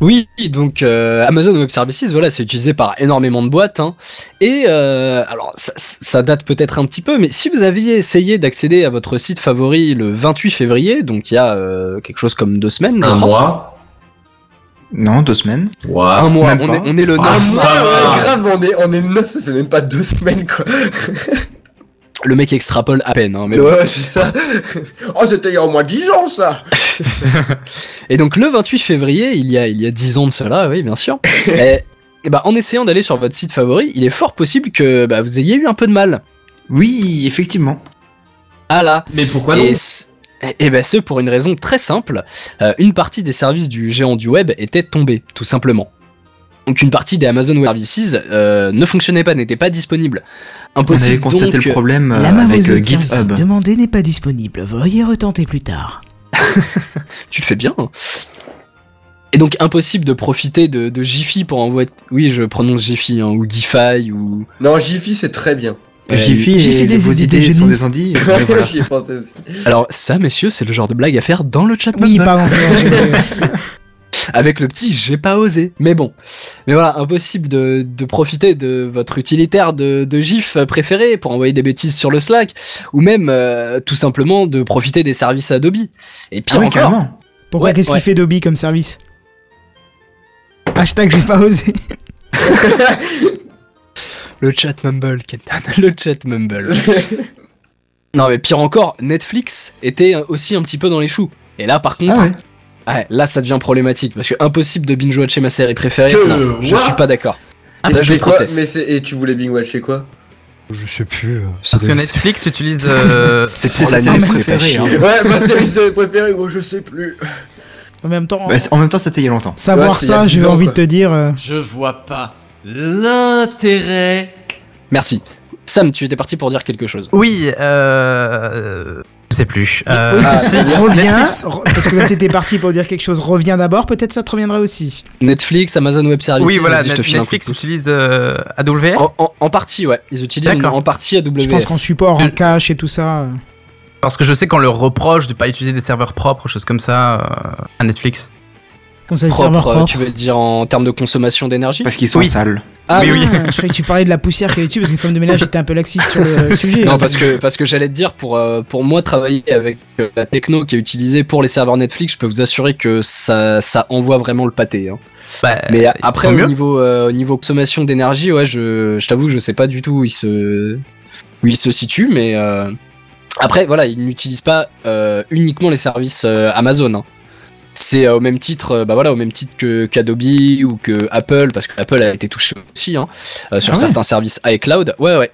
Oui, donc euh, Amazon Web Services, voilà, c'est utilisé par énormément de boîtes. hein. Et euh, alors, ça, ça date peut-être un petit peu, mais si vous aviez essayé d'accéder à votre site favori le 28 février, donc il y a euh, quelque chose comme deux semaines, je
Un
crois.
mois.
Non, deux semaines.
Ouah,
un
c'est-
mois,
même
on
pas.
est, on est le
Ah,
9.
ça
Ah,
va.
grave, on est, on est neuf, ça fait même pas deux semaines quoi.
Le mec extrapole à peine, hein, mais bon.
ouais, c'est ça. Oh, c'était il y a au moins 10 ans ça.
Et donc le 28 février, il y a il y a 10 ans de cela, oui, bien sûr. et, et bah, en essayant d'aller sur votre site favori, il est fort possible que bah, vous ayez eu un peu de mal.
Oui, effectivement.
Ah là.
Mais pourquoi non
et ce- et- et ben ce pour une raison très simple, Euh, une partie des services du géant du web était tombée, tout simplement. Donc une partie des Amazon Web Services euh, ne fonctionnait pas, n'était pas disponible.
On
Impossible
avait constaté
donc,
le problème euh,
la main
avec
aux
euh,
autres services
GitHub.
demandée n'est pas disponible, veuillez retenter plus tard.
euh, Tu le fais bien. Et donc impossible de profiter de, de Jiffy pour envoyer... Oui, je prononce Jiffy, hein, ou Giphy, ou...
Non, Jiffy c'est très bien.
Jiffy
Jiffy
et
des
vos
idées
idées sont
génies.
des andis. Ouais, voilà.
J'y ai pensé aussi.
Alors ça, messieurs, c'est le genre de blague à faire dans le chat.
Oui, pardon, c'est vrai, euh,
avec le petit j'ai pas osé. Mais bon. Mais voilà, impossible de, de profiter de votre utilitaire de, de GIF préféré pour envoyer des bêtises sur le Slack, ou même euh, tout simplement de profiter des services Adobe. Et pire
Ah oui,
encore,
carrément.
Pourquoi
Ouais,
qu'est-ce
ouais.
qu'il fait Dobby comme service Hashtag j'ai pas osé.
le chat mumble, Kenton, le chat mumble. non mais pire encore, Netflix était aussi un petit peu dans les choux. Et là par contre,
Ah ouais.
ouais, là ça devient problématique parce que impossible de binge watcher ma série préférée.
Que-
Non, je
what
suis pas d'accord.
Et
Là, je
c'est quoi
proteste.
Mais c'est et tu voulais Bing Watcher quoi
Je sais plus.
Parce que Netflix utilise. euh,
C'est
c'est
pour la
ça,
série
mais-
préférée. hein.
Ouais, ma série série préférée, gros, je sais plus.
En même temps,
Bah, c'est- En même temps, c'était il y a longtemps.
savoir
Ouais, c'est il y a
ça,
dix
j'ai
ans,
envie
quoi.
de te dire. euh,
Je vois pas l'intérêt.
Merci. Sam, tu étais parti pour dire quelque chose.
Oui, euh. Je sais plus. Euh,
Ah,
si,
reviens,
Netflix.
re- parce que t'étais parti pour dire quelque chose, reviens d'abord, peut-être ça te reviendra aussi.
Netflix, Amazon Web Services.
Oui, voilà,
Ah, vas-y, je te
Net-
file un coup de
Netflix
pouce.
utilise euh, AWS.
En, en- en partie, ouais. Ils utilisent une-
D'accord.
en partie AWS.
Je pense qu'en support, en cache et tout ça. euh,
Parce que je sais qu'on leur reproche de pas utiliser des serveurs propres, choses comme ça, euh, à Netflix.
Comme ça, les
propre,
serveurs
euh,
propres.
tu veux dire en termes de consommation d'énergie
Parce qu'ils sont
Oui.
sales.
Ah
oui, oui.
Ah, je croyais que tu parlais de la poussière qu'il y avait dessus parce que les femmes de ménage étaient un peu laxistes sur le sujet.
Non, parce que, parce que j'allais te dire, pour, euh, pour moi, travailler avec euh, la techno qui est utilisée pour les serveurs Netflix, je peux vous assurer que ça, ça envoie vraiment le pâté. hein.
Bah,
Mais
euh,
après,
tant mieux.
au niveau, euh, au niveau consommation d'énergie, ouais, je, je t'avoue, que je sais pas du tout où ils se, où ils se situent, mais euh, après, voilà, ils n'utilisent pas euh, uniquement les services euh, Amazon. hein. C'est euh, au même titre, euh, bah voilà, au même titre que qu'Adobe ou que Apple, parce que Apple a été touché aussi hein, euh, sur
Ah ouais.
certains services iCloud. Ouais, ouais.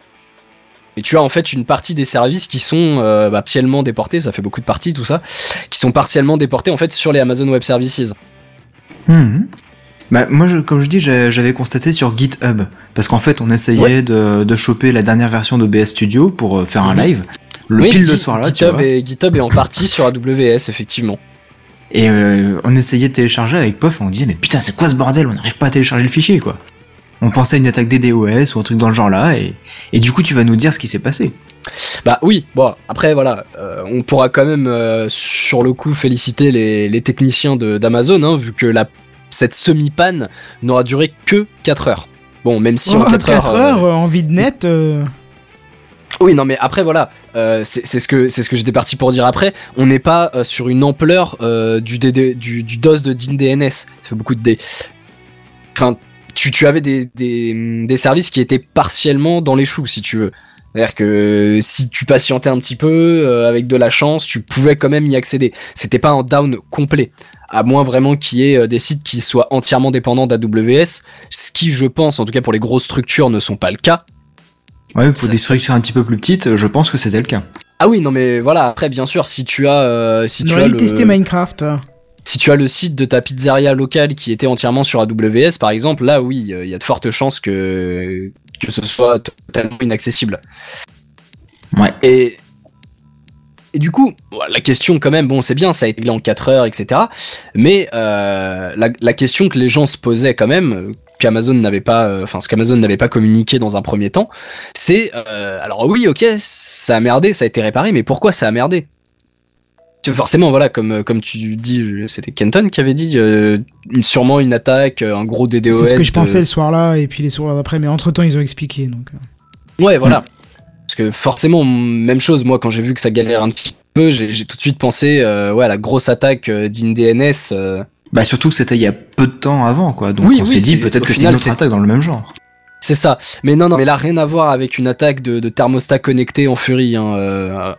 Et tu as en fait une partie des services qui sont euh, bah, partiellement déportés, ça fait beaucoup de parties tout ça, qui sont partiellement déportés en fait sur les Amazon Web Services. Hmm.
Mhm. Bah, moi, je- comme je dis, j'ai- j'avais constaté sur GitHub. Parce qu'en fait, on essayait
Ouais.
de, de choper la dernière version d'OBS Studio pour euh, faire un
Mhm.
live. Le
Oui,
pile le
Git-
soir là, tu
GitHub,
vois. Et,
est, GitHub est en partie sur AWS, effectivement.
euh, on essayait de télécharger avec POF. On disait, mais putain, c'est quoi ce bordel On n'arrive pas à télécharger le fichier, quoi. On pensait à une attaque DDoS ou un truc dans le genre là. Et, et du coup, tu vas nous dire ce qui s'est passé.
Bah oui, bon, après voilà, euh, on pourra quand même euh, sur le coup féliciter les, les techniciens de- d'Amazon, hein, vu que la, cette semi-panne n'aura duré que 4 heures. Bon, même si en 4 heures... euh,
euh, envie de net. euh,
Oui, non, mais après, voilà, euh, c'est c'est ce que c'est ce que j'étais parti pour dire après. On n'est pas euh, sur une ampleur euh, du, DD du, du DOS de DIN DNS. Ça fait beaucoup de D. mm, Enfin, tu, tu avais des, des, des services qui étaient partiellement dans les choux, si tu veux. C'est-à-dire que euh, si tu patientais un petit peu, euh, avec de la chance, tu pouvais quand même y accéder. C'était pas un down complet. À moins vraiment qu'il y ait euh, des sites qui soient entièrement dépendants d'AWS, ce qui, je pense, en tout cas pour les grosses structures, ne sont pas le cas.
Ouais, pour
Ça-
des structures un petit peu plus petites, je pense que c'était le cas.
Ah oui, non mais voilà, après bien sûr, si tu as... euh, si
On
tu
aurait
as
dû
le...
tester Minecraft.
Si tu as le site de ta pizzeria locale qui était entièrement sur AWS, par exemple, là oui, euh, il y a de fortes chances que, que ce soit totalement inaccessible.
Ouais.
Et, et du coup, voilà, la question quand même, bon c'est bien, ça a été réglé en 4 heures, etc. Mais euh, la, la question que les gens se posaient quand même, euh, qu'Amazon n'avait pas, euh, enfin ce qu'Amazon n'avait pas communiqué dans un premier temps, c'est, euh, alors oui, ok, ça a merdé, ça a été réparé, mais pourquoi ça a merdé tu- Forcément, voilà, comme, euh, comme tu dis, je- c'était Kenton qui avait dit, euh, une- sûrement une attaque, euh, un gros DDoS.
C'est ce que je
de-
pensais le soir-là et puis les soirs d'après, mais entre-temps, ils ont expliqué. Donc... euh.
Ouais, voilà. Parce que forcément, m- même chose, moi, quand j'ai vu que ça galère un petit peu, j'ai j'ai tout de suite pensé euh, ouais, à la grosse attaque euh, d'InDNS. euh,
Bah surtout que c'était il y a peu de temps avant, quoi. Donc
Oui,
on
oui,
s'est dit
c'est-
peut-être
au
que c'est
final,
une autre
c'est-
attaque dans le même genre.
c'est ça. Mais non, non, mais là, rien à voir avec une attaque de, de thermostat connecté en furie. Hein, euh,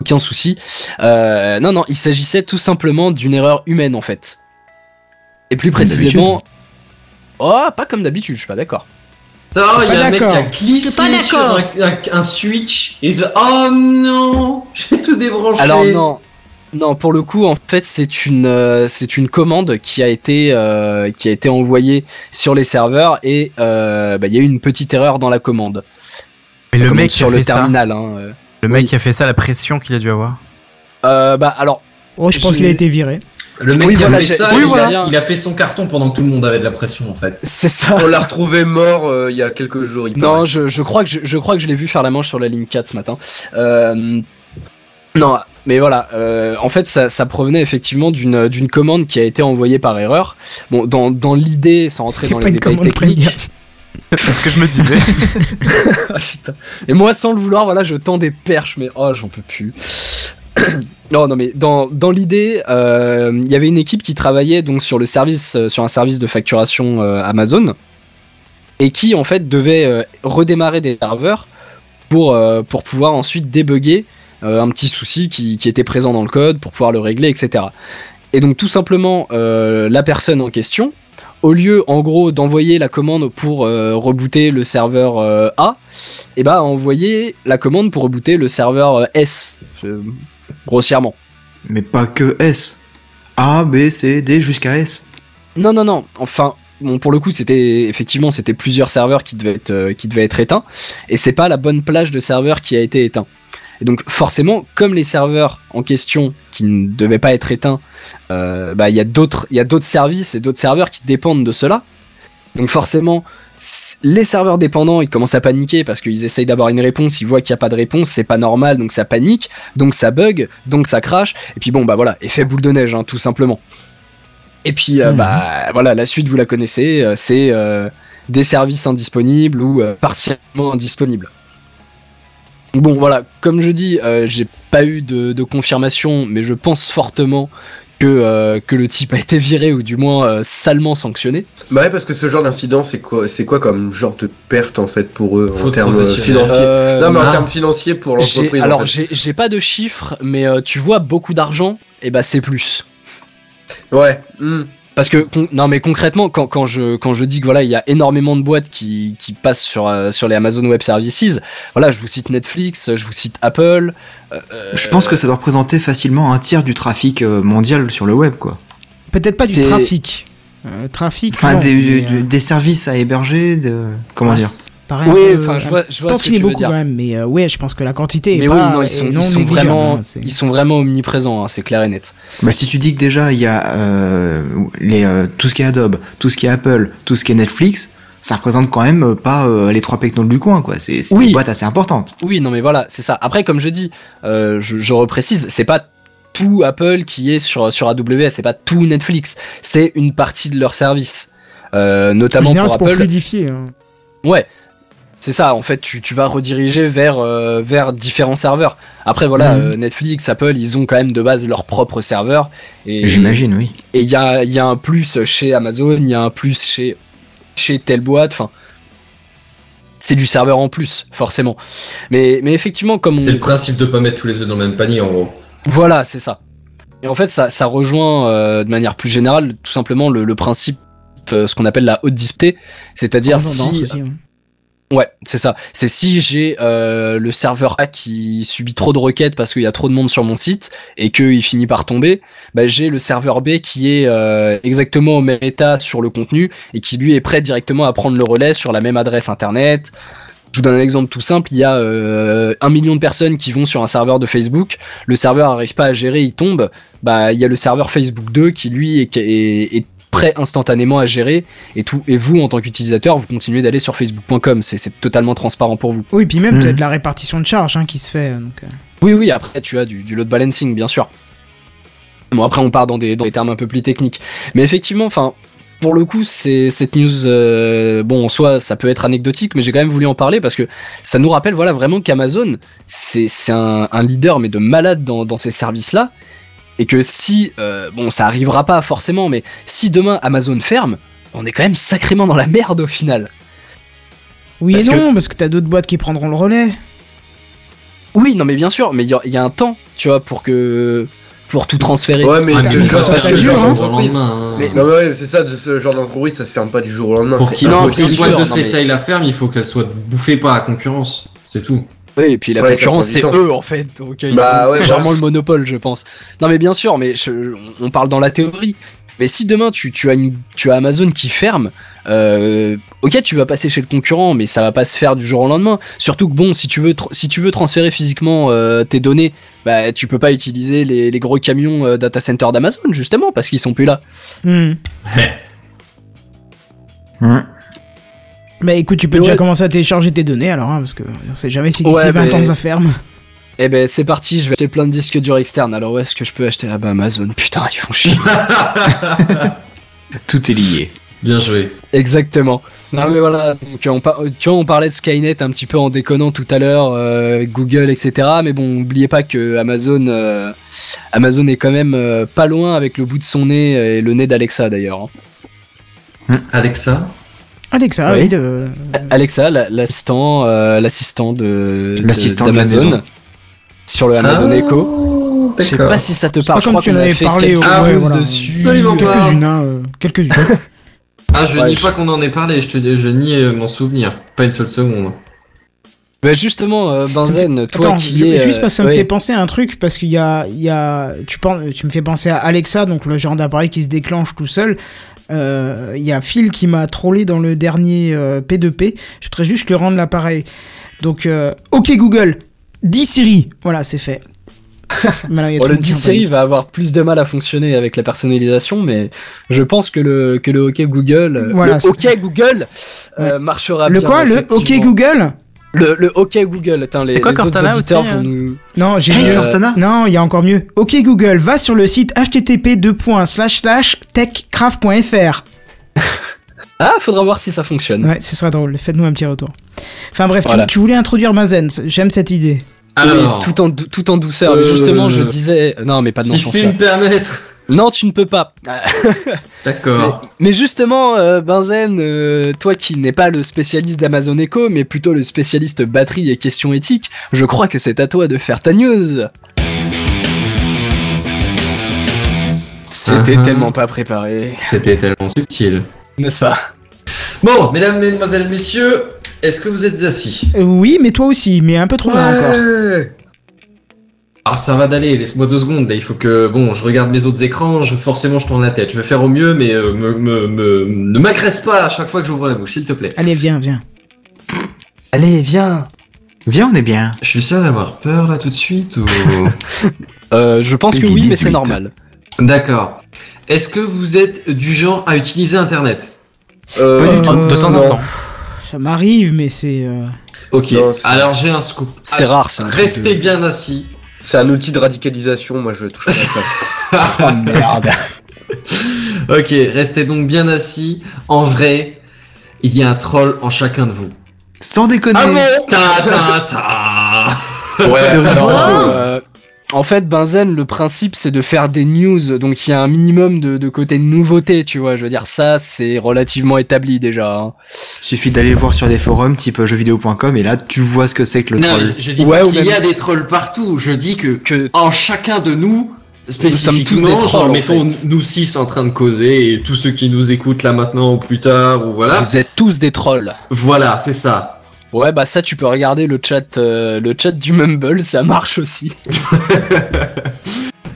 aucun souci. Euh, non, non, il s'agissait tout simplement d'une erreur humaine, en fait. Et plus précisément... Oh, pas comme d'habitude, je suis pas d'accord.
Oh,
Je suis
il y
pas
a un mec qui a
d'accord.
glissé
Je suis pas
sur
d'accord.
un, un- un switch et il se- Oh non J'ai tout débranché
Alors non, non pour le coup en fait c'est une euh, c'est une commande qui a été euh, qui a été envoyée sur les serveurs et euh, bah, il y a eu une petite erreur dans la commande.
Mais
La
le
commande
mec qui a
sur
fait
le
ça,
terminal. Hein. euh.
le mec qui a fait ça, la pression qu'il a dû avoir.
Euh, bah alors
Oh, je pense
Je-
qu'il a été viré.
Le mec
Oui,
qui a
voilà,
fait
j'ai-
ça,
oui,
il,
voilà.
a, il a fait son carton pendant que tout le monde avait de la pression en fait.
c'est ça.
On l'a retrouvé mort euh, il y a quelques jours. Il paraît.
Non, je, je crois que je, je crois que je l'ai vu faire la manche sur la ligne 4 ce matin. Euh, non, mais voilà. euh, en fait, ça, ça provenait effectivement d'une d'une commande qui a été envoyée par erreur. Bon, dans, dans l'idée, sans rentrer
C'était
dans
pas
les
une
détails
commande
techniques.
premium.
C'est ce que je me disais.
Ah, putain. Et moi, sans le vouloir, voilà, je tends des perches, mais oh, j'en peux plus. Non, non, mais dans, dans l'idée, euh, il y avait une équipe qui travaillait donc sur le service, euh, sur un service de facturation euh, Amazon, et qui en fait devait euh, redémarrer des serveurs pour euh, pour pouvoir ensuite débugger euh, un petit souci qui, qui était présent dans le code pour pouvoir le régler, etc. Et donc tout simplement, euh, la personne en question, au lieu en gros d'envoyer la commande pour euh, rebooter le serveur euh, A, et bah envoyer la commande pour rebooter le serveur euh, S, euh, grossièrement.
Mais pas que S. A, B, C, D jusqu'à S.
Non non non, enfin bon pour le coup c'était effectivement c'était plusieurs serveurs qui devaient être euh, qui devaient être éteints et c'est pas la bonne plage de serveur qui a été éteint. Et donc forcément comme les serveurs en question qui ne devaient pas être éteints, euh, bah il y a d'autres il y a d'autres services et d'autres serveurs qui dépendent de cela. Donc forcément, s- les serveurs dépendants, ils commencent à paniquer parce qu'ils essayent d'avoir une réponse, ils voient qu'il n'y a pas de réponse, c'est pas normal, donc ça panique, donc ça bug, donc ça crache, et puis bon, bah voilà, effet boule de neige, hein, tout simplement. Et puis, euh,
Mhm.
bah voilà, la suite, vous la connaissez, euh, c'est euh, des services indisponibles ou euh, partiellement indisponibles. Bon, voilà, comme je dis, euh, j'ai pas eu de, de confirmation, mais je pense fortement que, euh, que le type a été viré ou du moins euh, salement sanctionné.
Bah ouais, parce que ce genre d'incident, c'est quoi, c'est quoi comme genre de perte en fait pour eux en
Faute
termes euh,
professionnelle.
financiers
Euh,
Non, mais en
ah,
termes financiers pour
j'ai-
l'entreprise. en
alors
fait.
j'ai- j'ai pas de chiffres, mais euh, tu vois beaucoup d'argent, et bah c'est plus.
Ouais. hmm.
Parce que con- non mais concrètement quand, quand je quand je dis que voilà il y a énormément de boîtes qui, qui passent sur euh, sur les Amazon Web Services voilà je vous cite Netflix je vous cite Apple euh,
Je pense que ça doit représenter facilement un tiers du trafic euh, mondial sur le web, quoi.
Peut-être pas du
C'est-
trafic. Euh, trafic.
Enfin,
non,
des,
mais,
du-
euh,
des services à héberger, de... comment dire
c'est pareil, un
euh, oui
peu-
enfin je
un
vois je vois ce que
Tantinet
tu veux
beaucoup
dire
quand même, mais euh, ouais, je pense que la quantité. est
mais oui
pas-
non ils
est
sont,
non
ils sont
négligeable,
vraiment
hein, c'est-
ils sont vraiment omniprésents hein, c'est clair et net
Bah, si tu dis que déjà il y a euh, les, euh, tout ce qui est Adobe, tout ce qui est Apple, tout ce qui est Netflix, ça représente quand même euh, pas euh, les trois pecnos du coin, quoi. C'est c'est
Oui.
une boîte assez importante.
Oui, non, mais voilà, c'est ça. Après, comme je dis, euh, je, je reprécise, c'est pas tout Apple qui est sur, sur AWS, c'est pas tout Netflix, c'est une partie de leur service. Euh,
En
notamment
général,
pour
c'est pour
Apple.
fluidifier. hein.
ouais, c'est ça, en fait, tu, tu vas rediriger vers, euh, vers différents serveurs. Après, voilà,
Mhm.
euh, Netflix, Apple, ils ont quand même de base leur propre serveur. Et,
J'imagine, oui.
et il y a, il y a un plus chez Amazon, il y a un plus chez, chez telle boîte. Enfin, c'est du serveur en plus, forcément. Mais, mais effectivement, comme
C'est
on,
le principe de pas mettre tous les œufs dans le même panier en gros.
voilà, c'est ça. Et en fait, ça, ça rejoint euh, de manière plus générale tout simplement le, le principe, euh, ce qu'on appelle la haute dispute, c'est-à-dire
Dans- dans
si, euh,
l'entre aussi, ouais.
ouais, c'est ça. C'est si j'ai euh, le serveur A qui subit trop de requêtes parce qu'il y a trop de monde sur mon site et qu'il finit par tomber, bah, j'ai le serveur B qui est euh, exactement au même état sur le contenu et qui lui est prêt directement à prendre le relais sur la même adresse internet. Je vous donne un exemple tout simple, il y a euh, un million de personnes qui vont sur un serveur de Facebook, le serveur n'arrive pas à gérer, il tombe, bah il y a le serveur Facebook 2 qui lui est, est- est prêt instantanément à gérer et tout et vous en tant qu'utilisateur vous continuez d'aller sur facebook.com c'est c'est totalement transparent pour vous
Oui, puis même,
Mhm.
hmm.
tu as de la répartition de charges hein, qui se fait. euh, donc, euh.
oui oui après tu as du, du load balancing bien sûr bon après on part dans des, dans des termes un peu plus techniques mais effectivement enfin pour le coup c'est cette news euh, bon en soi ça peut être anecdotique mais j'ai quand même voulu en parler parce que ça nous rappelle voilà vraiment qu'Amazon c'est c'est un, un leader mais de malade dans, dans ces services là et que si euh, bon ça arrivera pas forcément mais si demain Amazon ferme on est quand même sacrément dans la merde au final
Oui
Parce
et non, parce que tu as d'autres boîtes qui prendront le relais.
oui non mais bien sûr mais il y, a- il y a un temps tu vois pour que pour tout transférer
Ouais, mais
Ah,
ce
mais
genre,
ça,
ce
ça
genre
dure, hein.
d'entreprise.
Mais-
Non, mais ouais, c'est ça, de ce genre d'entreprise, ça se ferme pas du jour au lendemain.
Pour
c'est
qu'il
non,
pour
c'est
qu'une
sûr,
boîte de
non,
cette
mais-
taille la ferme, il faut qu'elle soit bouffée par la concurrence. C'est tout.
Oui, et puis la
Ouais, ça
concurrence,
prend du
c'est
temps.
eux en fait. Donc euh, ils
Bah
ont
ouais,
légèrement
voilà.
le monopole, je pense. Non, mais bien sûr, mais je- on parle dans la théorie. Mais si demain tu, tu as, une, tu as Amazon qui ferme, euh, ok, tu vas passer chez le concurrent, mais ça va pas se faire du jour au lendemain. Surtout que bon, si tu veux, tr- si tu veux transférer physiquement euh, tes données, bah tu peux pas utiliser les, les gros camions euh, data center d'Amazon justement parce qu'ils sont plus là.
Mhm.
Hum.
Bah écoute, tu peux
Mais
déjà
ouais.
commencer à télécharger tes données alors, hein, parce que on sait jamais si d'ici
Ouais,
20 ans
mais-
ça ferme.
Eh ben c'est parti, je vais acheter plein de disques durs externes. Alors où est-ce que je peux acheter Ah bah Amazon, putain, ils font chier.
Tout est lié.
Bien joué.
Exactement. Non mais voilà, donc, on par- tu vois, on parlait de Skynet un petit peu en déconnant tout à l'heure, euh, Google, etc. Mais bon, n'oubliez pas que Amazon, euh, Amazon est quand même euh, pas loin avec le bout de son nez euh, et le nez d'Alexa d'ailleurs. hein.
Alexa
Alexa,
Oui.
oui, de-
Alexa, la- l'assistant, euh, l'assistant de de-
L'assistant de la
d'Amazon
maison.
sur le Amazon
Ah,
Echo. Je sais
d'accord.
pas si ça te parle.
Pas
Bah, Je
comme
crois
tu
qu'on
en
a
avais
fait
parlé
quelques
au ouais,
news
voilà.
dessus.
Absolument pas.
Quelques-unes, hein, euh, quelques-unes.
Ah, je
Ouais,
nie
je-
pas qu'on en ait parlé, je te dis, je nie euh, mon souvenir. Pas une seule seconde.
Bah justement, euh, Benzen, toi
Attends,
qui
je-
es,
juste
euh,
parce que ça me
ouais.
fait penser à un truc, parce qu'il y a, il y a tu, penses, tu me fais penser à Alexa, donc le genre d'appareil qui se déclenche tout seul. Euh, Il y a Phil qui m'a trollé dans le dernier euh, P2P. Je voudrais juste lui rendre l'appareil. Donc, euh, ok Google, dis Siri. Voilà, c'est fait. Maintenant, il y a tout
Bon, Oh, le
monde qui est en
10 série va avoir plus de mal à fonctionner avec la personnalisation, mais je pense que le, que le OK Google, euh,
Voilà,
le
c'est-
OK Google euh, marchera
panique. Le
bien,
quoi Le
effectivement.
OK Google
le, le OK Google, attends, les,
C'est quoi,
les autres
Cortana
auditeurs
aussi,
vont
hein
nous...
Non, j'ai
Hey
mieux.
Cortana
Non, il y a encore mieux. Ok Google, va sur le site http://techcraft.fr.
Ah, faudra voir si ça fonctionne.
Ouais, ce sera drôle. Faites-nous un petit retour. Enfin bref, tu-
Mm. Voilà.
tu, voulais introduire Mazen. c- J'aime cette idée.
Alors,
Ah, Oui, tout en, dou- tout en douceur.
Euh,
Justement, je disais... Non, mais pas de
si je
non-sens,
puis
là.
me permettre.
Non, tu ne peux pas.
D'accord.
Mais justement, euh, Benzen, euh, toi qui n'es pas le spécialiste d'Amazon Echo, mais plutôt le spécialiste batterie et questions éthiques, je crois que c'est à toi de faire ta news. C'était
Uh-huh.
tellement pas préparé,
C'était tellement subtil.
n'est-ce pas
Bon, mesdames, mesdemoiselles, messieurs, est-ce que vous êtes assis
Euh, oui, mais toi aussi, mais un peu trop loin encore.
Ouais.
Ah, ça va d'aller, laisse-moi deux secondes. Là, il faut que, bon, je regarde les autres écrans, je, forcément, je tourne la tête. Je vais faire au mieux, mais euh, me, me, me- ne m'agresse pas à chaque fois que j'ouvre la bouche, s'il te plaît.
Allez, viens, viens.
Allez, viens
Viens, on est bien.
Je suis seul d'avoir peur là tout de suite ou.
euh, Je pense que oui, mais c'est
18.
normal.
D'accord. Est-ce que vous êtes du genre à utiliser Internet
Euh,
Pas du
tout.
de temps en
non.
temps.
Ça m'arrive, mais c'est. euh,
Ok.
Non, c'est-
Alors j'ai un scoop.
C'est
Ah,
rare, ça.
Restez bien assis.
C'est un outil de radicalisation, moi je touche pas à ça.
merde.
Ok, restez donc bien assis. En vrai, il y a un troll en chacun de vous.
Sans déconner.
Ah
Ah
Ta ta ta.
Ouais, alors,
Wow.
euh, en fait, Benzen, le principe, c'est de faire des news, donc il y a un minimum de, de côté nouveauté, tu vois. Je veux dire, ça, c'est relativement établi déjà. hein.
Suffit d'aller le voir sur des forums type jeuxvideo.com et là tu vois ce que c'est que le
Non,
troll.
je, je dis
Ouais,
pas
ou
qu'il y
même-
a des trolls partout. Je dis que,
Que-
en chacun de nous,
Nous sommes tous
spécifiquement,
des trolls,
genre,
en
mettons
fait.
nous six en train de causer et tous ceux qui nous écoutent là maintenant ou plus tard ou voilà.
Vous êtes tous des trolls.
Voilà, c'est ça.
Ah. Ouais, bah ça, tu peux regarder le chat, euh, le chat du Mumble, ça marche aussi.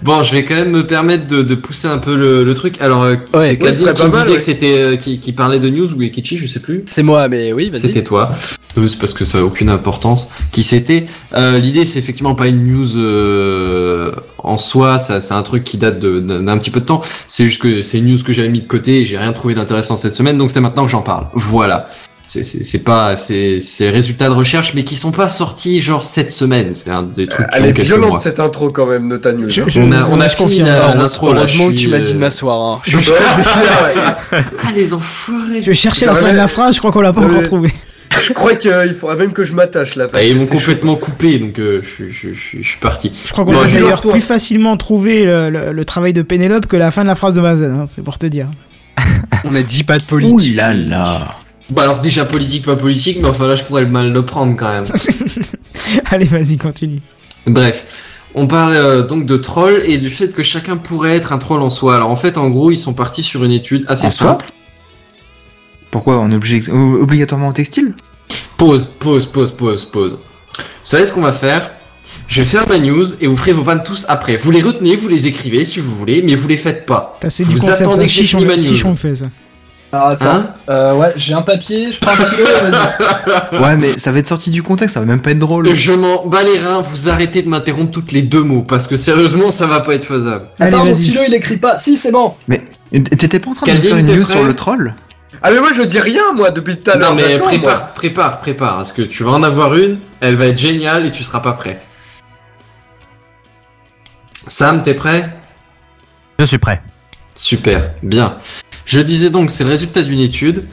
Bon, je vais quand même me permettre de, de pousser un peu le, le truc. Alors, euh,
Ouais,
c'est
ouais,
ce
Kadir
serait
qui
pas
me
mal,
disait
ouais.
que c'était euh, qui, qui parlait de news ou Ekichi, je sais plus.
C'est moi, mais oui, vas-y.
C'était toi. Euh, C'est parce que ça n'a aucune importance qui c'était. Euh, L'idée, c'est effectivement pas une news euh, en soi. Ça, c'est un truc qui date de- d'un d'un petit peu de temps. C'est juste que c'est une news que j'avais mis de côté. et J'ai rien trouvé d'intéressant cette semaine, donc c'est maintenant que j'en parle. Voilà. C'est- C'est c'est pas c'est c'est résultats de recherche, mais qui sont pas sortis genre cette semaine. C'est un des trucs. qui
Elle
ont
est
quelques mois.
violente cette intro quand même, Nota News. hein.
On a on a
je
fini
confirme.
la-
Euh, Heureusement-
l'intro, là,
Heureusement
je
que tu
suis,
m'as dit de
euh,
m'asseoir. hein.
Ouais, c'est clair, ouais.
Ah les enfoirés.
Je cherchais la fin de la phrase, je crois qu'on l'a pas
Euh,
encore trouvée.
Je crois qu'il faudra même que je m'attache là. parce
Ah, ils
que
m'ont
c'est chaud.
complètement coupé, donc euh, je, suis- je, suis- je suis parti.
Je crois qu'on
Bon,
a
je
d'ailleurs
lance-toi.
plus facilement trouvé le, le- le travail de Pénélope que la fin de la phrase de Mazel, hein, c'est pour te dire.
On a dit pas de politique. Ouh là là.
Bah alors déjà politique, pas politique, mais enfin là je pourrais mal le prendre quand même.
Allez, vas-y, continue.
Bref, on parle euh, donc de trolls et du fait que chacun pourrait être un troll en soi. Alors en fait, en gros, ils sont partis sur une étude assez
En soi
simple.
Pourquoi on est obligé- ou- obligatoirement en textile
Pause, pause, pause, pause, pause. Vous savez ce qu'on va faire Je vais faire ma news et vous ferez vos vannes tous après. Vous les retenez, vous les écrivez si vous voulez, mais vous les faites pas.
T'as c'est
Vous
du concept, hein.
attendez
ça,
que j'ai
chichon,
fini ma news.
chichon fait ça.
Alors,
Hein
Ah, Euh, ouais, j'ai un papier, je prends un stylo, vas-y.
Ouais, mais ça va être sorti du contexte, ça va même pas être drôle.
Je m'en bats les reins, vous arrêtez de m'interrompre toutes les deux mots, parce que sérieusement, ça va pas être faisable.
Allez, vas-y.
il écrit pas. Si, c'est bon.
T'étais pas en train de me
Caldine,
faire une
t'es
news
prêt
sur le troll
Ah mais moi je dis rien moi depuis tout à l'heure.
Non mais
j'attends,
prépare,
Ah, moi.
prépare, prépare, parce que tu vas en avoir une, elle va être géniale et tu seras pas prêt. Sam, t'es prêt
Je suis prêt.
Super, bien. Je disais donc, c'est le résultat d'une étude.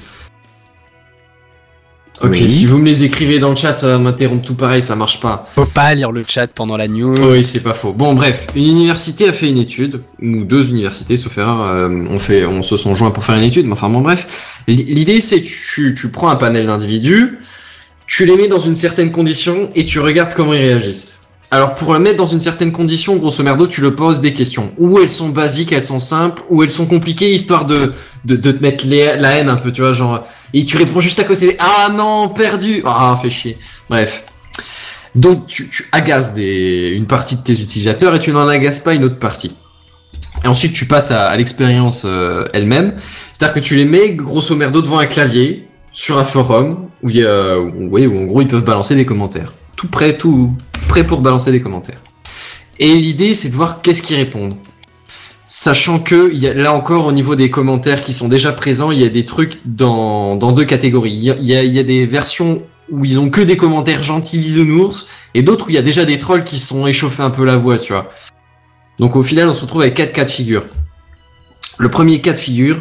Ok,
Oui.
si vous me les écrivez dans le chat, ça va m'interrompre tout pareil, ça marche pas.
Faut pas lire le chat pendant la news.
Oui, c'est pas faux. Bon, bref, une université a fait une étude, ou deux universités, sauf erreur, euh, ont fait, on se sont joints pour faire une étude, mais enfin bon, bref. L- L'idée, c'est que tu, tu prends un panel d'individus, tu les mets dans une certaine condition et tu regardes comment ils réagissent. Alors, pour le mettre dans une certaine condition, grosso merdo, tu le poses des questions. Ou elles sont basiques, elles sont simples, ou elles sont compliquées, histoire de, de, de te mettre les- la haine un peu, tu vois, genre. Et tu réponds juste à côté. Ah non, perdu Ah, fais chier. Bref. Donc tu, tu agaces des, une partie de tes utilisateurs et tu n'en agaces pas une autre partie. Et ensuite tu passes à, à l'expérience euh, elle-même. C'est-à-dire que tu les mets grosso merdo devant un clavier sur un forum où, il y a, où, ouais, où en gros ils peuvent balancer des commentaires. Tout prêt, tout prêt pour balancer des commentaires. Et l'idée c'est de voir qu'est-ce qu'ils répondent. Sachant que il y a, là encore au niveau des commentaires qui sont déjà présents, il y a des trucs dans, dans deux catégories. Il y a- il y, a, il y a des versions où ils ont que des commentaires gentils bisounours et d'autres où il y a déjà des trolls qui se sont échauffés un peu la voix, tu vois. Donc au final, on se retrouve avec quatre cas de figure. Le premier cas de figure,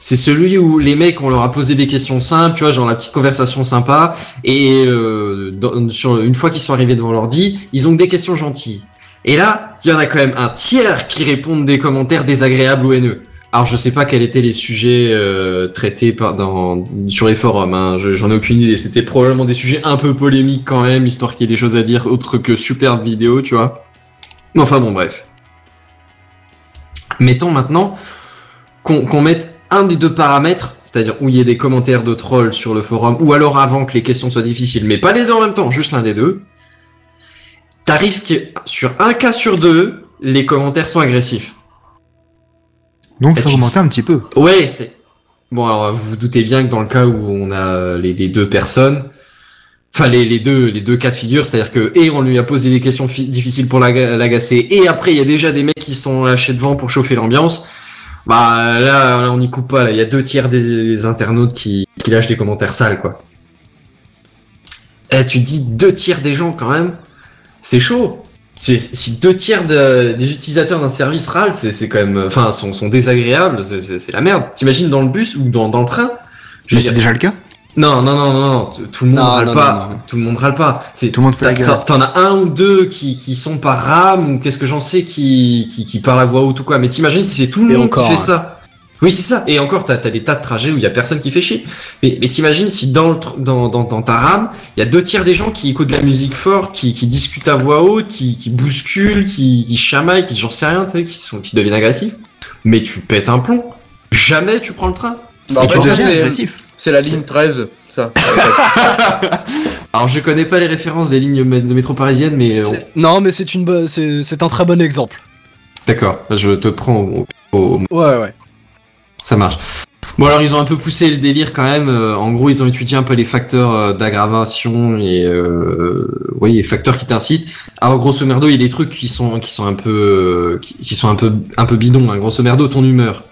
c'est celui où les mecs, on leur a posé des questions simples, tu vois, genre la petite conversation sympa, et euh, dans- sur, une fois qu'ils sont arrivés devant l'ordi, ils ont que des questions gentilles. Et là, il y en a quand même un tiers qui répondent des commentaires désagréables ou haineux. Alors je sais pas quels étaient les sujets euh, traités par, dans, sur les forums, hein, je- j'en ai aucune idée. C'était probablement des sujets un peu polémiques quand même, histoire qu'il y ait des choses à dire autre que superbe vidéo, tu vois. Mais Enfin bon, bref. Mettons maintenant qu'on qu'on mette un des deux paramètres, c'est-à-dire où il y ait des commentaires de trolls sur le forum, ou alors avant que les questions soient difficiles, mais pas les deux en même temps, juste l'un des deux. T'arrives que sur un cas sur deux, les commentaires sont agressifs.
Donc
Et
ça
tu-
augmentait un petit peu.
Ouais, c'est. Bon, alors vous vous doutez bien que dans le cas où on a euh, les, les deux personnes, enfin les, les deux les deux cas de figure, c'est-à-dire que et on lui a posé des questions fi- difficiles pour l'aga- l'agacer, et après il y a déjà des mecs qui sont lâchés devant pour chauffer l'ambiance. Bah là, là, on n'y coupe pas. Là, il y a deux tiers des, des internautes qui, qui lâchent des commentaires sales, quoi. Eh, tu dis deux tiers des gens quand même, c'est chaud. C'est- Si deux tiers de- des utilisateurs d'un service râlent, c'est c'est quand même, enfin, sont, sont désagréables, c'est- c'est c'est la merde. T'imagines dans le bus ou dans, dans le train Je veux
Mais c'est
dire-
déjà le cas
non, non, non, non, non, t- tout le monde
Non,
râle
non,
pas.
non, non.
Tout le monde râle pas. C'est
Tout le monde fait la
T'as-
gueule.
t'en- T'en as un ou deux qui, qui sont par rame ou qu'est-ce que j'en sais qui, qui, qui parlent à voix haute ou quoi. Mais t'imagines si c'est tout le
Et
monde
encore,
qui
hein.
fait ça. Oui, c'est ça. Et encore, t'as as des tas de trajets où il y a personne qui fait chier. Mais, mais t'imagines si dans, le tr- dans, dans, dans ta rame, il y a deux tiers des gens qui écoutent de la musique forte, qui, qui discutent à voix haute, qui, qui bousculent, qui, qui chamaillent, qui j'en sais rien, tu sais, qui, sont, qui deviennent agressifs. Mais tu pètes un plomb. Jamais tu prends le train.
Bah, en
Et
fait,
tu
ça,
deviens
c'est-
agressif.
C'est la ligne 13, ça.
Alors, je connais pas les références des lignes mé- de métro parisienne, mais. euh,
C'est- Non, mais c'est une bo- c'est c'est un très bon exemple.
D'accord, je te prends au- au- au
Ouais, ouais.
Ça marche. Bon alors ils ont un peu poussé le délire quand même. Euh, en gros ils ont étudié un peu les facteurs euh, d'aggravation et euh, oui les facteurs qui t'incitent. Alors grosso merdo il y a des trucs qui sont qui sont un peu euh, qui, qui sont un peu un peu bidons. Hein. Grosso merdo ton humeur.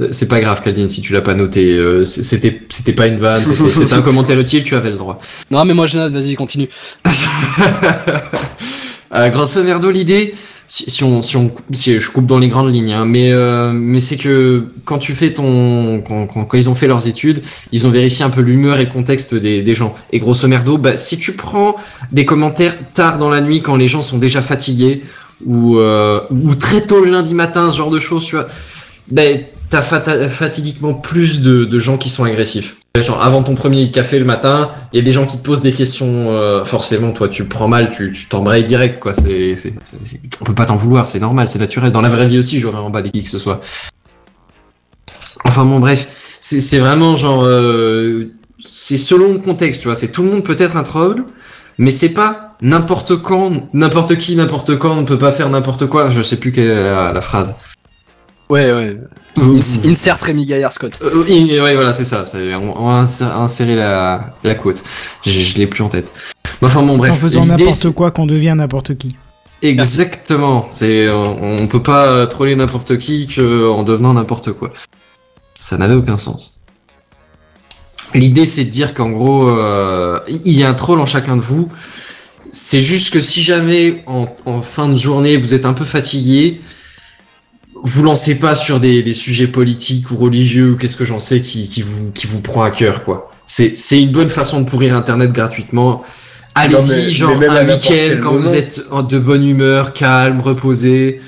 Euh, C'est pas grave Caldine si tu l'as pas noté. Euh, c'est- c'était c'était pas une vanne. c'était- C'était un commentaire utile. Tu avais le droit.
Non, mais moi je note, vas-y, continue.
Euh, grosso merdo, l'idée, si, si on, si on, cou- si je coupe dans les grandes lignes, hein, mais euh, mais c'est que quand tu fais ton, quand, quand, quand ils ont fait leurs études, ils ont vérifié un peu l'humeur et le contexte des, des gens. Et grosso merdo, bah si tu prends des commentaires tard dans la nuit quand les gens sont déjà fatigués ou euh, ou très tôt le lundi matin, ce genre de choses, tu vois, ben t'as fata- fatidiquement plus de, de gens qui sont agressifs. Ben, Genre avant ton premier café le matin, il y a des gens qui te posent des questions. euh, forcément, toi, tu prends mal, tu tu t'embrayes direct, quoi. C'est, c'est, c'est- c'est- on peut pas t'en vouloir, c'est normal, c'est naturel. Dans la vraie vie aussi, j'aurais en bas des qui que ce soit. Enfin bon, bref, c'est, c'est vraiment genre, euh, c'est selon le contexte, tu vois. C'est tout le monde peut être un trouble, mais c'est pas n'importe quand, n'importe qui, n'importe quand, on ne peut pas faire n'importe quoi. Je sais plus quelle est la, la phrase.
Ouais, ouais. Ins- Insert Rémi Gaillard Scott.
Euh, oui, ouais, voilà, c'est ça. c'est- on, on a insé- inséré la, la quote. Je, je l'ai plus en tête. Mais Enfin bon, bref.
en faisant
l'idée,
n'importe
c'est-
quoi qu'on devient n'importe qui.
Exactement. C'est, on, on peut pas troller n'importe qui que en devenant n'importe quoi. Ça n'avait aucun sens. L'idée, c'est de dire qu'en gros, euh, il y a un troll en chacun de vous. C'est juste que si jamais en, en fin de journée vous êtes un peu fatigué, vous lancez pas sur des, des sujets politiques ou religieux ou qu'est-ce que j'en sais qui, qui vous qui vous prend à cœur quoi. C'est c'est une bonne façon de pourrir Internet gratuitement.
Non, mais-
Allez-y, genre
mais même à
un
n'importe
week-end
quel
quand
moment.
vous êtes en- de bonne humeur, calme, reposé,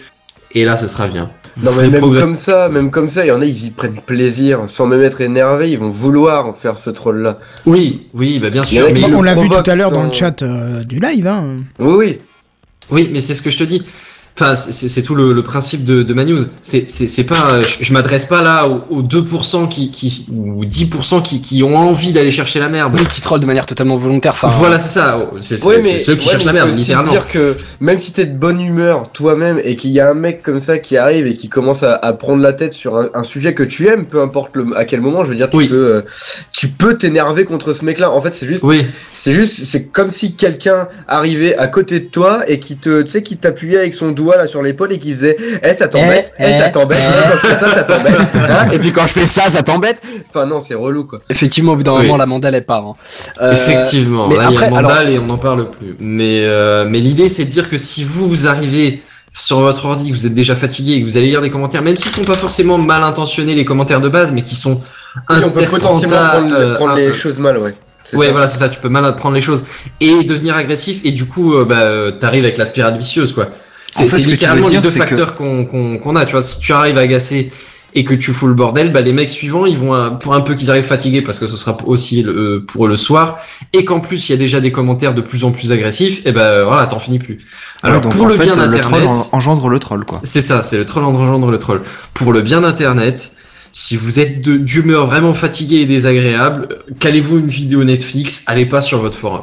et là ce sera bien. Vous
Non, mais
ferez
même
progrès-
comme ça, même comme ça, il y en a, ils y prennent plaisir, sans même être énervés, ils vont vouloir en faire ce troll-là.
Oui, oui, bah bien
y en
sûr.
a
mais-
qui-
on l'a vu
provoque
tout à l'heure dans le
sans-
chat euh, du live. Hein.
Oui, oui.
Oui, mais c'est ce que je te dis. Enfin, c'est- c'est c'est tout le, le principe de, de ma news. C'est- C'est c'est pas, euh, je, je m'adresse pas là aux, aux 2% qui, qui, ou 10% qui, qui ont envie d'aller chercher la merde.
Mais qui troll de manière totalement volontaire. Enfin,
voilà, c'est ça. Oh, C'est c'est-
Ouais,
c'est
mais
ceux qui
ouais,
cherchent
mais
la
il faut
merde,
aussi se
littéralement.
dire que même si t'es de bonne humeur toi-même et qu'il y a un mec comme ça qui arrive et qui commence à, à prendre la tête sur un, un sujet que tu aimes, peu importe le- à quel moment, je veux dire, tu
Oui.
peux, euh, tu peux t'énerver contre ce mec-là. En fait, c'est juste,
Oui,
c'est juste, c'est comme si quelqu'un arrivait à côté de toi et qui te, tu sais, qui t'appuyait avec son doigt là sur l'épaule et qui faisait, eh, ça t'embête, eh,
Eh,
ça
eh,
t'embête, eh, quand je fais ça, ça t'embête, hein, et puis quand je fais ça, ça t'embête. Enfin non, c'est relou quoi.
effectivement, au bout d'un
Oui.
moment, la mandale, elle part. hein. Euh,
effectivement.
mais
là, il y a
après,
un mandal
alors-
et on n'en parle plus. Mais, euh, mais l'idée, c'est de dire que si vous, vous arrivez sur votre ordi, que vous êtes déjà fatigué et que vous allez lire des commentaires, même s'ils sont pas forcément mal intentionnés, les commentaires de base, mais qui sont
Oui, on peut potentiellement
interprétables,
prendre,
euh,
prendre les
un-
choses mal, ouais. C'est
Ouais,
ça.
voilà, c'est ça, tu peux mal apprendre les choses et devenir agressif, et du coup, euh, bah, euh, t'arrives avec la spirale vicieuse, quoi. C'est
En fait,
c'est
ce que tu veux
littéralement les
dire,
deux
c'est que-
facteurs qu'on qu'on qu'on a, tu vois. Si tu arrives à agacer et que tu fous le bordel, bah, les mecs suivants, ils vont, euh, pour un peu qu'ils arrivent fatigués, parce que ce sera aussi le, euh, pour eux le soir, et qu'en plus, il y a déjà des commentaires de plus en plus agressifs, et ben voilà, t'en finis plus. Alors,
Ouais, donc
pour
en
le
fait,
bien
le
d'Internet,
troll en- engendre le troll, quoi.
c'est ça, c'est le troll engendre le troll. Pour le bien d'Internet, si vous êtes de- d'humeur vraiment fatiguée et désagréable, euh, calez-vous une vidéo Netflix, allez pas sur votre forum.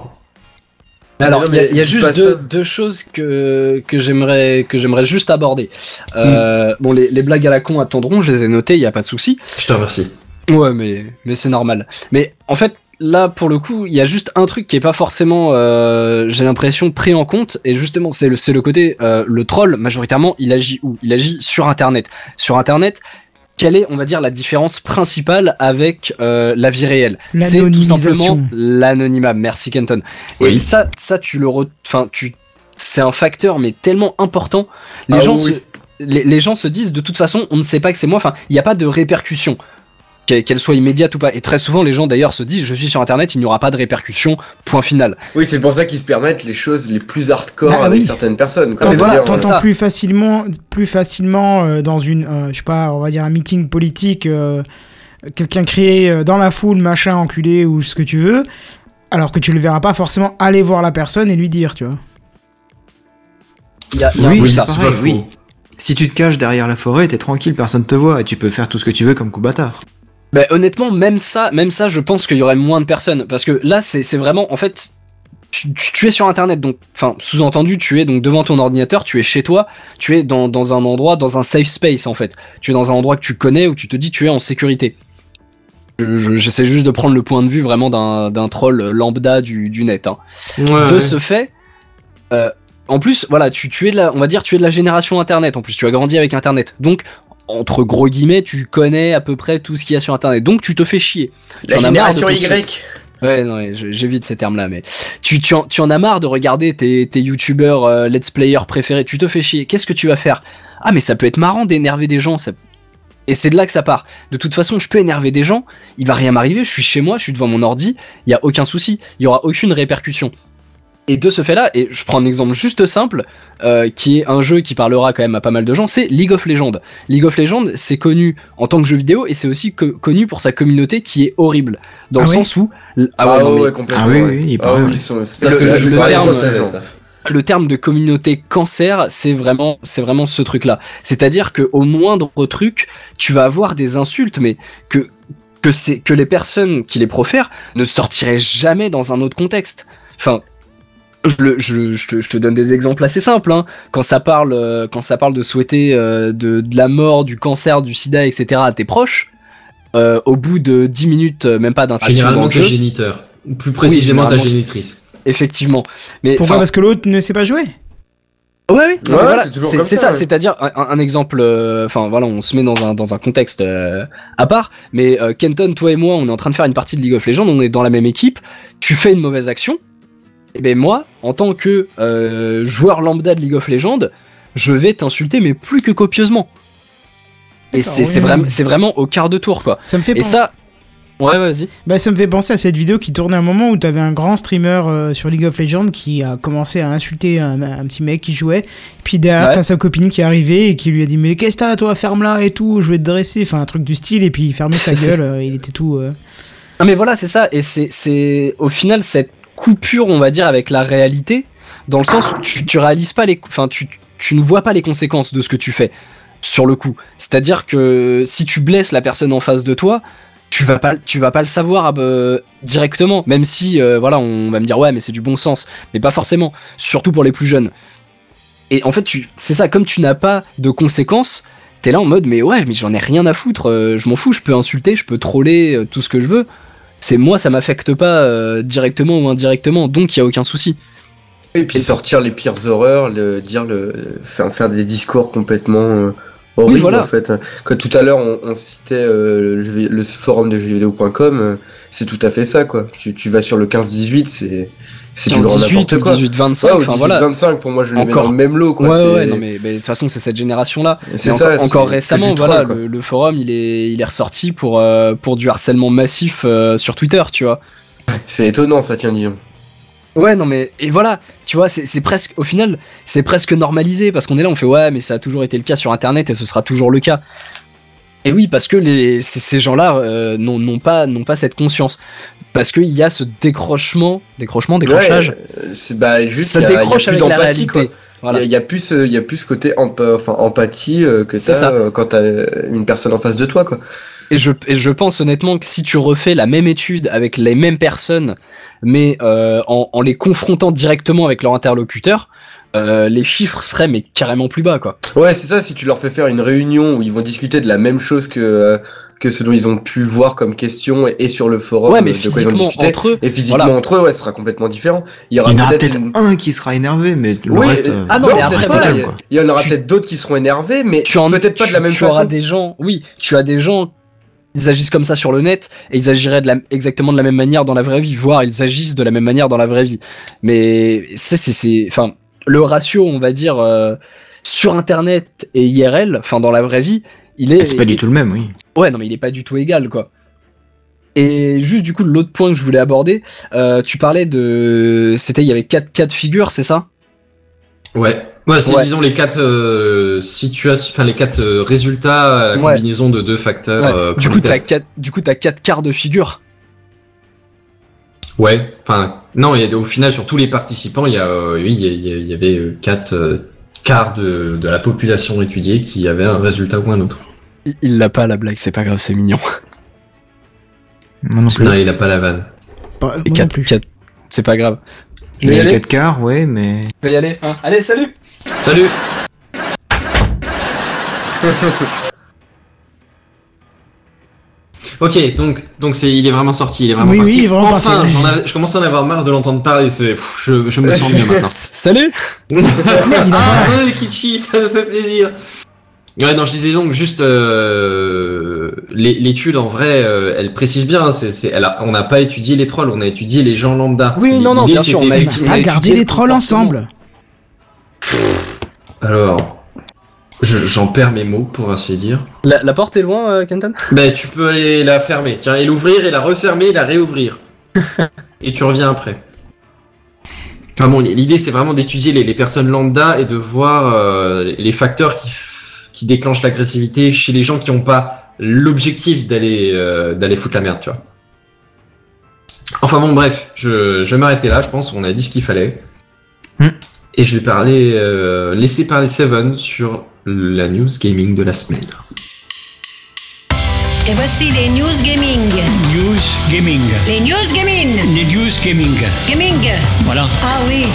Alors,
Mais non,
il y a,
mais
il y a
dis
juste
pas
deux,
ça.
deux choses que, que j'aimerais que j'aimerais juste aborder.
Hmm.
Euh, Bon, les, les blagues à la con attendront, je les ai notées, il n'y a pas de souci.
Je te remercie.
Ouais, mais, mais c'est normal. Mais en fait, là, pour le coup, il y a juste un truc qui est pas forcément, euh, j'ai l'impression, pris en compte. Et justement, c'est le, c'est le côté, euh, le troll, majoritairement, il agit où Il agit sur Internet. Sur Internet, quelle est, on va dire, la différence principale avec euh, la vie réelle C'est tout
L'anonymisation.
simplement l'anonymat. Merci, Kenton. Et
Oui.
ça, ça tu le... re- Enfin, tu... C'est un facteur, mais tellement important. Les,
Ah
gens
oui.
se... les, les gens se disent, de toute façon, on ne sait pas que c'est moi. Enfin, il n'y a pas de répercussion. qu'elle qu'elle soit immédiate ou pas. Et très souvent, les gens d'ailleurs se disent, je suis sur Internet, il n'y aura pas de répercussions, point final.
Oui, c'est pour ça qu'ils se permettent les choses les plus hardcore
Bah
avec
oui.
certaines personnes. quoi.
Non, mais
Je veux dire,
voilà, c'est
T'entends
ça.
plus facilement, plus facilement euh, dans une, euh, je sais pas, on va dire un meeting politique, euh, quelqu'un crier euh, dans la foule, machin, enculé ou ce que tu veux, alors que tu le verras pas forcément aller voir la personne et lui dire, tu vois.
Il y a- il y a un
Oui,
peu
c'est
ça.
pareil, oui. Si tu te caches derrière la forêt, t'es tranquille, personne te voit et tu peux faire tout ce que tu veux comme coup bâtard.
Ben, honnêtement, même ça, même ça, je pense qu'il y aurait moins de personnes. Parce que là, c'est c'est vraiment, en fait, tu, tu- tu es sur Internet, donc, enfin, sous-entendu, tu es donc devant ton ordinateur, tu es chez toi, tu es dans, dans un endroit, dans un safe space, en fait. Tu es dans un endroit que tu connais, où tu te dis, tu es en sécurité. Je- je- J'essaie juste de prendre le point de vue vraiment d'un d'un troll lambda du, du net. hein de ce fait, euh, en plus, voilà, tu, tu es de la, on va dire, tu es de la génération Internet. En plus, tu as grandi avec Internet, donc entre gros guillemets, tu connais à peu près tout ce qu'il y a sur Internet. Donc, tu te fais chier.
La
T'en as marre de
génération
ton
Y.
Ouais, non, mais je- j'évite ces termes-là, mais tu, tu, en, tu en as marre de regarder tes, tes youtubeurs euh, let's players préférés. Tu te fais chier. Qu'est-ce que tu vas faire Ah, mais ça peut être marrant d'énerver des gens. Ça... Et c'est de là que ça part. De toute façon, je peux énerver des gens. Il va rien m'arriver. Je suis chez moi, je suis devant mon ordi. Il y a aucun souci. Il y aura aucune répercussion. Et de ce fait-là, et je prends un exemple juste simple, euh, qui est un jeu qui parlera quand même à pas mal de gens, c'est League of Legends. League of Legends, c'est connu en tant que jeu vidéo et c'est aussi co- connu pour sa communauté qui est horrible. Dans
Ah
le
oui
sens où. l- Ah ouais,
Ah
non, mais-
ouais, complètement.
Ah oui,
ouais.
oui, il
Ah
paraît,
oui,
oui.
ils sont. ça,
Le-
c'est la
le
génération,
terme,
ça,
euh,
ça.
le terme de communauté cancer, c'est vraiment, c'est vraiment ce truc-là. C'est-à-dire que au moindre truc, tu vas avoir des insultes, mais que que c'est que les personnes qui les profèrent ne sortiraient jamais dans un autre contexte. Enfin. Je, le- je- je te, je te donne des exemples assez simples. hein. Quand ça parle, euh, quand ça parle de souhaiter euh, de, de la mort, du cancer, du sida, etc. à tes proches, euh, au bout de 10 minutes, euh, même pas d'interview dans
Ah, Généralement
le
tes
jeu,
géniteurs. Ou plus précisément ta
généralement,
génitrice.
effectivement. Mais
Pourquoi
enfin,
Parce que l'autre ne sait pas jouer.
Ouais, ouais, non, mais
Ouais,
voilà,
c'est toujours
c'est
comme
c'est
ça,
ça,
ouais.
c'est-à-dire un, un- un exemple, euh, enfin voilà, on se met dans un, dans un contexte euh, à part, mais euh, Kenton, toi et moi, on est en train de faire une partie de League of Legends, on est dans la même équipe, tu fais une mauvaise action, et ben moi, en tant que euh, joueur lambda de League of Legends, je vais t'insulter, mais plus que copieusement. Et
D'accord,
c'est
oui,
c'est
oui.
vraiment, c'est vraiment au quart de tour, quoi.
Ça me fait
Et
penser.
ça... Ouais, vas-y.
Bah, ça me fait penser à cette vidéo qui tournait à un moment où t'avais un grand streamer euh, sur League of Legends qui a commencé à insulter un, un petit mec qui jouait. Puis derrière,
Ouais.
t'as sa copine qui est arrivée et qui lui a dit Mais qu'est-ce que t'as, toi, ferme-la et tout, je vais te dresser. Enfin, un truc du style. Et puis il fermait sa gueule, euh, il était tout. euh,
Non Ah, mais voilà, c'est ça. Et c'est, c'est au final cette coupure, on va dire, avec la réalité, dans le sens où tu, tu réalises pas les, enfin tu, tu ne vois pas les conséquences de ce que tu fais sur le coup. C'est-à-dire que si tu blesses la personne en face de toi, tu vas pas, tu vas pas le savoir euh, directement. Même si, euh, voilà, on va me dire ouais, mais c'est du bon sens, mais pas forcément. Surtout pour les plus jeunes. Et en fait, tu, c'est ça. Comme tu n'as pas de conséquences. T'es là en mode mais ouais mais j'en ai rien à foutre, euh, je m'en fous, je peux insulter, je peux troller, euh, tout ce que je veux c'est moi ça m'affecte pas euh, directement ou indirectement donc il y a aucun souci
Et puis sortir les pires horreurs, le, dire le, faire, faire des discours complètement euh, horribles
Oui, voilà.
en fait. Quand tout à l'heure on, on citait euh, le, jeu vi- le forum de jeuxvideo.com, euh, c'est tout à fait ça quoi. Tu, tu vas sur le 15-18, c'est c'est du grand
18
n'importe
ou
quoi.
18 25
Ouais, ou
enfin voilà
25 pour moi je le mets
Encore.
dans le même lot
ouais
quoi. c'est-
ouais non mais mais de toute façon c'est cette génération là
c'est
Mais
ça.
encore,
c'est-
encore
c'est
récemment
du troll,
voilà
quoi.
le, le forum il est il est ressorti pour euh, pour du harcèlement massif euh, sur Twitter tu vois
C'est étonnant ça tiens disons.
Ouais, non, mais et voilà, tu vois, c'est c'est presque, au final, c'est presque normalisé parce qu'on est là, on fait ouais, mais ça a toujours été le cas sur internet et ce sera toujours le cas. Et oui, parce que les, ces- ces gens-là euh, n'ont n'ont pas, n'ont pas cette conscience. Parce qu'il y a ce décrochement, décrochement, décrochage.
Ouais, euh, c'est bah juste
ça
il y a- il y a
décroche
plus
avec la
d'empathie,
réalité.
quoi. Il
Voilà.
y, a plus ce, il y a plus ce côté empa- enfin, empathie euh, que
C'est
t'as
ça.
euh, quand t'as euh, une personne en face de toi quoi.
Et je, et je pense honnêtement que si tu refais la même étude avec les mêmes personnes, mais euh, en, en les confrontant directement avec leur interlocuteur, euh, les chiffres seraient mais carrément plus bas, quoi.
Ouais, c'est ça, si tu leur fais faire une réunion où ils vont discuter de la même chose que, euh, que ce dont ils ont pu voir comme question et, et sur le forum
ouais, mais
euh, de quoi ils ont
physiquement
discuté.
entre eux,
Et physiquement
Voilà.
entre eux, ouais, ce sera complètement différent. Il y aura
Il y en aura
peut-être
peut-être
une...
un qui sera énervé, mais le
Oui,
reste.
euh,
euh,
Ah non,
le
mais
reste
après,
est
voilà,
voilà,
calme,
il y a-
quoi.
il y en aura
Tu-
peut-être d'autres qui seront énervés, mais
tu en-
peut-être pas
tu-
de la même
tu
façon.
auras des gens, oui, tu as des gens, ils agissent comme ça sur le net et ils agiraient de la, exactement de la même manière dans la vraie vie, voire ils agissent de la même manière dans la vraie vie. Mais c'est, c'est, c'est, enfin, le ratio, on va dire, euh, sur internet et IRL, enfin, dans la vraie vie, il est.
Ah, C'est pas du tout le même, oui.
Ouais, non, mais il est pas du tout égal, quoi. Et juste du coup, l'autre point que je voulais aborder, euh, tu parlais de, c'était il y avait quatre quatre figures, c'est ça
Ouais. Ouais, c'est
Ouais.
disons les quatre euh, situations, enfin les quatre euh, résultats, à la
Ouais.
combinaison de deux facteurs. euh, pour
Du
le
coup, t'as
test.
quatre, du coup t'as quatre quarts de figure.
Ouais. Enfin, non, il y a- au final sur tous les participants, il y a, euh, oui, il y, a- il y a- il y avait euh, quatre euh, quarts de, de la population étudiée qui avait un résultat ou un autre.
Il- Il l'a pas la blague, c'est pas grave, c'est mignon.
Moi non plus.
Non, il a pas la vanne.
Pas- moi
Et
non
quatre-
plus.
quatre- c'est pas grave. Je
Mais
vais y
les
aller.
4 quarts, ouais, mais.
Je vais y aller. hein. Allez, salut.
Salut. ok, donc donc c'est il est vraiment sorti, il est vraiment
Oui, oui,
parti.
il est vraiment
enfin,
parti.
j'en avais- je commence à en avoir marre de l'entendre parler. c'est- pff, je, je me sens mieux maintenant.
Salut.
ah ouais, Kichi, ça me fait plaisir. Ouais, non, je disais donc juste euh, l'é- l'étude en vrai, euh, elle précise bien. hein, c'est, c'est, elle a- on n'a pas étudié les trolls, on a étudié les gens lambda.
Oui, non, non,
L'idée,
bien sûr,
c'était
on
On
a-
effectivement-
a
on a
regardé
étudié
les
le
trolls
comportement.
ensemble.
Alors, je- j'en perds mes mots pour ainsi dire.
La, la porte est loin, euh, Kenton.
Ben, tu peux aller la fermer. Tiens, et l'ouvrir, et la refermer, et la réouvrir. et tu reviens après. Enfin bon, l'idée, c'est vraiment d'étudier les, les personnes lambda et de voir euh, les facteurs qui, f- qui déclenchent l'agressivité chez les gens qui n'ont pas l'objectif d'aller euh, d'aller foutre la merde, tu vois. Enfin bon, bref, je, je vais m'arrêter là, je pense. On a dit ce qu'il fallait.
Hmm.
Et je vais parler, euh, laisser parler Seven sur la news gaming de la semaine.
Et voici les news gaming.
News Gaming.
Les news gaming.
Les news gaming.
Gaming.
Voilà.
Ah oui.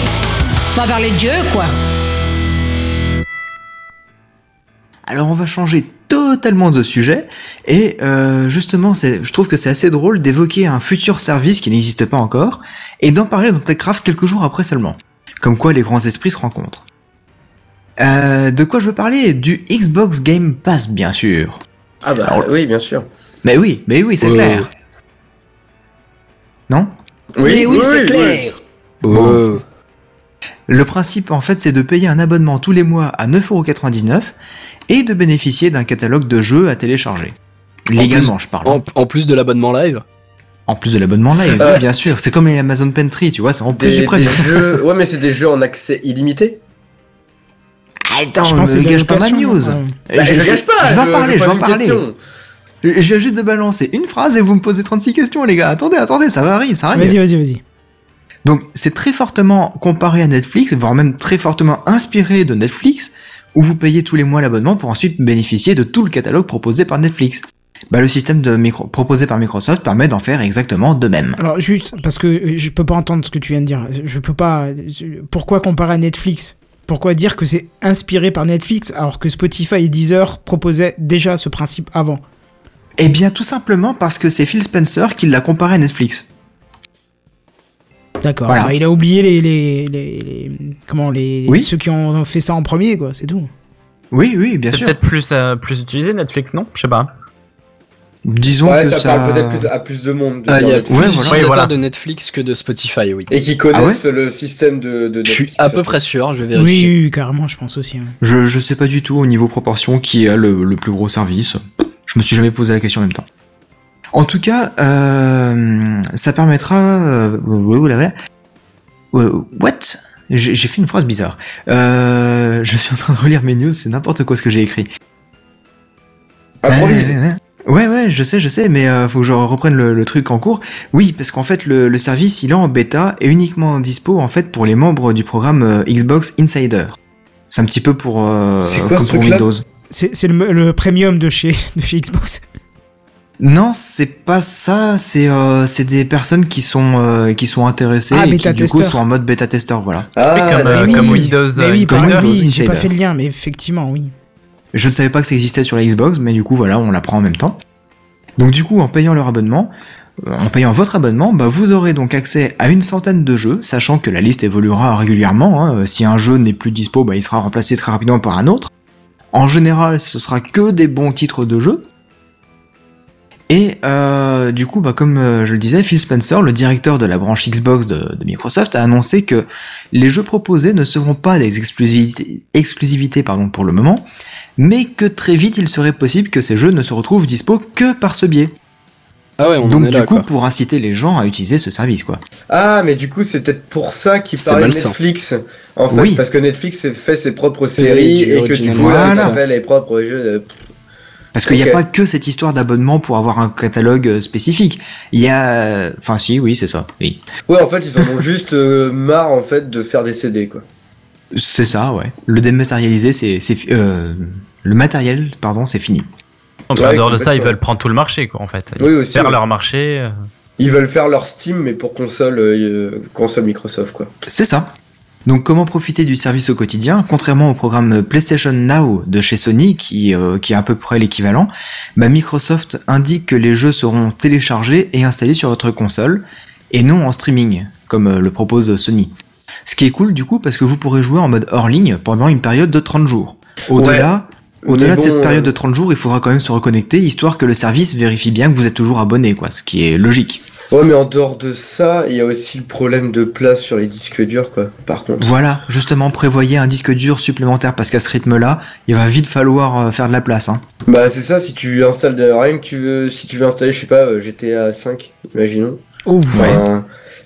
On va parler de jeux, quoi.
Alors on va changer totalement de sujet et euh, justement c'est, je trouve que c'est assez drôle d'évoquer un futur service qui n'existe pas encore et d'en parler dans TechCraft quelques jours après seulement. Comme quoi les grands esprits se rencontrent. Euh, de quoi je veux parler Du Xbox Game Pass bien sûr.
Ah bah
Alors-
oui, bien sûr.
Mais oui, mais oui c'est
Euh,
clair. Non
Oui, oui, oui,
Oh.
Le principe, en fait, c'est de payer un abonnement tous les mois à 9,99€ et de bénéficier d'un catalogue de jeux à télécharger. Légalement, je parle.
En,
En...
en plus de l'abonnement live.
plus de l'abonnement live,
Euh.
oui, bien sûr. C'est comme les Amazon Pentry, tu vois, c'est en plus
Des,
du prêt.
des jeux, ouais, mais c'est des jeux en accès illimité.
Attends,
Je
je
pense que
ne
c'est
gage pas ma
l'allocation,
news.
non, ouais.
Et
Bah, je, gâche pas.
Je vais en parler, je vais en
pose une
parler.
question.
Je je viens juste de balancer une phrase et vous me posez 36 questions, les gars. Attendez, attendez, ça va arriver, ça arrive.
Vas-y, vas-y, vas-y.
Donc c'est très fortement comparé à Netflix, voire même très fortement inspiré de Netflix, où vous payez tous les mois l'abonnement pour ensuite bénéficier de tout le catalogue proposé par Netflix. Bah, le système de micro- proposé par Microsoft permet d'en faire exactement de même.
Alors juste parce que je peux pas entendre ce que tu viens de dire. Je peux pas. je- Pourquoi comparer à Netflix Pourquoi dire que c'est inspiré par Netflix alors que Spotify et Deezer proposaient déjà ce principe avant
Eh bien tout simplement parce que c'est Phil Spencer qui l'a comparé à Netflix.
D'accord.
Voilà.
Bah, il a oublié les les, les, les- comment les
Oui.
ceux qui ont fait ça en premier quoi. C'est tout.
Oui, oui, bien
C'est
sûr.
peut-être plus, euh, plus utilisé Netflix, non Je sais pas.
Disons
Ouais,
que
ça,
ça...
parle peut-être plus à plus de monde. de
Ah,
dire
il y a
Netflix.
plus
voilà.
d'utilisateurs
Oui, voilà.
de Netflix que de Spotify, oui.
Et qui connaissent
Ah
le système de. de
Je suis
Netflix.
à peu près sûr, je vais
Oui,
vérifier.
oui, oui, carrément, je pense aussi. hein. ouais.
Je, je sais pas du tout au niveau proportion qui a le, le plus gros service. Je me suis jamais posé la question en même temps. En tout cas, euh, ça permettra. euh, voilà, voilà. Euh, What J'ai j'ai fait une phrase bizarre. Euh, je suis en train de relire mes news, c'est n'importe quoi ce que j'ai écrit.
Improvise.
Ouais, ouais, ouais. Ouais, ouais, je sais, je sais, mais euh, faut que je reprenne le, le truc en cours. Oui, parce qu'en fait, le, le service, il est en bêta et uniquement dispo, en fait, pour les membres du programme euh, Xbox Insider. C'est un petit peu pour, euh,
C'est quoi
comme
ce
pour
truc-là
Windows.
C'est c'est le, le premium de chez de chez Xbox.
Non, c'est pas ça. C'est euh, c'est des personnes qui sont euh, qui sont intéressées
Ah,
et qui du
bêta-testeur.
coup sont en mode bêta testeur. Voilà.
Oui,
Ah,
comme,
bah
euh,
oui,
comme Windows.
Mais
euh,
oui,
Insider.
pardon, oui,
Windows
j'ai pas
Insider.
fait le lien, mais effectivement, oui.
Je ne savais pas que ça existait sur la Xbox, mais du coup voilà, on l'apprend en même temps. Donc du coup, en payant leur abonnement, euh, en payant votre abonnement, bah, vous aurez donc accès à une centaine de jeux, sachant que la liste évoluera régulièrement. hein. Si un jeu n'est plus dispo, bah, il sera remplacé très rapidement par un autre. En général, ce sera que des bons titres de jeux. Et euh, du coup, bah, comme euh, je le disais, Phil Spencer, le directeur de la branche Xbox de, de Microsoft, a annoncé que les jeux proposés ne seront pas des exclusivités, exclusivités, pardon, pour le moment, mais que très vite il serait possible que ces jeux ne se retrouvent dispo que par ce biais.
Ah ouais, on en
Donc
est
du
là,
coup,
quoi.
pour inciter les gens à utiliser ce service, quoi.
Ah, mais du coup, c'est peut-être pour ça qu'il
C'est
parlait de
malsain.
Netflix. En fait,
Oui.
parce que Netflix fait ses propres
C'est
séries
du
et que du
original.
coup, voilà.
Voilà.
ça fait les propres jeux. de-
Parce qu'il n'y
Ok.
a pas que cette histoire d'abonnement pour avoir un catalogue euh, spécifique. Il y a, enfin si, oui, c'est ça. Oui,
Ouais, en fait, ils en ont juste euh, marre en fait de faire des CD quoi.
c'est ça, ouais. Le dématérialisé, c'est, c'est, fi- euh, le matériel, pardon, c'est fini.
En
Ouais,
dehors de ça, ils
complètement.
veulent prendre tout le marché, quoi, en fait. Ils
Oui, aussi,
perdent
ouais.
leur marché. euh.
Ils veulent faire leur Steam mais pour console euh, console Microsoft quoi.
C'est ça. Donc comment profiter du service au quotidien Contrairement au programme PlayStation Now de chez Sony, qui, euh, qui est à peu près l'équivalent, bah Microsoft indique que les jeux seront téléchargés et installés sur votre console, et non en streaming, comme euh, le propose Sony. Ce qui est cool du coup, parce que vous pourrez jouer en mode hors ligne pendant une période de 30 jours. Au-delà au-delà
Mais
de cette
bon, euh,
période de 30 jours, il faudra quand même se reconnecter, histoire que le service vérifie bien que vous êtes toujours abonné, quoi, ce qui est logique.
euh, Ouais, mais en dehors de ça, il y a aussi le problème de place sur les disques durs quoi. Par contre.
Voilà, justement, prévoyez un disque dur supplémentaire parce qu'à ce rythme-là, il va vite falloir euh, faire de la place. Hein.
Bah c'est ça si tu installes de- rien que tu veux si tu veux installer je sais pas euh, GTA 5 imaginons.
Ouf.
Enfin,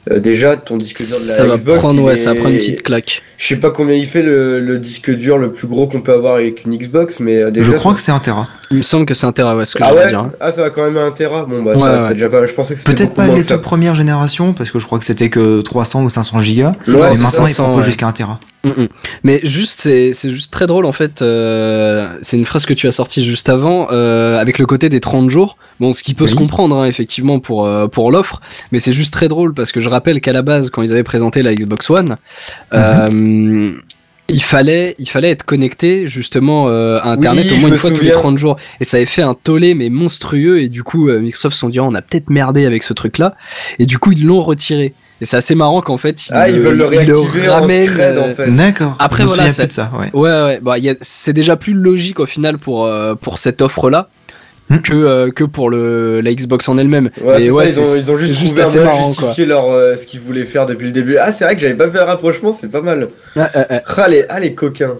euh, déjà ton disque dur de la
Ça va
Xbox,
prendre,
il
ouais, ça
est-
va prendre une petite claque.
Je sais pas combien il fait le, le disque dur le plus gros qu'on peut avoir avec une Xbox mais euh, déjà
Je crois que c'est un Tera.
Il me semble que c'est un terrain, ouais, ce que
ah
j'allais
ouais
dire. hein.
ah ça va quand même à 1 Tera bon bah
Ouais,
ça,
ouais.
c'est déjà pas je pensais que c'était
Peut-être
beaucoup
pas
moins
les
que ça.
toutes premières générations parce que je crois que c'était que 300 ou 500 gigas.
Ouais, c'est
mais maintenant, ils
500,
proposent
ouais.
jusqu'à un Tera.
Mm, mm. Mais juste, c'est c'est juste très drôle en fait. euh, c'est une phrase que tu as sortie juste avant, euh, avec le côté des 30 jours. Bon, ce qui peut se
Oui.
comprendre hein, effectivement pour, euh, pour l'offre, mais c'est juste très drôle parce que je rappelle qu'à la base, quand ils avaient présenté la Xbox One,
Mhm.
euh, il, fallait, il fallait être connecté justement euh, à Internet
Oui,
au moins
je
une
me
fois tous les
souviens.
30 jours. Et ça avait fait un tollé mais monstrueux. Et du coup, euh, Microsoft se sont dit, Ah, on a peut-être merdé avec ce truc-là. Et du coup, ils l'ont retiré. Et c'est assez marrant qu'en fait,
Ah, ils
le-
veulent le
ils
réactiver en
ramènent,
scred,
euh,
en fait.
D'accord.
Après,
je me
voilà,
souviens
ça-
plus de ça. Ouais.
Ouais, ouais, bah, il y a- c'est déjà plus logique au final pour, euh, pour cette offre-là
Mm.
que, euh, que pour le, la Xbox en elle-même.
Ouais,
Mais
c'est
ouais,
ça, ils ont,
c'est-
ils ont juste
c'est juste
trouvé un
assez
moyen de
marrant,
justifier leur, euh, ce qu'ils voulaient faire depuis le début. Ah, c'est vrai que j'avais pas fait le rapprochement, c'est pas mal.
Ah, ah, ah.
Ah, les, ah, les coquins.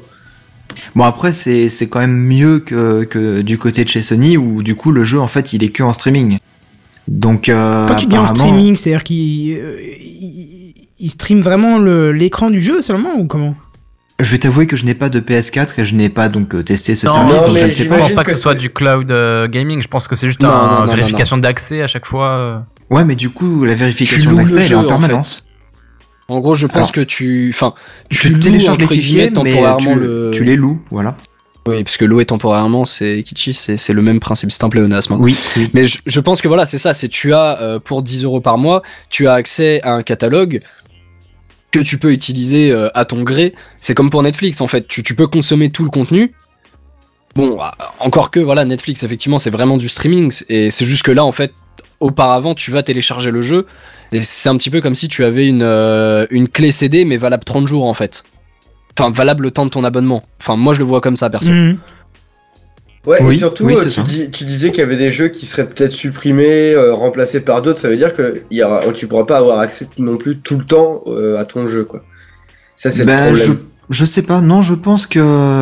Bon, après, c'est c'est quand même mieux que, que du côté de chez Sony où du coup, le jeu, en fait, il est que en streaming. Donc, euh,
Quand tu dis en
apparemment-
streaming, c'est-à-dire qu'ils euh, ils- ils streament vraiment le- l'écran du jeu seulement ou comment
Je vais t'avouer que je n'ai pas de PS4 et je n'ai pas donc euh, testé ce
Non,
service,
non,
donc je
mais
ne sais
Je
pas.
j'imagine-
pense pas que,
que
ce soit
c'est-
du cloud euh, gaming. Je pense que c'est juste
Non, non, non,
une
non, non.
vérification d'accès à chaque fois. euh.
Ouais, mais du coup, la
Tu
vérification
loues le
d'accès, elle est
jeu,
en
en
permanence.
En gros, je pense
Alors,
que tu. Enfin,
tu,
loues,
télécharges les
entre guillemets,
fichiers, mais euh,
temporairement
tu,
le-
tu les loues, voilà.
Oui, parce que louer temporairement, c'est kitschy, c'est c'est le même principe, c'est un pléonasme. hein.
Oui,
Mais je, je pense que voilà, c'est ça, c'est tu as euh, pour 10 euros par mois, tu as accès à un catalogue que tu peux utiliser euh, à ton gré. C'est comme pour Netflix en fait, tu, tu peux consommer tout le contenu. Bon, ah, encore que voilà, Netflix effectivement c'est vraiment du streaming et c'est juste que là en fait, auparavant tu vas télécharger le jeu et c'est un petit peu comme si tu avais une, euh, une clé CD mais valable 30 jours en fait. Enfin, valable le temps de ton abonnement. Enfin, moi je le vois comme ça perso.
Mhm.
Ouais, et
Oui,
surtout,
oui,
euh,
c'est
tu,
ça.
dis- tu disais qu'il y avait des jeux qui seraient peut-être supprimés, euh, remplacés par d'autres. Ça veut dire que il y aura, oh, tu pourras pas avoir accès non plus tout le temps euh, à ton jeu, quoi. Ça, c'est le
Ben,
problème.
je, je sais pas, non, je pense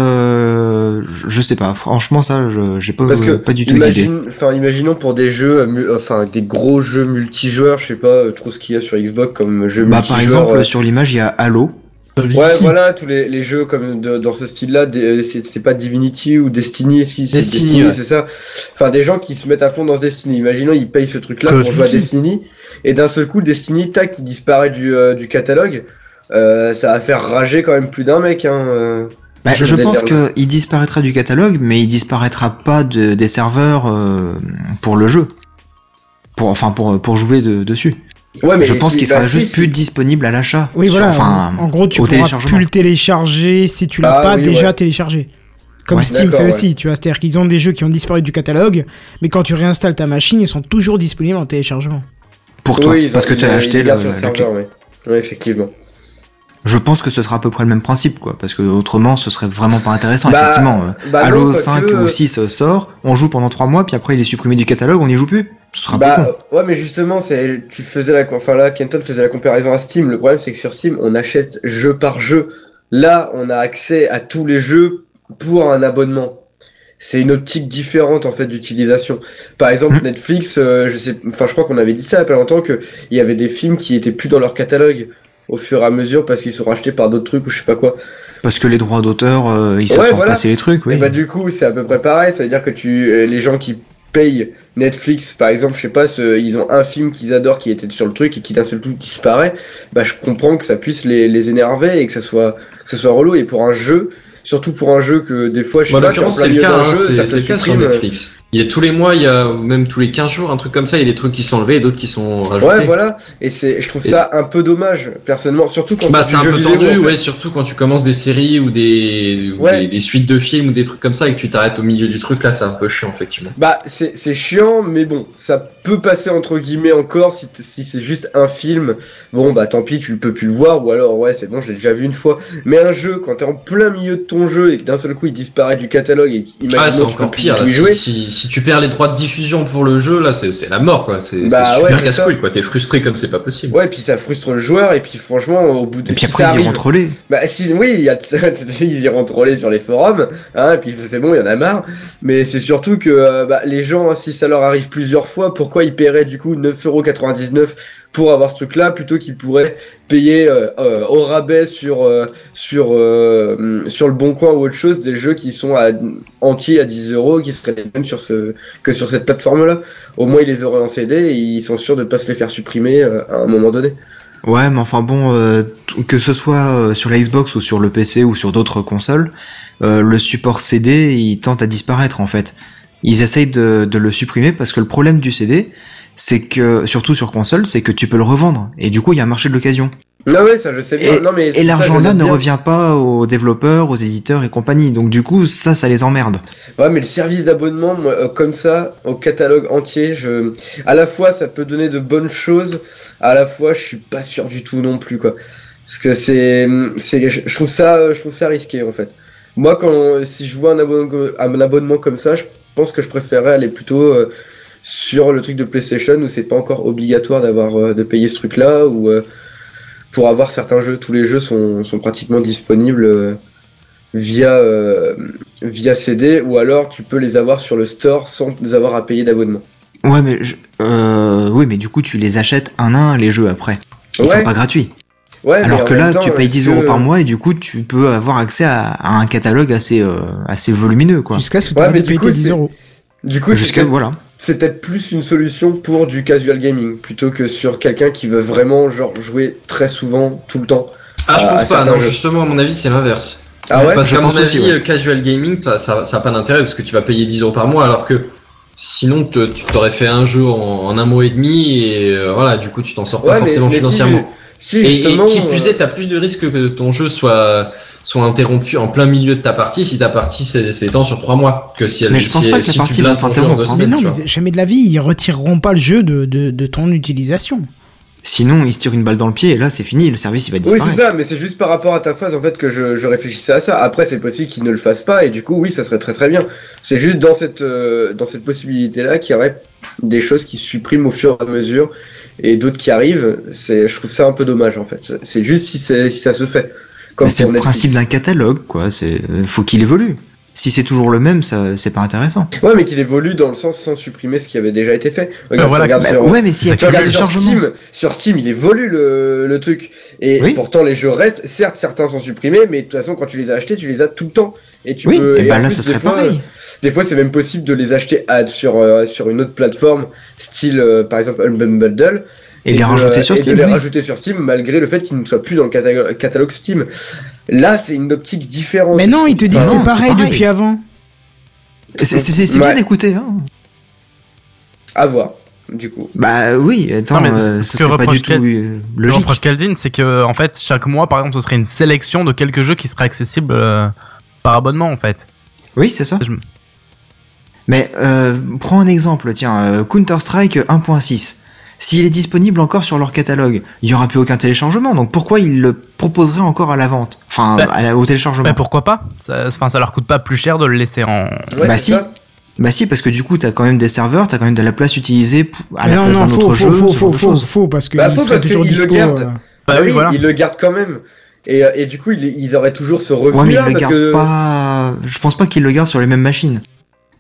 que. Je, je sais pas, franchement, ça, je- j'ai pas,
Parce que
pas du tout d'idée.
imagine, enfin, imaginons pour des jeux, euh, mu- enfin, des gros jeux multijoueurs, je sais pas euh, trop ce qu'il y a sur Xbox comme jeu
Bah, par
multijoueur.
exemple,
euh,
sur l'image, il y a Halo.
Ouais, voilà, tous les, les jeux comme de- dans ce style-là, des- euh, c'est c'est pas Divinity ou Destiny, si c'est
Destiny,
Destiny,
ouais.
c'est ça. Enfin, des gens qui se mettent à fond dans ce Destiny. Imaginons, ils payent ce truc-là
Call of
pour jouer à
Duty.
Destiny, et d'un seul coup, Destiny, tac, il disparaît du, euh, du catalogue. Euh, ça va faire rager quand même plus d'un mec, hein. euh.
Bah,
Je
je
vais
pense
dire le-
qu'il disparaîtra du catalogue, mais il disparaîtra pas de, des serveurs euh, pour le jeu. Pour, enfin, pour, pour jouer de- dessus.
Ouais,
je pense
si-
qu'il
bah,
sera
si,
juste
si.
plus disponible à l'achat.
Oui,
Sur-
voilà.
Enfin,
en en gros, tu
au
pourras
téléchargement.
plus le télécharger si tu l'as
Ah
pas
oui,
déjà
ouais.
téléchargé. Comme
Ouais.
Steam fait
D'accord, ouais.
aussi, tu vois. C'est-à-dire qu'ils ont des jeux qui ont disparu du catalogue, mais quand tu réinstalles ta machine, ils sont toujours disponibles en téléchargement.
pour toi,
Oui, ils
parce
ont-
que tu
ils-
as
ils
acheté le,
gardent sur le
la clé.
serveur, ouais. Ouais, effectivement.
Je pense que ce sera à peu près le même principe, quoi, parce que autrement, ce serait vraiment pas intéressant,
Bah,
effectivement. euh.
Bah,
Halo
non, quoique,
5 ou 6 euh, sort, on joue pendant 3 mois, puis après il est supprimé du catalogue, on n'y joue plus. Ce sera plus con.
Bah ouais mais justement c'est tu faisais la enfin là Kenton faisait la comparaison à Steam le problème c'est que sur Steam on achète jeu par jeu là on a accès à tous les jeux pour un abonnement c'est une optique différente en fait d'utilisation. Par exemple
Mm.
Netflix, euh, je sais, enfin je crois qu'on avait dit ça il y a pas longtemps que il y avait des films qui étaient plus dans leur catalogue au fur et à mesure parce qu'ils sont rachetés par d'autres trucs ou je sais pas quoi.
Parce que les droits d'auteur, euh, ils se
Ouais,
sont
voilà.
passés les trucs, oui.
Et bah du coup, c'est à peu près pareil, ça veut dire que tu euh, les gens qui payent Netflix par exemple, je sais pas, ce- ils ont un film qu'ils adorent qui était sur le truc et qui d'un seul coup disparaît, bah je comprends que ça puisse les, les énerver et que ça soit que ça soit relou et pour un jeu, surtout pour un jeu que des fois je sais
Bon, en
pas, t'es en
l'occurrence,
plein
c'est le
milieu
cas,
d'un
hein,
jeu,
c'est
ça
c'est
te
le cas sur
supprime, euh,
Netflix. Il y a tous les mois, il y a ou même tous les 15 jours, un truc comme ça, il y a des trucs qui sont enlevés et d'autres qui sont rajoutés.
Ouais, voilà. Et c'est, je trouve
Et-
ça un peu dommage, personnellement. Surtout quand
Bah,
du
c'est un
jeu
peu
vidéo,
tendu,
en fait.
ouais, surtout quand tu commences des séries ou des, ou
Ouais.
des, des suites de films ou des trucs comme ça et que tu t'arrêtes au milieu du truc, là, c'est un peu chiant, effectivement.
Bah, c'est, c'est chiant, mais bon, ça peut passer entre guillemets encore si, t- si c'est juste un film. Bon, bah, tant pis, tu peux plus le voir, ou alors, ouais, c'est bon, je l'ai déjà vu une fois. Mais un jeu, quand t'es en plein milieu de ton jeu et que d'un seul coup il disparaît du catalogue et qu'imaginons,
ah, c'est
tu peux
encore
plus
pire.
du
là,
tout y
si-
jouer.
si, si, tu perds les droits de diffusion pour le jeu, là, c'est c'est la mort, quoi. C'est c'est
Bah, ouais,
super
c'est
casse-couille, quoi. T'es frustré comme c'est pas possible.
Ouais, puis ça frustre le joueur, et puis franchement, au bout de
Et puis
si
après,
ça
ils iront
arrive-
troller.
Bah si, oui, il y a de ça, ils iront troller sur les forums, hein, et puis c'est bon, il y en a marre. Mais c'est surtout que euh, bah, les gens, si ça leur arrive plusieurs fois, pourquoi ils paieraient du coup 9,99€ pour avoir ce truc-là plutôt qu'ils pourraient payer euh, euh, au rabais sur euh, sur euh, hum, sur le bon coin ou autre chose des jeux qui sont à, entiers à 10€ qui seraient les mêmes sur ce que sur cette plateforme-là. Au moins ils les auraient en CD et ils sont sûrs de pas se les faire supprimer euh, à un moment donné.
Ouais, mais enfin bon, euh, t- que ce soit euh, sur la Xbox ou sur le PC ou sur d'autres consoles, euh, le support CD, il tente à disparaître en fait. Ils essayent de, de le supprimer parce que le problème du CD, c'est que, surtout sur console, c'est que tu peux le revendre. Et du coup, il y a un marché de l'occasion.
Non Ah ouais, ça je sais bien.
Et-
non, mais ça,
Et
je
l'argent là
note
ne
bien.
revient pas aux développeurs, aux éditeurs et compagnie. Donc du coup, ça, ça les emmerde.
Ouais, mais le service d'abonnement, moi, euh, comme ça, au catalogue entier, je, à la fois, ça peut donner de bonnes choses, à la fois, je suis pas sûr du tout non plus, quoi. Parce que c'est, c'est, je je trouve ça, je trouve ça risqué, en fait. Moi, quand, si je vois un abonnement, un abonnement comme ça, je pense que je préférerais aller plutôt euh, sur le truc de PlayStation où c'est pas encore obligatoire d'avoir, euh, de payer ce truc-là, ou euh, pour avoir certains jeux, tous les jeux sont, sont pratiquement disponibles euh, via, euh, via CD ou alors tu peux les avoir sur le store sans les avoir à payer d'abonnement.
Ouais, mais je- euh, oui, mais du coup, tu les achètes un à un les jeux après. Ils sont
Ouais,
pas gratuits.
ouais, mais
Alors
en
que
même
là,
temps,
tu payes
est-ce
10 euros
que-
par mois et du coup, tu peux avoir accès à, à un catalogue assez, euh, assez volumineux, quoi.
Jusqu'à ce que tu
Ouais,
arrêtes
mais
de
du
payer
coup,
tes
c'est-
10 euros.
Du coup, c'est
Jusqu'à,
peut-être
voilà.
c'est peut-être plus une solution pour du casual gaming plutôt que sur quelqu'un qui veut vraiment genre jouer très souvent tout le temps.
Ah, je
Ah,
pense pas.
certains
Non,
jeux.
justement, à mon avis, c'est l'inverse.
Ah ouais
Parce
je
qu'à mon
pense aussi,
avis,
ouais.
euh, casual gaming, ça, ça, ça a pas d'intérêt parce que tu vas payer 10 euros par mois alors que sinon te- tu t'aurais fait un jeu en, en un mois et demi et euh, voilà, du coup tu t'en sors
Ouais,
pas
mais-
forcément
mais si,
financièrement.
Si,
Et- et,
justement,
qui plus
euh,
est, t'as plus de risques que ton jeu soit soit interrompu en plein milieu de ta partie si ta partie s'é- s'étend sur 3 mois que si elle
Mais je pense
si-
pas que la
si tu
partie va
blindes ton jeu en
s'interrompre,
deux
hein.
Mais
semaines,
non,
tu vois.
mais jamais de la vie, ils retireront pas le jeu de, de, de ton utilisation.
Sinon, ils se tirent une balle dans le pied et là, c'est fini, le service, il va
Oui,
disparaître.
c'est ça, mais c'est juste par rapport à ta phase en fait que je, je réfléchissais à ça. Après, c'est possible qu'ils ne le fassent pas et du coup, oui, ça serait très très bien. C'est juste dans cette euh, dans cette possibilité là qu'il y aurait des choses qui se suppriment au fur et à mesure et d'autres qui arrivent. C'est, je trouve ça un peu dommage en fait. C'est juste si c'est si ça se fait. Comme
Mais c'est
pour
le
Netflix.
principe d'un catalogue, quoi. C'est, euh, faut qu'il évolue. Si c'est toujours le même, ça, c'est pas intéressant.
Ouais, mais qu'il évolue dans le sens sans supprimer ce qui avait déjà été fait. Regarde, tu
voilà,
regardes
Bah,
sur-
ouais, mais s'il y a
c'est
Tu
plus
regardes
de
sur
chargement.
Steam, sur Steam, il évolue le, le truc. Et
Oui.
pourtant, les jeux restent. Certes, certains sont supprimés, mais de toute façon, quand tu les as achetés, tu les as tout le temps. Et tu
Oui,
peux.
et
en
bah là,
plus,
ce
des
serait
fois,
pareil.
euh, Des fois, c'est même possible de les acheter à, sur, euh, sur une autre plateforme, style euh, par exemple Unbundle. Bundle.
Et les
de,
rajouter
euh,
sur
et
Steam,
de les
oui.
rajouter sur Steam, malgré le fait qu'ils ne soient plus dans le catalogue, catalogue Steam. Là, c'est une optique différente.
Mais non, ils te disent
Oh, Enfin,
non,
c'est
c'est
pareil
pareil.
depuis avant.
C'est, c'est, c'est- c'est
Ouais.
bien d'écouter, hein.
À voir, du coup.
Bah oui, attends,
Non, mais
euh,
ce
ce
que
serait pas
reproche
du tout
Ted-
euh,
Le
logique.
reproche qu'elle dit, c'est que en fait chaque mois, par exemple, ce serait une sélection de quelques jeux qui seraient accessibles euh, par abonnement en fait.
Oui, c'est ça.
Ah, Je-
Mais euh, prends un exemple, tiens, euh, Counter-Strike 1.6. S'il est disponible encore sur leur catalogue, il y aura plus aucun téléchargement, donc pourquoi ils le proposeraient encore à la vente Enfin,
Bah-
à la- au téléchargement
Bah, pourquoi pas Ça- Enfin, ça leur coûte pas plus cher de le laisser en.
Ouais, c'est
Bah si.
ça.
Bah si, parce que du coup, t'as quand même des serveurs, t'as quand même de la place utilisée pou- à la
non,
place
non,
d'un
faut,
autre
faut,
jeu,
faut,
ce genre
faut,
de
faut,
choses.
faux, parce que
Bah,
il
faux,
serait
parce
toujours
qu'ils le
dispo.
gardent.
euh,
Bah oui, voilà.
Ils le gardent quand même. Et, euh, et du coup, ils, ils auraient toujours ce revenu
Ouais, mais
là
ils le
parce
gardent
que
pas... Je pense pas qu'ils le gardent sur les mêmes machines.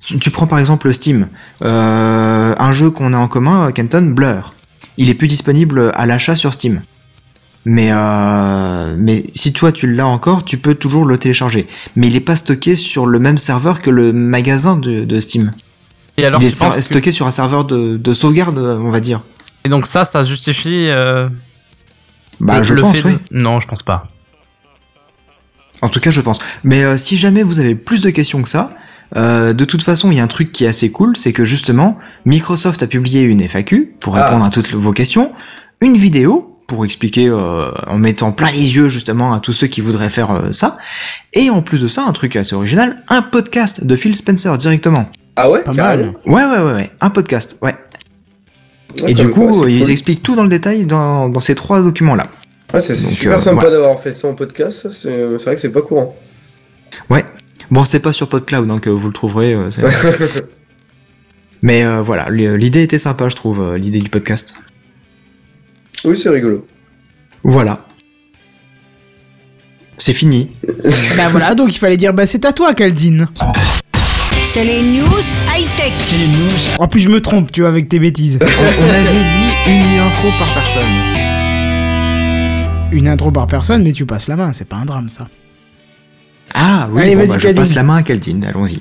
Tu tu prends par exemple Steam, Euh, un jeu qu'on a en commun, Kenton, Blur. Il est plus disponible à l'achat sur Steam. Mais, euh, mais si toi tu l'as encore, tu peux toujours le télécharger. Mais il n'est pas stocké sur le même serveur que le magasin de, de Steam.
Et alors,
il est
tu penses que-
stocké sur un serveur de, de sauvegarde, on va dire.
Et donc ça, ça justifie. euh,
Bah,
le-
je
le
pense,
fait
oui.
de- Non, je pense pas.
En tout cas, je pense. Mais euh, si jamais vous avez plus de questions que ça, euh, de toute façon, il y a un truc qui est assez cool, c'est que justement, Microsoft a publié une FAQ pour
Ah.
répondre à toutes vos questions, une vidéo pour expliquer euh, en mettant plein les yeux justement à tous ceux qui voudraient faire euh, ça, et en plus de ça, un truc assez original, un podcast de Phil Spencer directement.
Ah ouais
Pas
carrément.
mal.
Ouais, ouais, ouais, ouais, un podcast, ouais.
Ouais,
et du
comme quoi,
coup, euh,
c'est
ils
cool.
expliquent tout dans le détail dans, dans ces trois documents-là.
Ouais, Ah, c'est c'est
Donc,
super
euh,
sympa
voilà.
d'avoir fait ça en podcast. ça, C'est c'est vrai que c'est pas courant.
Bon, c'est pas sur PodCloud, donc euh, vous le trouverez. euh, c'est- Mais euh, voilà, l- l'idée était sympa, je trouve, euh, l'idée du podcast.
oui, c'est rigolo.
Voilà. C'est fini.
bah voilà, donc il fallait dire bah c'est à toi, Caldine.
C'est les news high-tech.
C'est les news.
En plus, je me trompe, tu vois, avec tes bêtises.
On, on avait dit une intro par personne.
Une intro par personne, mais tu passes la main, c'est pas un drame ça.
Ah oui,
Allez,
bon,
vas-y,
bah, je
Kaline.
passe la main à Kaldine, allons-y.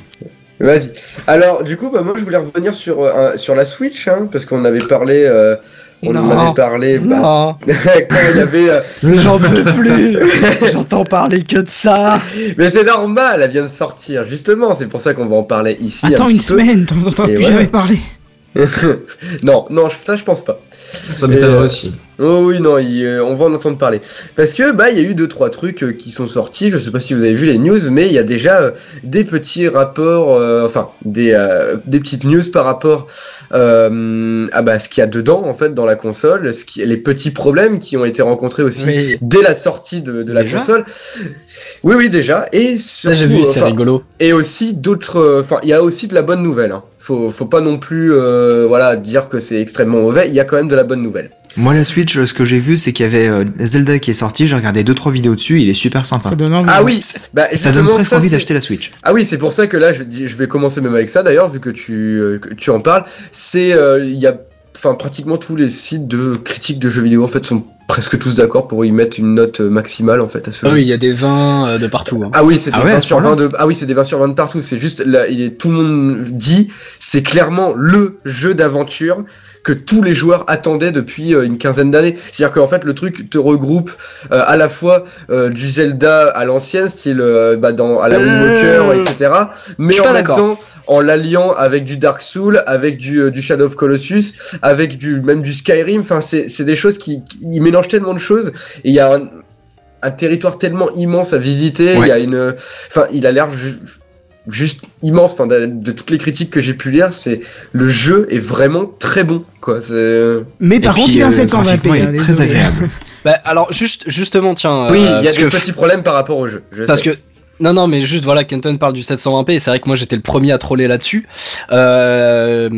Vas-y. Alors, du coup, bah, moi, je voulais revenir sur euh, un- sur la Switch, hein, parce qu'on avait parlé, euh, on en
Non.
avait parlé. Bah,
Non,
quand il y avait. euh,
j'en peux plus. J'entends parler que de ça.
Mais c'est normal, elle vient de sortir. Justement, c'est pour ça qu'on va en parler ici. un
Attends
petit
une
peu.
semaine, t'en entends
Et
plus
voilà.
jamais parler.
non, non, je- ça, je pense pas.
Ça m'étonnerait
Et, euh,
aussi.
Oh oui, non, il, euh, on va en entendre parler. Parce que bah il y a eu deux trois trucs euh, qui sont sortis. Je sais pas si vous avez vu les news, mais il y a déjà euh, des petits rapports, euh, enfin des euh, des petites news par rapport euh, à bah ce qu'il y a dedans en fait dans la console, ce qui, les petits problèmes qui ont été rencontrés aussi dès la sortie de, de la
Déjà
console. Oui, oui, déjà. Et surtout,
Ça, j'ai vu, c'est
enfin,
rigolo.
et aussi d'autres. euh, Enfin, il y a aussi de la bonne nouvelle. Hein. Faut faut pas non plus euh, voilà dire que c'est extrêmement mauvais. Il y a quand même de la bonne nouvelle.
Moi, la Switch, euh, ce que j'ai vu, c'est qu'il y avait euh, Zelda qui est sorti, j'ai regardé 2-3 vidéos dessus, il est super sympa.
Ça donne envie.
Ah oui, bah,
Ça donne
justement,
presque envie
c'est-
d'acheter la Switch.
Ah oui, c'est pour ça que là, je, dis- je vais commencer même avec ça d'ailleurs, vu que tu, euh, que tu en parles. C'est, euh, il y a, enfin, pratiquement tous les sites de critiques de jeux vidéo en fait sont presque tous d'accord pour y mettre une note euh, maximale en fait à ce
Ah
jeu.
oui, il y a des vins euh, de partout. hein.
Ah oui, c'est des
Ah ouais, à
20
ce
sur
point-là
20 de, ah oui, c'est des 20 sur 20 de partout. C'est juste, là, il est, tout le monde dit, c'est clairement le jeu d'aventure que tous les joueurs attendaient depuis euh, une quinzaine d'années. C'est-à-dire qu'en fait, le truc te regroupe euh, à la fois euh, du Zelda à l'ancienne, style euh, bah, dans, à la Wind
Euh,
Walker, etc. Mais
suis pas
en même
d'accord.
temps, en l'alliant avec du Dark Soul, avec du, euh, du Shadow of Colossus, avec du même du Skyrim. Enfin, c'est c'est des choses qui, qui ils mélangent tellement de choses. Et il y a un, un territoire tellement immense à visiter. Il
Ouais.
y a une, enfin, il a l'air ju- juste immense. Enfin, de, de toutes les critiques que j'ai pu lire, c'est le jeu est vraiment très bon. Quoi, c'est
Mais
Et
par
puis,
contre, il est en
euh,
720p.
graphiquement, il est
hein,
très
désolé.
agréable.
Bah, alors, juste, justement, tiens.
oui, il
euh,
y a
parce
des
que
petits problèmes par rapport au jeu. Je
Parce
sais.
que non non mais juste voilà Kenton parle du 720p et c'est vrai que moi j'étais le premier à troller là-dessus. Euh,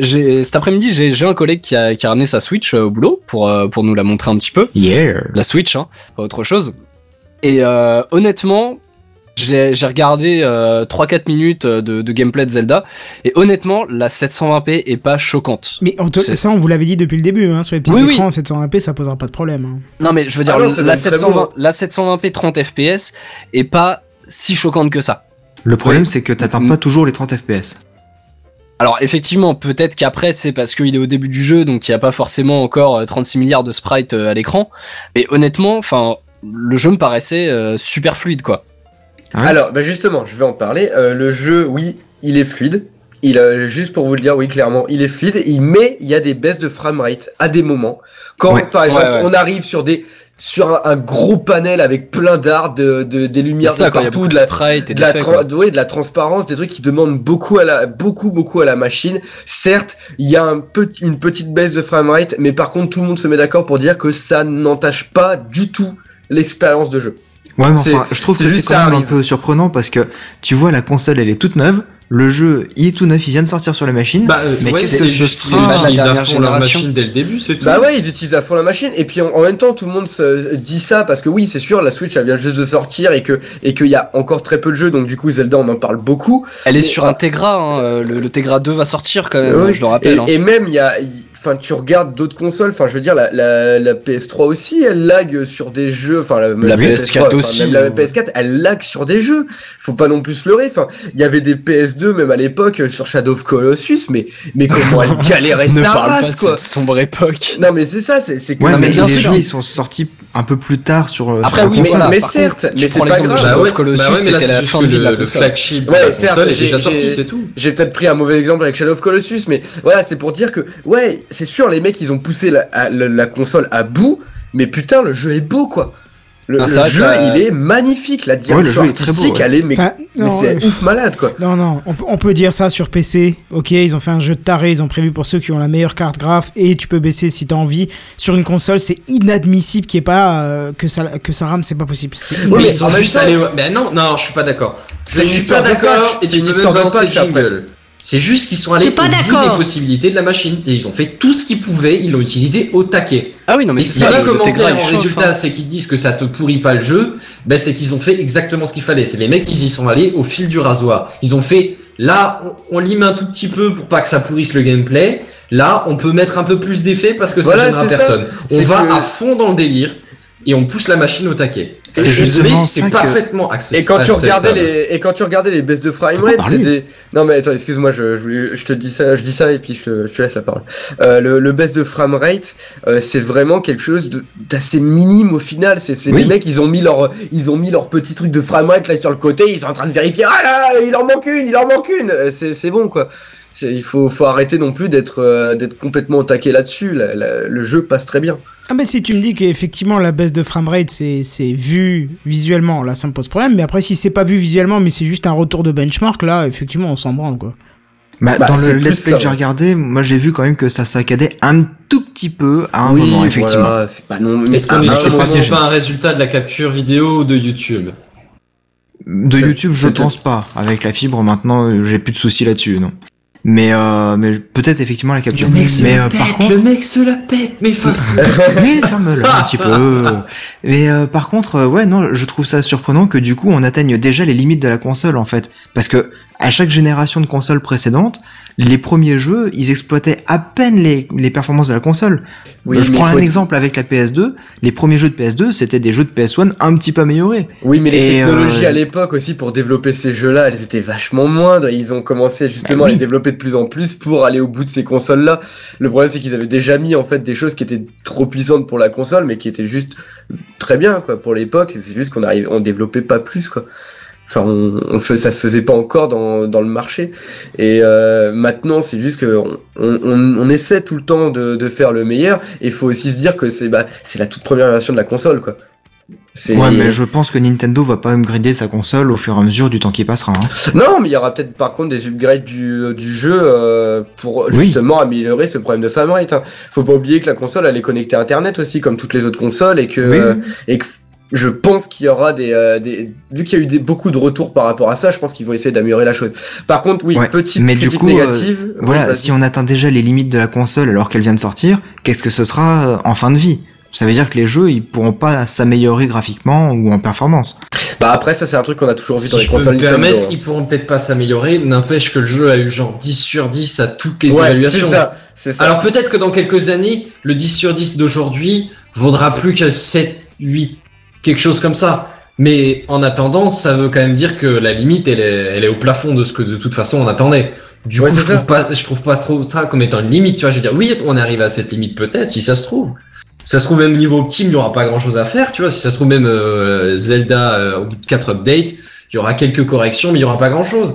j'ai- cet après-midi j'ai j'ai un collègue qui a, qui a ramené sa Switch euh, au boulot pour euh, pour nous la montrer un petit peu
yeah.
la Switch hein, pas autre chose. Et euh, honnêtement j'ai j'ai regardé euh, 3-4 minutes euh, de, de gameplay de Zelda et honnêtement la 720p est pas choquante.
Mais on te-
C'est-
ça, on vous l'avait dit depuis le début, hein, sur les petits
Oui, oui.
écrans 720p, ça posera pas de problème. hein.
Non mais je veux dire
Ah non,
le-
c'est
la
même très
720
beau.
la 720p 30 fps est pas si choquante que ça.
Le problème, c'est que t'atteins pas toujours les 30 FPS.
Alors effectivement, peut-être qu'après c'est parce qu'il est au début du jeu, donc il n'y a pas forcément encore euh, 36 milliards de sprites euh, à l'écran. Mais honnêtement, enfin, le jeu me paraissait euh, super fluide, quoi. Hein
Ouais.
Alors, bah justement, je vais en parler. Euh, le jeu, oui, il est fluide. Il, euh, juste pour vous le dire, oui, clairement, il est fluide. Il, mais il y a des baisses de framerate à des moments. Quand,
Ouais.
par exemple,
Ouais, ouais.
on arrive sur des sur un, un gros panel avec plein d'art, de, de- des lumières de
ça, quand il y a
partout,
beaucoup
de
de
la,
sprites et
de la,
d'effets,
tran-
quoi.
ouais, de la transparence, des trucs qui demandent beaucoup à la, beaucoup, beaucoup à la machine. Certes, il y a un petit- une petite baisse de framerate, mais par contre, tout le monde se met d'accord pour dire que ça n'entache pas du tout l'expérience de jeu.
Ouais, mais
C'est-
enfin, je trouve
c'est
que
juste
c'est quand
ça
même un
arrive.
peu surprenant parce que tu vois, la console, elle est toute neuve, Le jeu, il est tout neuf, il vient de sortir sur la machine.
Bah, euh,
Mais
ouais,
qu'est-ce
c'est
que ce
juste qu'ils
sera la
utilisent à
dernière
fond leur
génération
machine dès le début, c'est tout.
Bah ouais, ils utilisent à fond la machine. Et puis en, en même temps, tout le monde se, euh, dit ça parce que oui, c'est sûr, la Switch elle vient juste de sortir et que et qu'il y a encore très peu de jeux. Donc du coup, Zelda, on en parle beaucoup.
Elle est
Mais-
sur Integra, hein, euh, le, le Tegra 2 va sortir quand même,
Ouais,
hein, je le rappelle.
Et,
hein.
et même il y a, il- enfin tu regardes d'autres consoles. Enfin, je veux dire la, la, la PS3 aussi, elle lag sur des jeux. Enfin la,
La PS4
enfin,
aussi,
Même la
hein.
PS4, elle lag sur des jeux. Faut pas non plus se leurrer. Enfin, il y avait des PS2 même à l'époque euh, sur Shadow of Colossus, mais mais comment elle galérait
ne
sa
parle pas
race
de
quoi.
cette sombre époque.
Non mais c'est ça, c'est c'est que
Ouais,
Non,
mais,
mais bien
les
sûr.
jeux, ils sont sortis un peu plus tard sur, euh,
Après,
sur la
oui,
console.
voilà.
mais
par
certes,
contre, tu
mais
prends
c'est pas
l'exemple de
grave.
Shadow
Bah
of
ouais,
Colossus,
bah ouais, mais là,
c'était
c'est
la
juste
fin
que
de vie de la
le, le
console.
flagship de
Ouais,
la
certes,
console est
j'ai-
déjà
j'ai-
sorti, c'est tout.
J'ai peut-être pris un mauvais exemple avec Shadow of Colossus, mais voilà, c'est pour dire que, ouais, c'est sûr, les mecs, ils ont poussé la, à- la- la console à bout, mais putain, le jeu est beau, quoi. Le,
Ah,
le
c'est vrai que
jeu,
la-
il est magnifique, la
le
direction
jeu est très beau,
artistique,
ouais.
elle est, mais,
Enfin,
mais
non, euh,
c'est ouf malade, quoi.
Non, non, on peut, on peut dire ça sur PC. Ok, ils ont fait un jeu de taré, ils ont prévu pour ceux qui ont la meilleure carte graphe et tu peux baisser si t'as envie. Sur une console, c'est inadmissible qu'il n'y ait pas euh, que, ça, que ça rame, c'est pas possible. C'est
Ouais,
mais
mais
ils sont
en même
juste
temps-
allés. au- Ben non, non, je suis pas d'accord.
C'est
Je
une
suis
histoire
pas
de patch,
d'accord. Et
c'est
tu
une
peux
histoire
même
de
lancer le
patch, après.
jingle. C'est juste qu'ils sont allés
T'es pas
au bout des
d'accord.
possibilités de la machine. Et Ils ont fait tout ce qu'ils pouvaient. Ils l'ont utilisé au taquet.
Ah oui, non, mais
et si
ça,
les
le- le Tegra,
commentaires
il
en
chauffe,
résultat,
hein.
c'est qu'ils disent que ça te pourrit pas le jeu, ben c'est qu'ils ont fait exactement ce qu'il fallait. C'est les mecs, ils y sont allés au fil du rasoir. Ils ont fait, là, on, on lime un tout petit peu pour pas que ça pourrisse le gameplay. Là, on peut mettre un peu plus d'effets parce que ça
Voilà,
gênera
c'est ça.
personne. On
C'est
va
que-
à fond dans le délire et on pousse la machine au taquet.
C'est
Et-
justement
mais
ça
c'est
que-
parfaitement accessible.
Et quand tu regardais les et quand tu regardais les baisses de frame
Pourquoi
rate,
parler
c'est des non mais attends excuse-moi je, je voulais- je te dis ça je dis ça et puis je, te- je te laisse la parole. Euh, le le baisse de frame rate euh, c'est vraiment quelque chose de- d'assez minime au final c'est c'est
Oui.
les mecs ils ont mis leur ils ont mis leur petit truc de frame rate là sur le côté ils sont en train de vérifier ah là il en manque une il en manque une Euh, c'est c'est bon quoi. C'est- Il faut faut arrêter non plus d'être euh, d'être complètement au taquet là-dessus La- la- le jeu passe très bien.
Ah ben si tu me dis qu'effectivement la baisse de framerate c'est c'est vu visuellement, là ça me pose problème, mais après si c'est pas vu visuellement mais c'est juste un retour de benchmark, là effectivement on s'en branle quoi.
Bah,
Bah,
dans le
c'est plus
let's play
ça,
que j'ai
ouais.
regardé, moi j'ai vu quand même que ça saccadait un tout petit peu à un moment, effectivement.
voilà, c'est pas non mais
Est-ce qu'on
à
est
bah,
un
c'est
sûr que
pas
c'est
gênant.
pas un résultat de la capture vidéo de YouTube
De
C'est-
YouTube, je
c'est
pense pas. Avec la fibre, maintenant, euh, j'ai plus de soucis là-dessus, non. Mais, euh, mais je- peut-être effectivement la capture. Mais, euh, par contre,
mec se la pète, mais face.
mais ferme-le un petit peu. Mais euh, par contre, euh, ouais, non, je trouve ça surprenant que du coup, on atteigne déjà les limites de la console en fait, parce que à chaque génération de console précédente, les premiers jeux, ils exploitaient à peine les, les performances de la console.
Oui,
je
mais
prends un
faut-
exemple avec la PS2. Les premiers jeux de PS2, c'était des jeux de PS1 un petit peu améliorés.
Oui, mais les
Et,
technologies
euh,
à l'époque aussi pour développer ces jeux-là, elles étaient vachement moindres. Et ils ont commencé justement
Bah oui.
à les développer de plus en plus pour aller au bout de ces consoles-là. Le problème, c'est qu'ils avaient déjà mis en fait des choses qui étaient trop puissantes pour la console, mais qui étaient juste très bien quoi pour l'époque. C'est juste qu'on arrivait, on développait pas plus quoi. Enfin, on, on fait, ça se faisait pas encore dans, dans le marché. Et euh, maintenant, c'est juste que on, on, on- on essaie tout le temps de, de faire le meilleur. Et faut aussi se dire que c'est bah c'est la toute première version de la console quoi. C'est-
Ouais, mais je pense que Nintendo va pas upgrader sa console au fur et à mesure du temps qui passera. hein.
Non, mais il y aura peut-être par contre des upgrades du, du jeu euh, pour
Oui.
justement améliorer ce problème de frame rate. Hein. Faut pas oublier que la console elle est connectée à Internet aussi, comme toutes les autres consoles, et que
Oui.
euh, et que je pense qu'il y aura des, euh, des vu qu'il y a eu des, beaucoup de retours par rapport à ça, je pense qu'ils vont essayer d'améliorer la chose. Par contre, oui,
Ouais,
petite
mais du
critique
coup, euh,
négative.
Voilà,
vas-y.
si on atteint déjà les limites de la console alors qu'elle vient de sortir, qu'est-ce que ce sera euh, en fin de vie Ça veut dire que les jeux, ils pourront pas s'améliorer graphiquement ou en performance.
Bah après ça c'est un truc qu'on a toujours vu
Si
dans les
je peux
consoles
me
Nintendo.
permettre,
hein.
ils pourront peut-être pas s'améliorer, n'empêche que le jeu a eu genre 10 sur 10 à toutes les
Ouais, c'est
évaluations.
ça, c'est ça.
Alors peut-être que dans quelques années, le 10 sur 10 d'aujourd'hui vaudra plus que 7, 8, quelque chose comme ça. Mais en attendant, ça veut quand même dire que la limite, elle est, elle est au plafond de ce que de toute façon on attendait. Du
Ouais,
coup,
c'est
je
ça.
trouve, pas, je trouve pas trop ça comme étant une limite, tu vois. Je veux dire, oui, on arrive à cette limite peut-être, si ça se trouve. Si ça se trouve même niveau optime, il n'y aura pas grand-chose à faire, tu vois. Si ça se trouve même euh, Zelda euh, au bout de 4 updates, il y aura quelques corrections, mais il y aura pas grand-chose.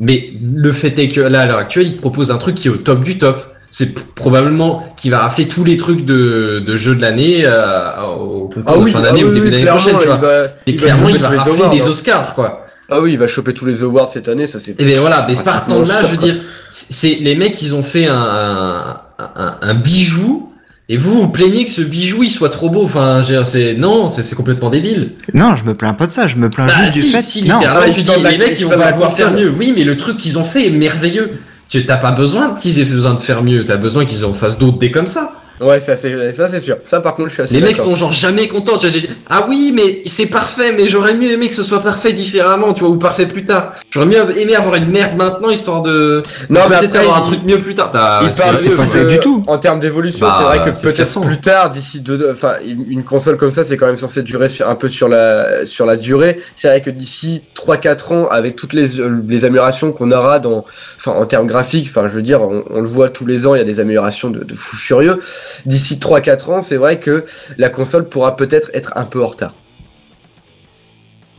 Mais le fait est que là, à l'heure actuelle, il te propose un truc qui est au top du top. C'est p- probablement qui va rafler tous les trucs de, de jeu de l'année euh, au concours
ah
de
oui,
fin
ah
d'année
oui,
ou début
oui,
d'année
clairement,
prochaine, tu vois.
il va,
Et
il va
clairement, il
choper
va
tous les
rafler
awards,
des
hein.
Oscars, quoi.
Ah oui, il va choper tous les awards cette année, ça c'est.
Et ben voilà, mais
pratiquement
partant de là,
sûr,
je veux
quoi.
dire, c'est c'est- les mecs, ils ont fait un, un, un- un bijou
Et vous, vous plaignez que ce bijou il soit trop beau. Enfin, je veux dire, c'est non, c'est c'est complètement débile.
Non, je me plains pas de ça, je me plains
Bah,
juste
si,
du fait.
si,
non,
littéralement,
Ah,
tu
tu
dis,
parles de la-
les mecs,
tu
ils vont
parles de la hein.
pouvoir faire
console.
mieux. Oui, mais le truc qu'ils ont fait est merveilleux. Tu t'as pas besoin qu'ils aient besoin de faire mieux. T'as besoin qu'ils en fassent d'autres dés comme ça.
Ouais, ça c'est ça c'est sûr. Ça par contre, je suis assez
les mecs
d'accord.
sont genre jamais contents. Tu vois, j'ai dit, ah oui, mais c'est parfait, mais j'aurais mieux aimé que ce soit parfait différemment, tu vois, ou parfait plus tard. J'aurais mieux aimé avoir une merde maintenant, histoire de
Non, mais
peut-être
après,
avoir un
il-
truc mieux plus tard. T'as-
Il parle
Ah c'est
de-
pas ça
euh,
du tout.
En termes d'évolution,
Bah,
c'est vrai que
c'est ce qu'elles sont.
peut-être plus tard, d'ici deux, enfin, une une console comme ça, c'est quand même censé durer sur- un peu sur la, sur la durée. C'est vrai que d'ici 3-4 ans, avec toutes les, euh, les améliorations qu'on aura dans, enfin, en termes graphiques, enfin, je veux dire, on, on le voit tous les ans, il y a des améliorations de, de fou furieux. D'ici 3-4 ans, c'est vrai que la console pourra peut-être être un peu en retard.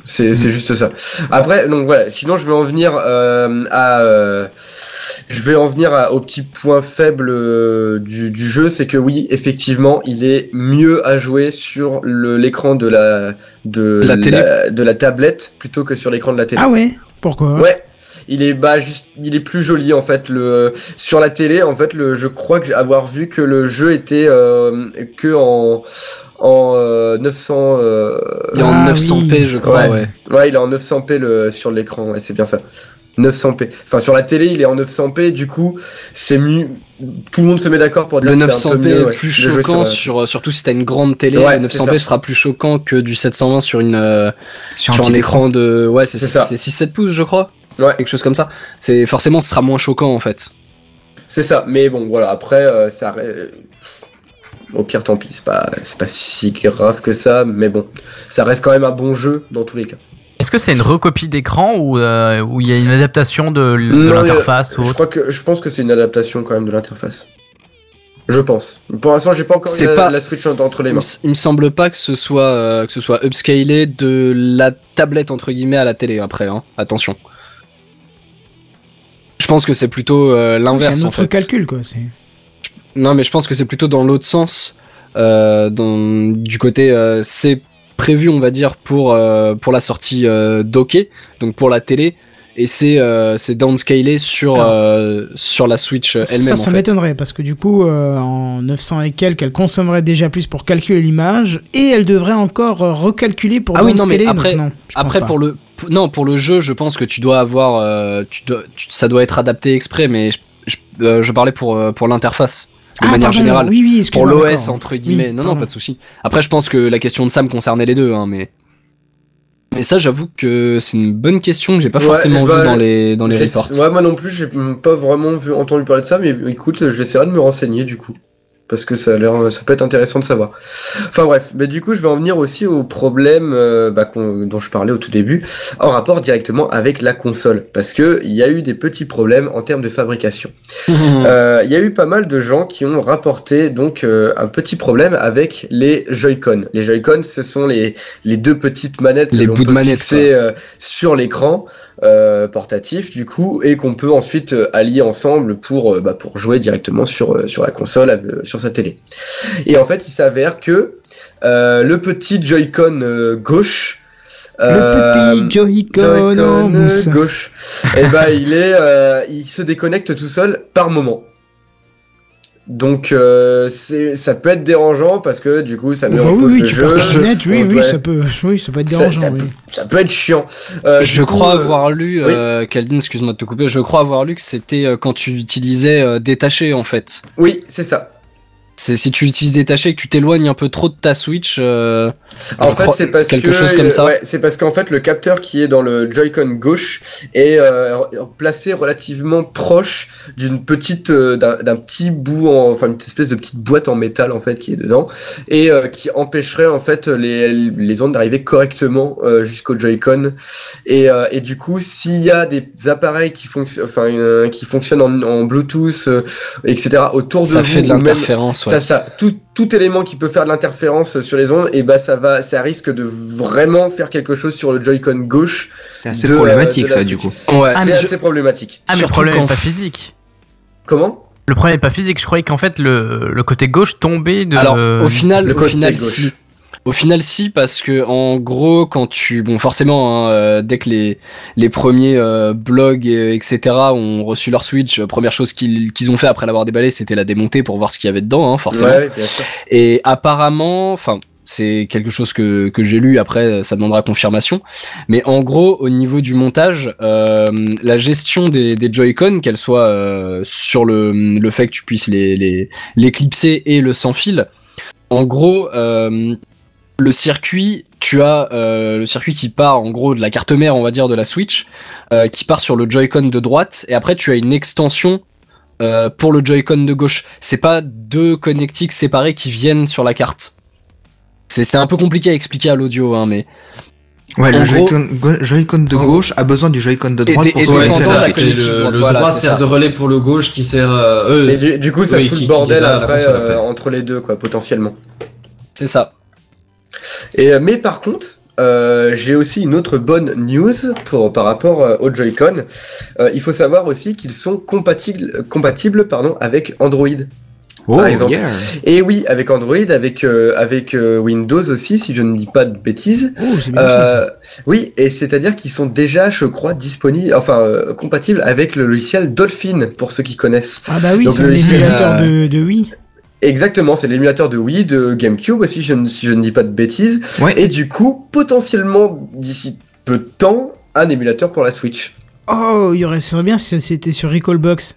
C'est c'est juste ça. Après, donc voilà. Sinon, je vais en venir euh, à. euh, je vais en venir à- au petit point faible euh, du, du jeu, c'est que oui, effectivement, il est mieux à jouer sur le- l'écran de la de
La télé.
de la tablette plutôt que sur l'écran de la télé.
Ah ouais Pourquoi
Ouais. Il est bah juste il est plus joli en fait le sur la télé en fait le je crois que j'ai- avoir vu que le jeu était euh, que en en euh, 900 euh,
Il est en
Ah
900p,
oui.
je crois, ouais.
Ouais. ouais, il est en 900p le sur l'écran ouais, c'est bien ça. 900p. Enfin sur la télé, il est en 900p du coup, c'est mieux tout le monde se met d'accord pour dire
Le
que c'est un
900p
peu mieux,
est
ouais,
plus
de jouer sur,
choquant,
euh,
sur, euh, surtout si t'as une grande télé,
Ouais,
le
c'est
900p sera plus choquant que du 720 sur une euh,
Sur un
sur un,
petit
écran de ouais, c'est
C'est
ça,
ça.
c'est 6-7 pouces, je crois.
Ouais.
Quelque chose comme ça. C'est forcément, ce sera moins choquant en fait.
C'est ça, mais bon, voilà, après, euh, ça. re- Au pire, tant pis, c'est pas, c'est pas si grave que ça, mais bon, ça reste quand même un bon jeu dans tous les cas.
Est-ce que c'est une recopie d'écran ou euh, où il y a une adaptation de, l- de
Non,
l'interface ou
Je
autre
crois que, je pense que c'est une adaptation quand même de l'interface. Je pense. Pour l'instant, j'ai pas encore eu
C'est
la,
pas
la Switch en- entre les
il
mains.
me- Il me semble pas que ce soit euh, que ce soit upscalé de la tablette entre guillemets à la télé après. Hein. Attention. Je pense que c'est plutôt euh,
C'est
l'inverse
un
en
autre
fait.
calcul quoi. c'est-
Non, mais je pense que c'est plutôt dans l'autre sens, euh, dans- du côté euh, c'est prévu, on va dire, pour euh, pour la sortie euh, dockée, donc pour la télé, et c'est euh, c'est downscalé sur
Alors,
euh, sur la Switch euh, elle-même.
Ça, ça
en fait.
m'étonnerait parce que du coup, euh, en 900 et quelques, elle consommerait déjà plus pour calculer l'image et elle devrait encore euh, recalculer pour
Ah oui,
dans
non,
ce
mais
qu'elle est,
après-
donc non, je pense
Après
pas.
pour le pour- non pour le jeu, je pense que tu dois avoir, euh, tu dois, tu- ça doit être adapté exprès, mais je, je, euh, je parlais pour euh, pour l'interface de
Ah,
manière
pardon,
générale.
oui, oui,
Pour
excuse-moi,
l'OS
d'accord.
entre guillemets, non non
pardon.
pas de souci. Après je pense que la question de Sam concernait les deux, hein, mais mais ça j'avoue que c'est une bonne question que j'ai pas
Ouais,
forcément
bah,
vu dans les dans les
J'ai-
reports.
Ouais, moi non plus, j'ai mm, pas vraiment vu, entendu parler de ça, mais écoute, j'essaierai de me renseigner du coup. Parce que ça a l'air, ça peut être intéressant de savoir. Enfin bref, mais du coup, je vais en venir aussi au problème euh, bah, qu'on- dont je parlais au tout début, en rapport directement avec la console, parce que il y a eu des petits problèmes en termes de fabrication. Euh, Il y a eu pas mal de gens qui ont rapporté donc euh, un petit problème avec les Joy-Con. Les Joy-Con, ce sont les, les deux petites manettes que
Les
l'on
bouts de
peut
manette,
fixer euh, sur l'écran euh, portatif du coup et qu'on peut ensuite euh, allier ensemble pour euh, bah, pour jouer directement sur euh, sur la console euh, sur sa télé. Et en fait, il s'avère que euh, le petit Joy-Con euh, gauche euh,
Le petit Joy-Con en
Joy-Con, euh,
mousse. Oh,
gauche. Et bah il est, euh, il se déconnecte tout seul par moment. Donc euh, c'est, ça peut être dérangeant parce que du coup ça met
Bah
en
oui,
pause
oui,
le
tu
jeu.
parles de net, oui,
on
oui,
doit-
ça peut, oui, ça peut être
ça,
dérangeant.
ça
oui.
peut, ça peut être chiant. Euh,
je
du coup,
crois
euh,
avoir lu, euh, Caldine, excuse-moi de te couper, je crois avoir lu que c'était euh, quand tu utilisais euh, détaché en fait.
Oui, c'est ça.
C'est si tu utilises détaché et que tu t'éloignes un peu trop de ta Switch. euh,
En
je
fait,
crois-
c'est parce
quelque
que
chose comme ça.
ouais, c'est parce qu'en fait le capteur qui est dans le Joy-Con gauche est euh, re- placé relativement proche d'une petite euh, d'un, d'un petit bout en, enfin une espèce de petite boîte en métal en fait qui est dedans et euh, qui empêcherait en fait les les ondes d'arriver correctement euh, jusqu'au Joy-Con et euh, et du coup s'il y a des appareils qui fonctionnent enfin euh, qui fonctionnent en, en Bluetooth euh, etc autour
ça
de
fait de
vous ou même-
l'interférence, ouais.
ça, ça, tout, tout élément qui peut faire de l'interférence sur les ondes, et bah ça va, ça risque de vraiment faire quelque chose sur le Joy-Con gauche.
C'est assez
de la-
problématique
de la
ça du
Switch.
coup.
Ouais,
Ah,
c'est
mais
assez
je-
problématique.
Ah mais le
Surtout
problème
quand-
n'est pas physique.
Comment
Le problème n'est pas physique. Je croyais qu'en fait le, le côté gauche tombait de.
Alors, au final,
euh, le
au
côté
final
gauche.
si. Au final, si, parce que en gros, quand tu, bon, forcément, hein, euh, dès que les les premiers euh, blogs, euh, etc., ont reçu leur Switch, euh, première chose qu'ils qu'ils ont fait après l'avoir déballé, c'était la démonter pour voir ce qu'il y avait dedans, hein, forcément.
Ouais, bien sûr.
Euh,
Et apparemment, enfin, c'est quelque chose que, que j'ai lu, après ça demandera confirmation. Mais en gros, au niveau du montage, euh, la gestion des, des Joy-Con, qu'elle soit euh, sur le, le fait que tu puisses les, les, les clipser et le sans fil, en gros, euh, le circuit, tu as euh, le circuit qui part en gros de la carte mère, on va dire, de la Switch, euh, qui part sur le Joy-Con de droite, et après tu as une extension euh, pour le Joy-Con de gauche. C'est pas deux connectiques séparés qui viennent sur la carte. C'est c'est un peu compliqué à expliquer à l'audio, hein, mais.
Ouais,
En
le
gros-
Joy-Con go- Joy-Con de
en gros-
gauche a besoin du Joy-Con de droite
des-
pour
et
se
des
Ouais,
connecter
c'est
sur la
ça,
Switch.
c'est le, le
Voilà,
droit
c'est
sert
ça.
de relais pour le gauche qui sert. euh, euh,
Mais du, du coup, ça
Oui,
fout
qui-
le
qui
bordel
débat à la
après
console
euh,
après.
entre les deux, quoi, potentiellement.
C'est ça.
Et, euh, mais par contre, euh, j'ai aussi une autre bonne news pour, par rapport euh, aux Joy-Con. Euh, il faut savoir aussi qu'ils sont compatibles, compatibles pardon, avec Android.
Oh,
Par exemple.
yeah.
Et oui, avec Android, avec, euh, avec euh, Windows aussi, si je ne dis pas de bêtises.
Oh, c'est bien ça.
Euh, oui, et c'est-à-dire qu'ils sont déjà, je crois, disponibles, enfin, euh, compatibles avec le logiciel Dolphin, pour ceux qui connaissent.
Ah bah oui,
donc
c'est
le euh,
un
logiciel,
émulateur de, de Wii.
Exactement, c'est l'émulateur de Wii, de GameCube aussi, je ne- si je ne dis pas de bêtises.
Ouais.
Et du coup, potentiellement, d'ici peu de temps, un émulateur pour la Switch.
Oh, il y aurait, ça serait bien si c'était sur Recallbox.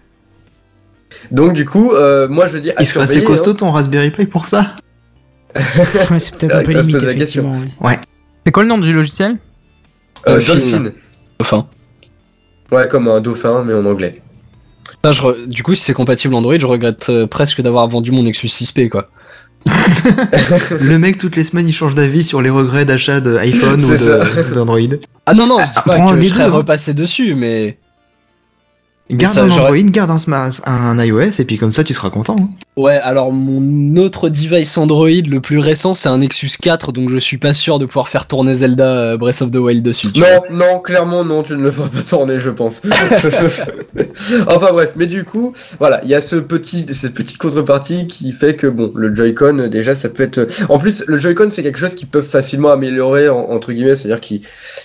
Donc du coup, euh, moi je dis à
Il serait assez
surveiller, hein.
costaud ton Raspberry Pi pour ça
Ouais, c'est peut-être un
vrai que
peu
ça se
limite,
pose la question.
effectivement. ouais.
C'est quoi le nom du logiciel
hein. Euh,
Dolphin.
Dolphin.
Enfin.
Ouais, comme un dauphin, mais en anglais.
Ça, je re- Du coup, si c'est compatible Android, je regrette euh, presque d'avoir vendu mon Nexus 6P, quoi.
Le mec, toutes les semaines, il change d'avis sur les regrets d'achat d'iPhone ou
C'est
de- d'Android.
Ah non, non, je dis
Ah,
pas
prends
que
les
je serais
deux, hein.
repassé dessus, mais.
Garde
ça,
un
j'aurais-
Android, garde un, smart, un iOS, et puis comme ça, tu seras content. hein.
Ouais, alors mon autre device Android le plus récent, c'est un Nexus 4, donc je suis pas sûr de pouvoir faire tourner Zelda euh, Breath of the Wild dessus. tu
Non, non, clairement non, tu ne le feras pas tourner, je pense. enfin bref, mais du coup, voilà, il y a ce petit, cette petite contrepartie qui fait que bon, le Joy-Con euh, déjà, ça peut être. En plus, le Joy-Con c'est quelque chose qu'ils peuvent facilement améliorer en- entre guillemets, c'est-à-dire qu'ils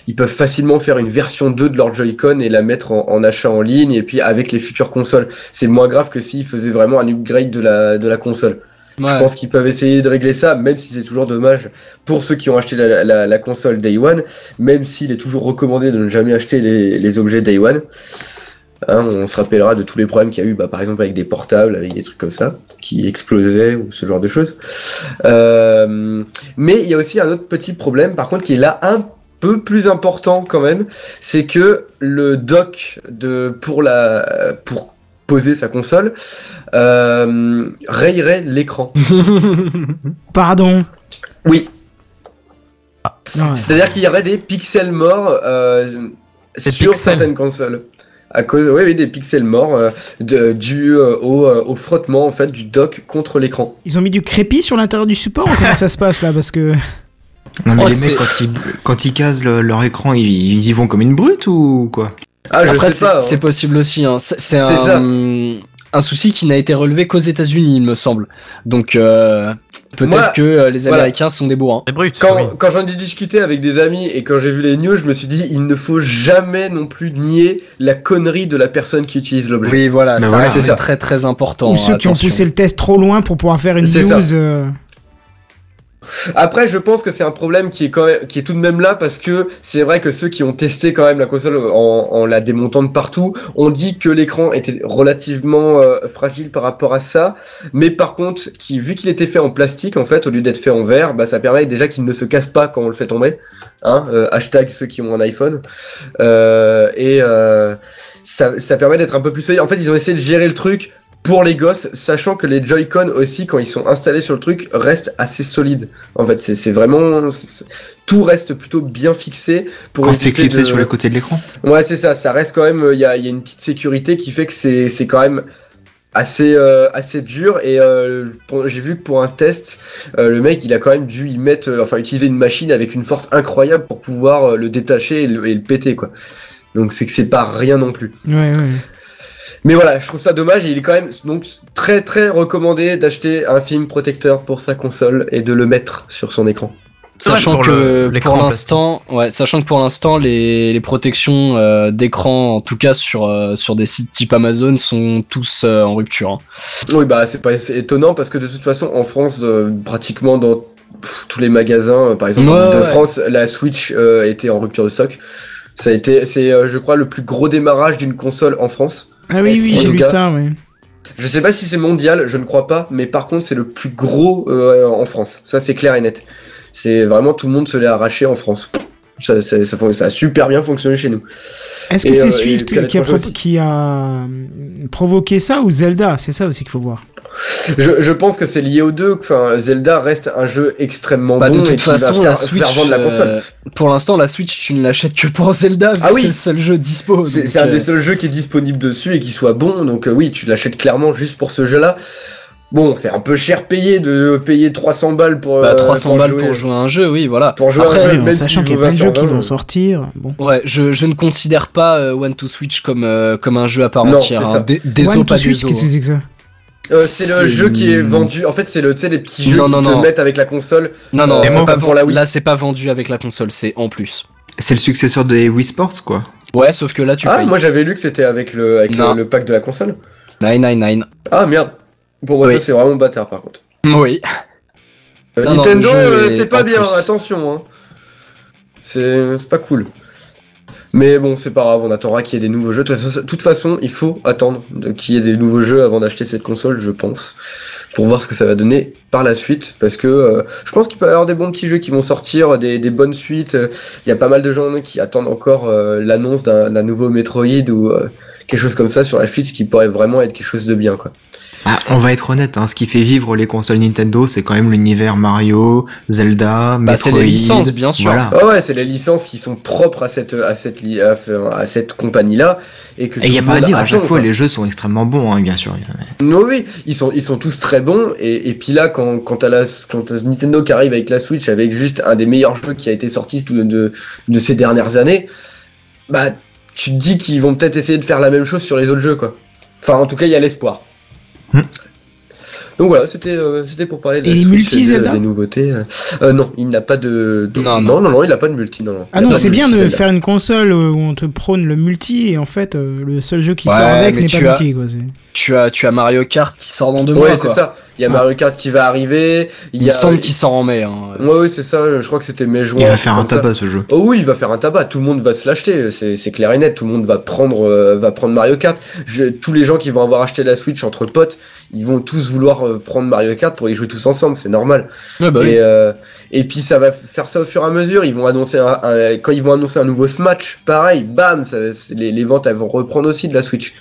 ils peuvent facilement faire une version 2 de leur Joy-Con et la mettre en, en achat en ligne et puis avec les futures consoles, c'est moins grave que s'ils faisaient vraiment un upgrade de la de la console.
vois.
Je
Ouais.
pense qu'ils peuvent essayer de régler ça, même si c'est toujours dommage pour ceux qui ont acheté la, la- la console Day One, même s'il est toujours recommandé de ne jamais acheter les, les objets Day One. Hein, on se rappellera de tous les problèmes qu'il y a eu, bah, par exemple avec des portables, avec des trucs comme ça, qui explosaient ou ce genre de choses. Euh, mais il y a aussi un autre petit problème, par contre, qui est là un peu plus important quand même, c'est que le dock de pour la pour poser sa console euh, rayerait l'écran.
Pardon. Ah.
Oui.
Non, ouais.
C'est-à-dire qu'il y aurait des pixels morts euh, sur
pixels.
certaines consoles. À cause, oui, oui, des pixels morts euh, de, dû euh, au, euh, au frottement en fait du dock contre l'écran.
Ils ont mis du crépi sur l'intérieur du support ou comment ça se passe là Parce que.
Non, mais
Oh,
les
c'est-
mecs, quand ils, quand ils casent le- leur écran, ils, ils y vont comme une brute ou quoi
Ah, je
Après,
sais
c'est
pas. hein.
c'est possible aussi. hein. C'est c'est
C'est ça.
un, un souci qui n'a été relevé qu'aux États-Unis, il me semble. Donc euh, peut-être
Moi,
que euh, les
voilà.
Américains sont des bourrins.
C'est brut.
Quand,
oui.
quand j'en ai discuté avec des amis et quand j'ai vu les news, je me suis dit il ne faut jamais non plus nier la connerie de la personne qui utilise l'objet.
Oui, voilà,
Mais
ça,
voilà,
c'est
c'est ça.
très très important.
Ou ceux qui ont
attention.
poussé le test trop loin pour pouvoir faire une
C'est ça.
news. euh,
Après, je pense que c'est un problème qui est quand même, qui est tout de même là parce que c'est vrai que ceux qui ont testé quand même la console en, en la démontant de partout ont dit que l'écran était relativement euh, fragile par rapport à ça, mais par contre, qui, vu qu'il était fait en plastique en fait au lieu d'être fait en verre, bah ça permet déjà qu'il ne se casse pas quand on le fait tomber. Hein, euh, hashtag ceux qui ont un iPhone Euh, et euh, ça, ça permet d'être un peu plus solide. En fait, ils ont essayé de gérer le truc. Pour les gosses, sachant que les Joy-Con aussi, quand ils sont installés sur le truc, restent assez solides. En fait, c'est c'est vraiment c'est- c'est- tout reste plutôt bien fixé pour
Quand c'est
éviter
clipsé
de-
sur le côté de l'écran
Ouais, c'est ça. Ça reste quand même. Il y a, il y a une petite sécurité qui fait que c'est c'est quand même assez euh, assez dur. Et euh, pour- j'ai vu que pour un test, euh, le mec, il a quand même dû y mettre, euh, enfin, utiliser une machine avec une force incroyable pour pouvoir euh, le détacher et le, et le péter, quoi. Donc c'est que c'est pas rien non plus.
Ouais, ouais.
Mais voilà, je trouve ça dommage et il est quand même donc très très recommandé d'acheter un film protecteur pour sa console et de le mettre sur son écran.
dommage
Sachant
pour
que
le- l'écran
pour
en
l'instant, ouais, sachant que pour l'instant, les, les protections euh, d'écran, en tout cas sur euh, sur des sites type Amazon, sont tous euh, en rupture. hein.
Oui, bah c'est pas c'est étonnant parce que de toute façon en France, euh, pratiquement dans pff, tous les magasins, euh, par exemple
Ouais,
de
ouais.
France, la Switch euh, était en rupture de stock. Ça a été, c'est euh, je crois le plus gros démarrage d'une console en France.
Ah oui,
Et
oui,
en
j'ai
tout
lu
cas-
ça, ouais.
Je sais pas si c'est mondial, je ne crois pas, mais par contre c'est le plus gros euh, en France. Ça c'est clair et net. C'est vraiment tout le monde se l'est arraché en France. Ça, ça, ça fon- ça a super bien fonctionné chez nous.
Est-ce que
Et,
c'est
euh, et puis à
Swift
la
qui a,
prochaine
pro-
aussi.
qui a euh, provoqué ça ou Zelda C'est ça aussi qu'il faut voir.
Je, je pense que c'est lié aux deux. Enfin, Zelda reste un jeu extrêmement
Bah,
bon
de
et
toute
qui va
façon, la
faire,
Switch,
faire vendre la console.
euh, pour l'instant, la Switch, tu ne l'achètes que pour Zelda. vu
Ah
que
oui.
c'est le seul jeu dispo.
C'est
donc,
c'est un
euh,
des seuls jeux qui est disponible dessus et qui soit bon, donc euh, oui, tu l'achètes clairement juste pour ce jeu-là. Bon, c'est un peu cher payé de payer 300 balles pour
bah,
euh,
300
pour
balles
jouer-
pour jouer à un jeu, oui, voilà.
pour jouer à
Après,
un
Oui,
jeu,
en
même
sachant
s'il
qu'il y a
vaut
plein de
20,
jeux qui
20,
vont sortir. Bon.
Ouais, je, je ne considère pas euh, One to Switch comme euh, comme un jeu à part
Non,
entière.
c'est
hein.
ça.
Dé- Déso,
One
pas
to Switch,
déso,
qu'est-ce que
hein.
c'est que ça
Euh, c'est le
C'est-
jeu qui est vendu. En fait, c'est le tu sais les petits jeux
Non,
qui
non,
te
non.
mettent avec la console.
Non, non,
Euh,
c'est
Démo.
pas
Pour la Wii.
Là, c'est pas vendu avec la console, c'est en plus.
C'est le successeur des Wii Sports, quoi.
Ouais, sauf que là, tu
ah,
payes.
moi j'avais lu que c'était avec le avec le,
Non.
le pack de la console.
999.
Ah merde. Bon, bah,
Oui.
ça c'est vraiment bâtard par contre.
Oui.
Euh,
Non, non,
Nintendo,
le jeu
euh,
est
c'est pas
en
bien,
plus.
attention. Hein. C'est c'est pas cool. Mais bon, c'est pas grave, on attendra qu'il y ait des nouveaux jeux. De toute façon- de toute façon, il faut attendre de- qu'il y ait des nouveaux jeux avant d'acheter cette console, je pense, pour voir ce que ça va donner par la suite. Parce que euh, je pense qu'il peut y avoir des bons petits jeux qui vont sortir, des, des bonnes suites. Euh, Il y a pas mal de gens qui attendent encore euh, l'annonce d'un d'un nouveau Metroid ou euh, quelque chose comme ça sur la suite, ce qui pourrait vraiment être quelque chose de bien, quoi.
Ah, on va être honnête, hein, ce qui fait vivre les consoles Nintendo, c'est quand même l'univers Mario, Zelda,
Bah, c'est
Metroid.
les licences, bien sûr.
Voilà.
Ah ouais, c'est les licences qui sont propres à cette à cette li- à, à cette compagnie là et que
Et il
tout
y a
le
pas à
monde
dire, à
attend,
chaque fois
quoi.
les jeux sont extrêmement bons, hein, bien sûr.
Non, oui, ils sont ils sont tous très bons et, et puis là quand quand t'as la quand t'as Nintendo qui arrive avec la Switch avec juste un des meilleurs jeux qui a été sorti de de, de ces dernières années, bah tu te dis qu'ils vont peut-être essayer de faire la même chose sur les autres jeux quoi. Enfin en tout cas il y a l'espoir.
Hmm.
Donc voilà, c'était euh, c'était pour parler de
Et
la
les
Switch,
multis,
de-
Zelda
des nouveautés. Euh, non, il n'a pas de, de-
Non,
non il n'a pas de multi non non.
Ah
Il a
non,
pas
c'est bien
multi,
de
Zelda.
faire une console euh, où on te prône le multi et en fait euh, le seul jeu qui
Ouais,
sort avec
mais
n'est
tu
pas
as-
multi. Quoi. c'est-
Tu as tu as Mario Kart qui sort dans deux mois.
Ouais, c'est
quoi.
ça. Il y a
Ouais.
Mario Kart qui va arriver.
Il, me
y a...
semble qu'il sort en mai. hein.
Ouais, ouais, c'est ça. Je crois que c'était mai juin.
il va faire un
comme ça.
tabac ce jeu.
Oh oui, il va faire un tabac. Tout le monde va se l'acheter. C'est c'est clair et net. Tout le monde va prendre, euh, va prendre Mario Kart. Je- tous les gens qui vont avoir acheté la Switch entre potes, ils vont tous vouloir euh, prendre Mario Kart pour y jouer tous ensemble. C'est normal.
Ouais, bah oui.
et, euh, et puis ça va faire ça au fur et à mesure. Ils vont annoncer un, un- quand ils vont annoncer un nouveau Smash, pareil, bam, ça- c'est- les, les ventes elles vont reprendre aussi de la Switch.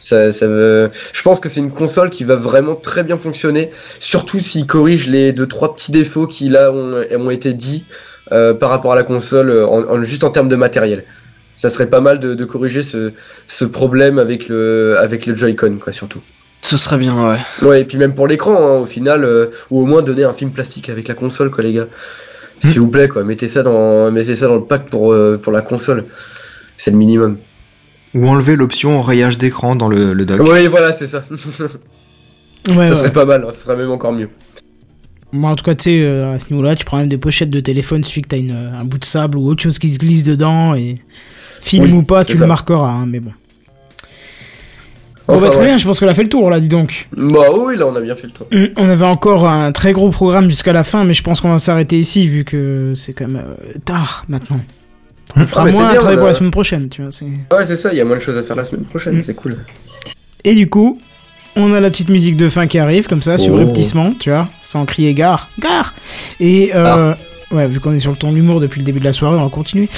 Ça, ça veut- Je pense que c'est une console qui va vraiment très bien fonctionner, surtout s'il corrige les deux trois petits défauts qui là ont, ont été dits euh, par rapport à la console, euh, en, en- juste en termes de matériel. Ça serait pas mal de, de corriger ce, ce problème avec le avec le Joy-Con quoi surtout.
Ce serait bien, ouais.
Ouais, et puis même pour l'écran, hein, au final, euh, ou au moins donner un film plastique avec la console, quoi, les gars. S'il vous plaît, quoi, mettez ça dans, mettez ça dans le pack pour, euh, pour la console. C'est le minimum.
Ou enlever l'option rayage d'écran dans le, le dock.
Oui, voilà, c'est ça.
Ouais,
ça
ouais.
serait pas mal, hein, ça serait même encore mieux.
Moi, en tout cas, tu sais, euh, à ce niveau-là, tu prends même des pochettes de téléphone, suffit que t'as une, euh, un bout de sable ou autre chose qui se glisse dedans et film
Oui,
ou pas,
c'est
tu
ça. Oh,
le marqueras, hein, mais bon.
Enfin,
bon, bah, très
ouais.
bien, je pense qu'on a fait le tour, là, dis donc.
Bah oui, là, on a bien fait le tour.
Hum, On avait encore un très gros programme jusqu'à la fin, mais je pense qu'on va s'arrêter ici, vu que c'est quand même euh, tard maintenant. On fera
Ah, mais c'est
moins à
bien,
travailler
on a-
pour la semaine prochaine, tu vois. c'est-
Ouais, c'est ça, il y a moins de choses à faire la semaine prochaine,
Mm.
c'est cool.
Et du coup, on a la petite musique de fin qui arrive, comme ça, sur subrepticement, tu vois, sans crier gare, gare Et euh, ouais, vu qu'on est sur le ton de l'humour depuis le début de la soirée, on va continuer.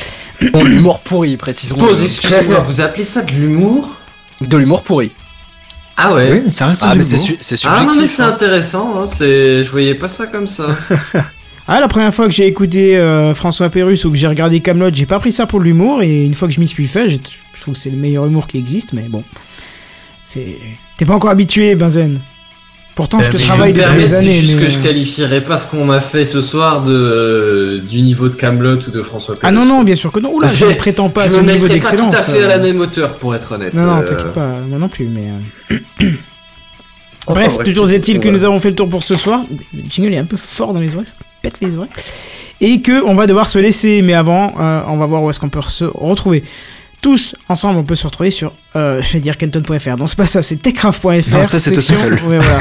Bon, de l'humour pourri, précisons.
Pause, excusez-moi, vous appelez ça de l'humour
De l'humour pourri.
Ah ouais
Oui, mais ça reste
Ah,
du
mais
beau.
c'est su- c'est
Ah
subjectif.
non mais c'est
hein.
intéressant, hein, c'est... je voyais pas ça comme ça.
Ah, la première fois que j'ai écouté euh, François Pérus ou que j'ai regardé Camelot, j'ai pas pris ça pour l'humour, et une fois que je m'y suis fait, j'ai- je trouve que c'est le meilleur humour qui existe, mais bon. C'est. T'es pas encore habitué, Benzen. Pourtant,
Ben
Euh,
je te
si je
travaille
vous
depuis
permets,
des
si
années.
c'est juste
mais,
que je
euh,
qualifierais pas ce qu'on m'a fait ce soir de du niveau de Camelot ou de François
Ah non, non, bien sûr que non. Oula, je ne prétends pas à
je
ce
me
niveau
mettrais pas tout
d'excellence.
à fait à
euh.
la même hauteur pour être honnête.
Non, non,
Euh,
t'inquiète pas, moi non plus, mais. euh,
Enfin,
Bref, toujours est-il que nous
voilà.
avons fait le tour pour ce soir. Le jingle est un peu fort dans les oreilles, ça pète les oreilles. et que on va devoir se laisser. Mais avant, euh, on va voir où est-ce qu'on peut se retrouver. Tous ensemble, on peut se retrouver sur, euh, je vais dire kenton.fr. Non, c'est pas ça, c'est techcraft.fr.
Non, ça, c'est toi
Section-
tout seul.
ouais, voilà.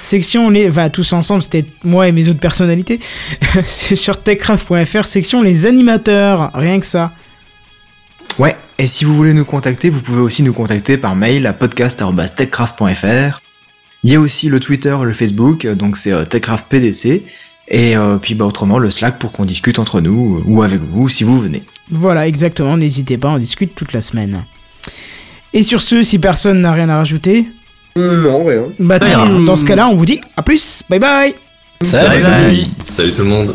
section les, va tous ensemble, c'était moi et mes autres personnalités. c'est sur techcraft.fr, section les animateurs, rien que ça.
Ouais, et si vous voulez nous contacter, vous pouvez aussi nous contacter par mail à podcast.techcraft.fr. Il y a aussi le Twitter, le Facebook, euh, donc c'est euh, Techcraft PDC, et euh, puis bah, autrement le Slack pour qu'on discute entre nous euh, ou avec vous si vous venez.
Voilà, exactement, n'hésitez pas, on discute toute la semaine. Et sur ce, si personne n'a rien à rajouter,
Non, rien.
bah très
Rien.
bien. dans ce cas-là, on vous dit à plus, bye bye
Salut.
Salut tout le monde.